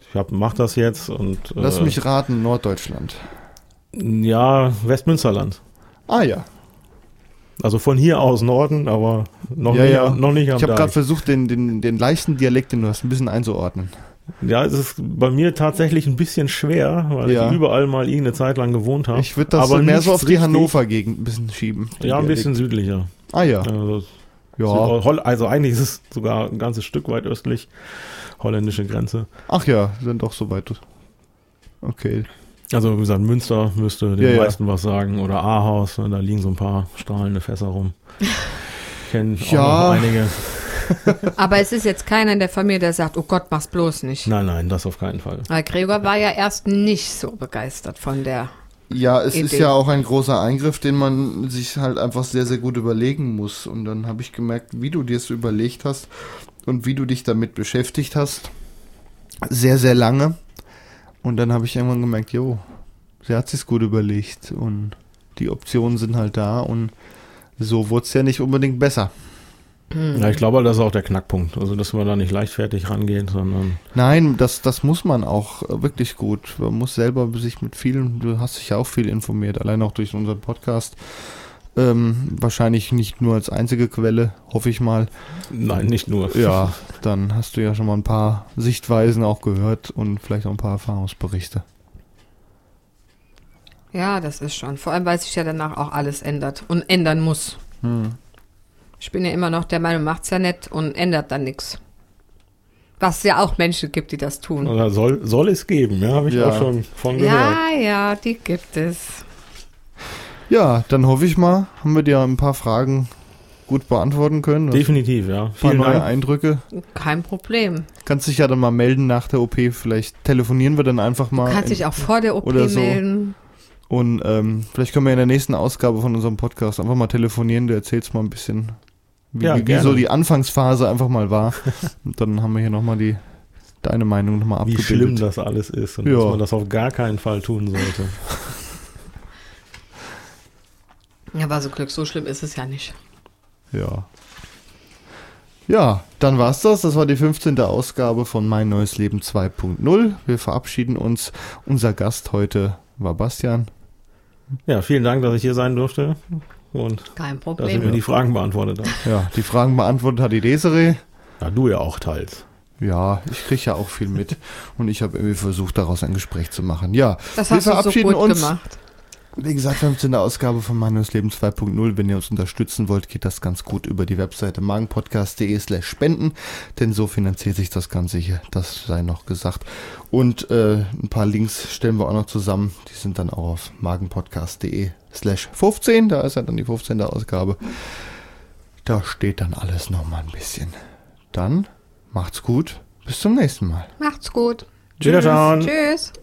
Speaker 3: ich hab, mach das jetzt und äh,
Speaker 1: Lass mich raten, Norddeutschland.
Speaker 3: ja, Westmünsterland.
Speaker 1: Ah ja.
Speaker 3: Also von hier aus Norden, aber noch,
Speaker 1: Ja,
Speaker 3: nicht,
Speaker 1: ja.
Speaker 3: noch nicht am
Speaker 1: Ich habe
Speaker 3: Deich.
Speaker 1: gerade versucht, den, den, den leichten Dialekt, den du hast, ein bisschen einzuordnen.
Speaker 3: Ja, es ist bei mir tatsächlich ein bisschen schwer, weil
Speaker 1: Ja.
Speaker 3: ich überall mal irgendeine Zeit lang gewohnt habe.
Speaker 1: Ich würde das
Speaker 3: Aber
Speaker 1: so mehr so
Speaker 3: nichts
Speaker 1: auf die
Speaker 3: richtig-
Speaker 1: Hannover-Gegend ein bisschen schieben.
Speaker 3: Ja, ein
Speaker 1: Den
Speaker 3: bisschen südlicher.
Speaker 1: Dialekt. Ah ja.
Speaker 3: Also,
Speaker 1: Ja.
Speaker 3: Südholl- also eigentlich ist es sogar ein ganzes Stück weit östlich, holländische Grenze.
Speaker 1: Ach ja, sind doch so weit. Okay.
Speaker 3: Also wie gesagt, Münster müsste den
Speaker 8: Ja, ja.
Speaker 3: meisten was sagen oder Ahaus, ne, da liegen so ein paar strahlende Fässer rum. Kennen auch
Speaker 8: Ja.
Speaker 3: noch einige.
Speaker 4: Aber es ist jetzt keiner in der Familie, der sagt, oh Gott, mach's bloß nicht.
Speaker 3: Nein, nein, das auf keinen Fall.
Speaker 4: Weil Gregor war ja erst nicht so begeistert von der.
Speaker 1: Ja, es ist
Speaker 4: Idee.
Speaker 1: ja auch ein großer Eingriff, den man sich halt einfach sehr, sehr gut überlegen muss. Und dann habe ich gemerkt, wie du dir es überlegt hast und wie du dich damit beschäftigt hast. Sehr, sehr lange. Und dann habe ich irgendwann gemerkt, jo, sie hat sich's gut überlegt und die Optionen sind halt da und so wurde es ja nicht unbedingt besser.
Speaker 4: Hm.
Speaker 3: Ja, ich glaube, das ist auch der Knackpunkt. Also, dass man da nicht leichtfertig rangeht, sondern
Speaker 1: Nein, das, das muss man auch äh, wirklich gut. Man muss selber sich mit vielen, du hast dich ja auch viel informiert, allein auch durch unseren Podcast. Ähm, wahrscheinlich nicht nur als einzige Quelle, hoffe ich mal.
Speaker 3: nein, nicht nur.
Speaker 1: Ja, dann hast du ja schon mal ein paar Sichtweisen auch gehört und vielleicht auch ein paar Erfahrungsberichte.
Speaker 4: Ja, das ist schon. Vor allem, weil sich ja danach auch alles ändert und ändern muss.
Speaker 3: Hm.
Speaker 4: Ich bin ja immer noch der Meinung, macht's ja nett und ändert dann nichts. Was ja auch Menschen gibt, die das tun.
Speaker 3: Oder soll, soll es geben, ja, habe ich
Speaker 1: Ja.
Speaker 3: auch schon von gehört.
Speaker 4: Ja, ja, die gibt es.
Speaker 1: Ja, dann hoffe ich mal, haben wir dir ein paar Fragen gut beantworten können. Ein
Speaker 3: Definitiv, ja.
Speaker 1: paar
Speaker 3: Vielen
Speaker 1: neue
Speaker 3: Dank.
Speaker 1: Eindrücke.
Speaker 4: Kein Problem.
Speaker 1: Kannst dich ja dann mal melden nach der OP. Vielleicht telefonieren wir dann einfach mal.
Speaker 4: Du kannst
Speaker 1: in-
Speaker 4: dich auch vor der OP
Speaker 1: oder so.
Speaker 4: melden.
Speaker 1: Und ähm, vielleicht können wir in der nächsten Ausgabe von unserem Podcast einfach mal telefonieren. Du erzählst mal ein bisschen, wie,
Speaker 3: Ja,
Speaker 1: wie
Speaker 3: gerne.
Speaker 1: so die Anfangsphase einfach mal war. Und dann haben wir hier nochmal die, deine Meinung nochmal
Speaker 3: Wie
Speaker 1: abgebildet.
Speaker 3: schlimm das alles ist und
Speaker 1: Ja.
Speaker 3: dass man das auf gar keinen Fall tun sollte.
Speaker 4: Ja, aber so Glück, so schlimm ist es ja nicht.
Speaker 1: Ja. Ja, dann war's das. Das war die 15. Ausgabe von Mein Neues Leben 2.0. Wir verabschieden uns. Unser Gast heute war Bastian.
Speaker 3: Ja, vielen Dank, dass ich hier sein durfte und
Speaker 4: Kein
Speaker 3: dass ihr mir
Speaker 1: Also,
Speaker 4: Problem.
Speaker 3: die Fragen beantwortet habt.
Speaker 1: Ja, die Fragen beantwortet hat die Desiree.
Speaker 3: Ja, du ja auch teils.
Speaker 1: Ja, ich kriege ja auch viel mit. Und ich habe irgendwie versucht, daraus ein Gespräch zu machen. Ja,
Speaker 4: Das
Speaker 1: wir
Speaker 4: hast du so
Speaker 1: verabschieden
Speaker 4: gut
Speaker 1: uns.
Speaker 4: gemacht.
Speaker 1: Wie gesagt, 15. Ausgabe von Manuels Leben 2.0. Wenn ihr uns unterstützen wollt, geht das ganz gut über die Webseite magenpodcast.de slash spenden, denn so finanziert sich das Ganze hier. Das sei noch gesagt. Und äh, ein paar Links stellen wir auch noch zusammen. Die sind dann auch auf magenpodcast.de slash 15. Da ist ja dann die 15. Ausgabe. Da steht dann alles nochmal ein bisschen. Dann macht's gut. Bis zum nächsten Mal.
Speaker 4: Macht's gut.
Speaker 3: Wiederschauen.
Speaker 4: Tschüss.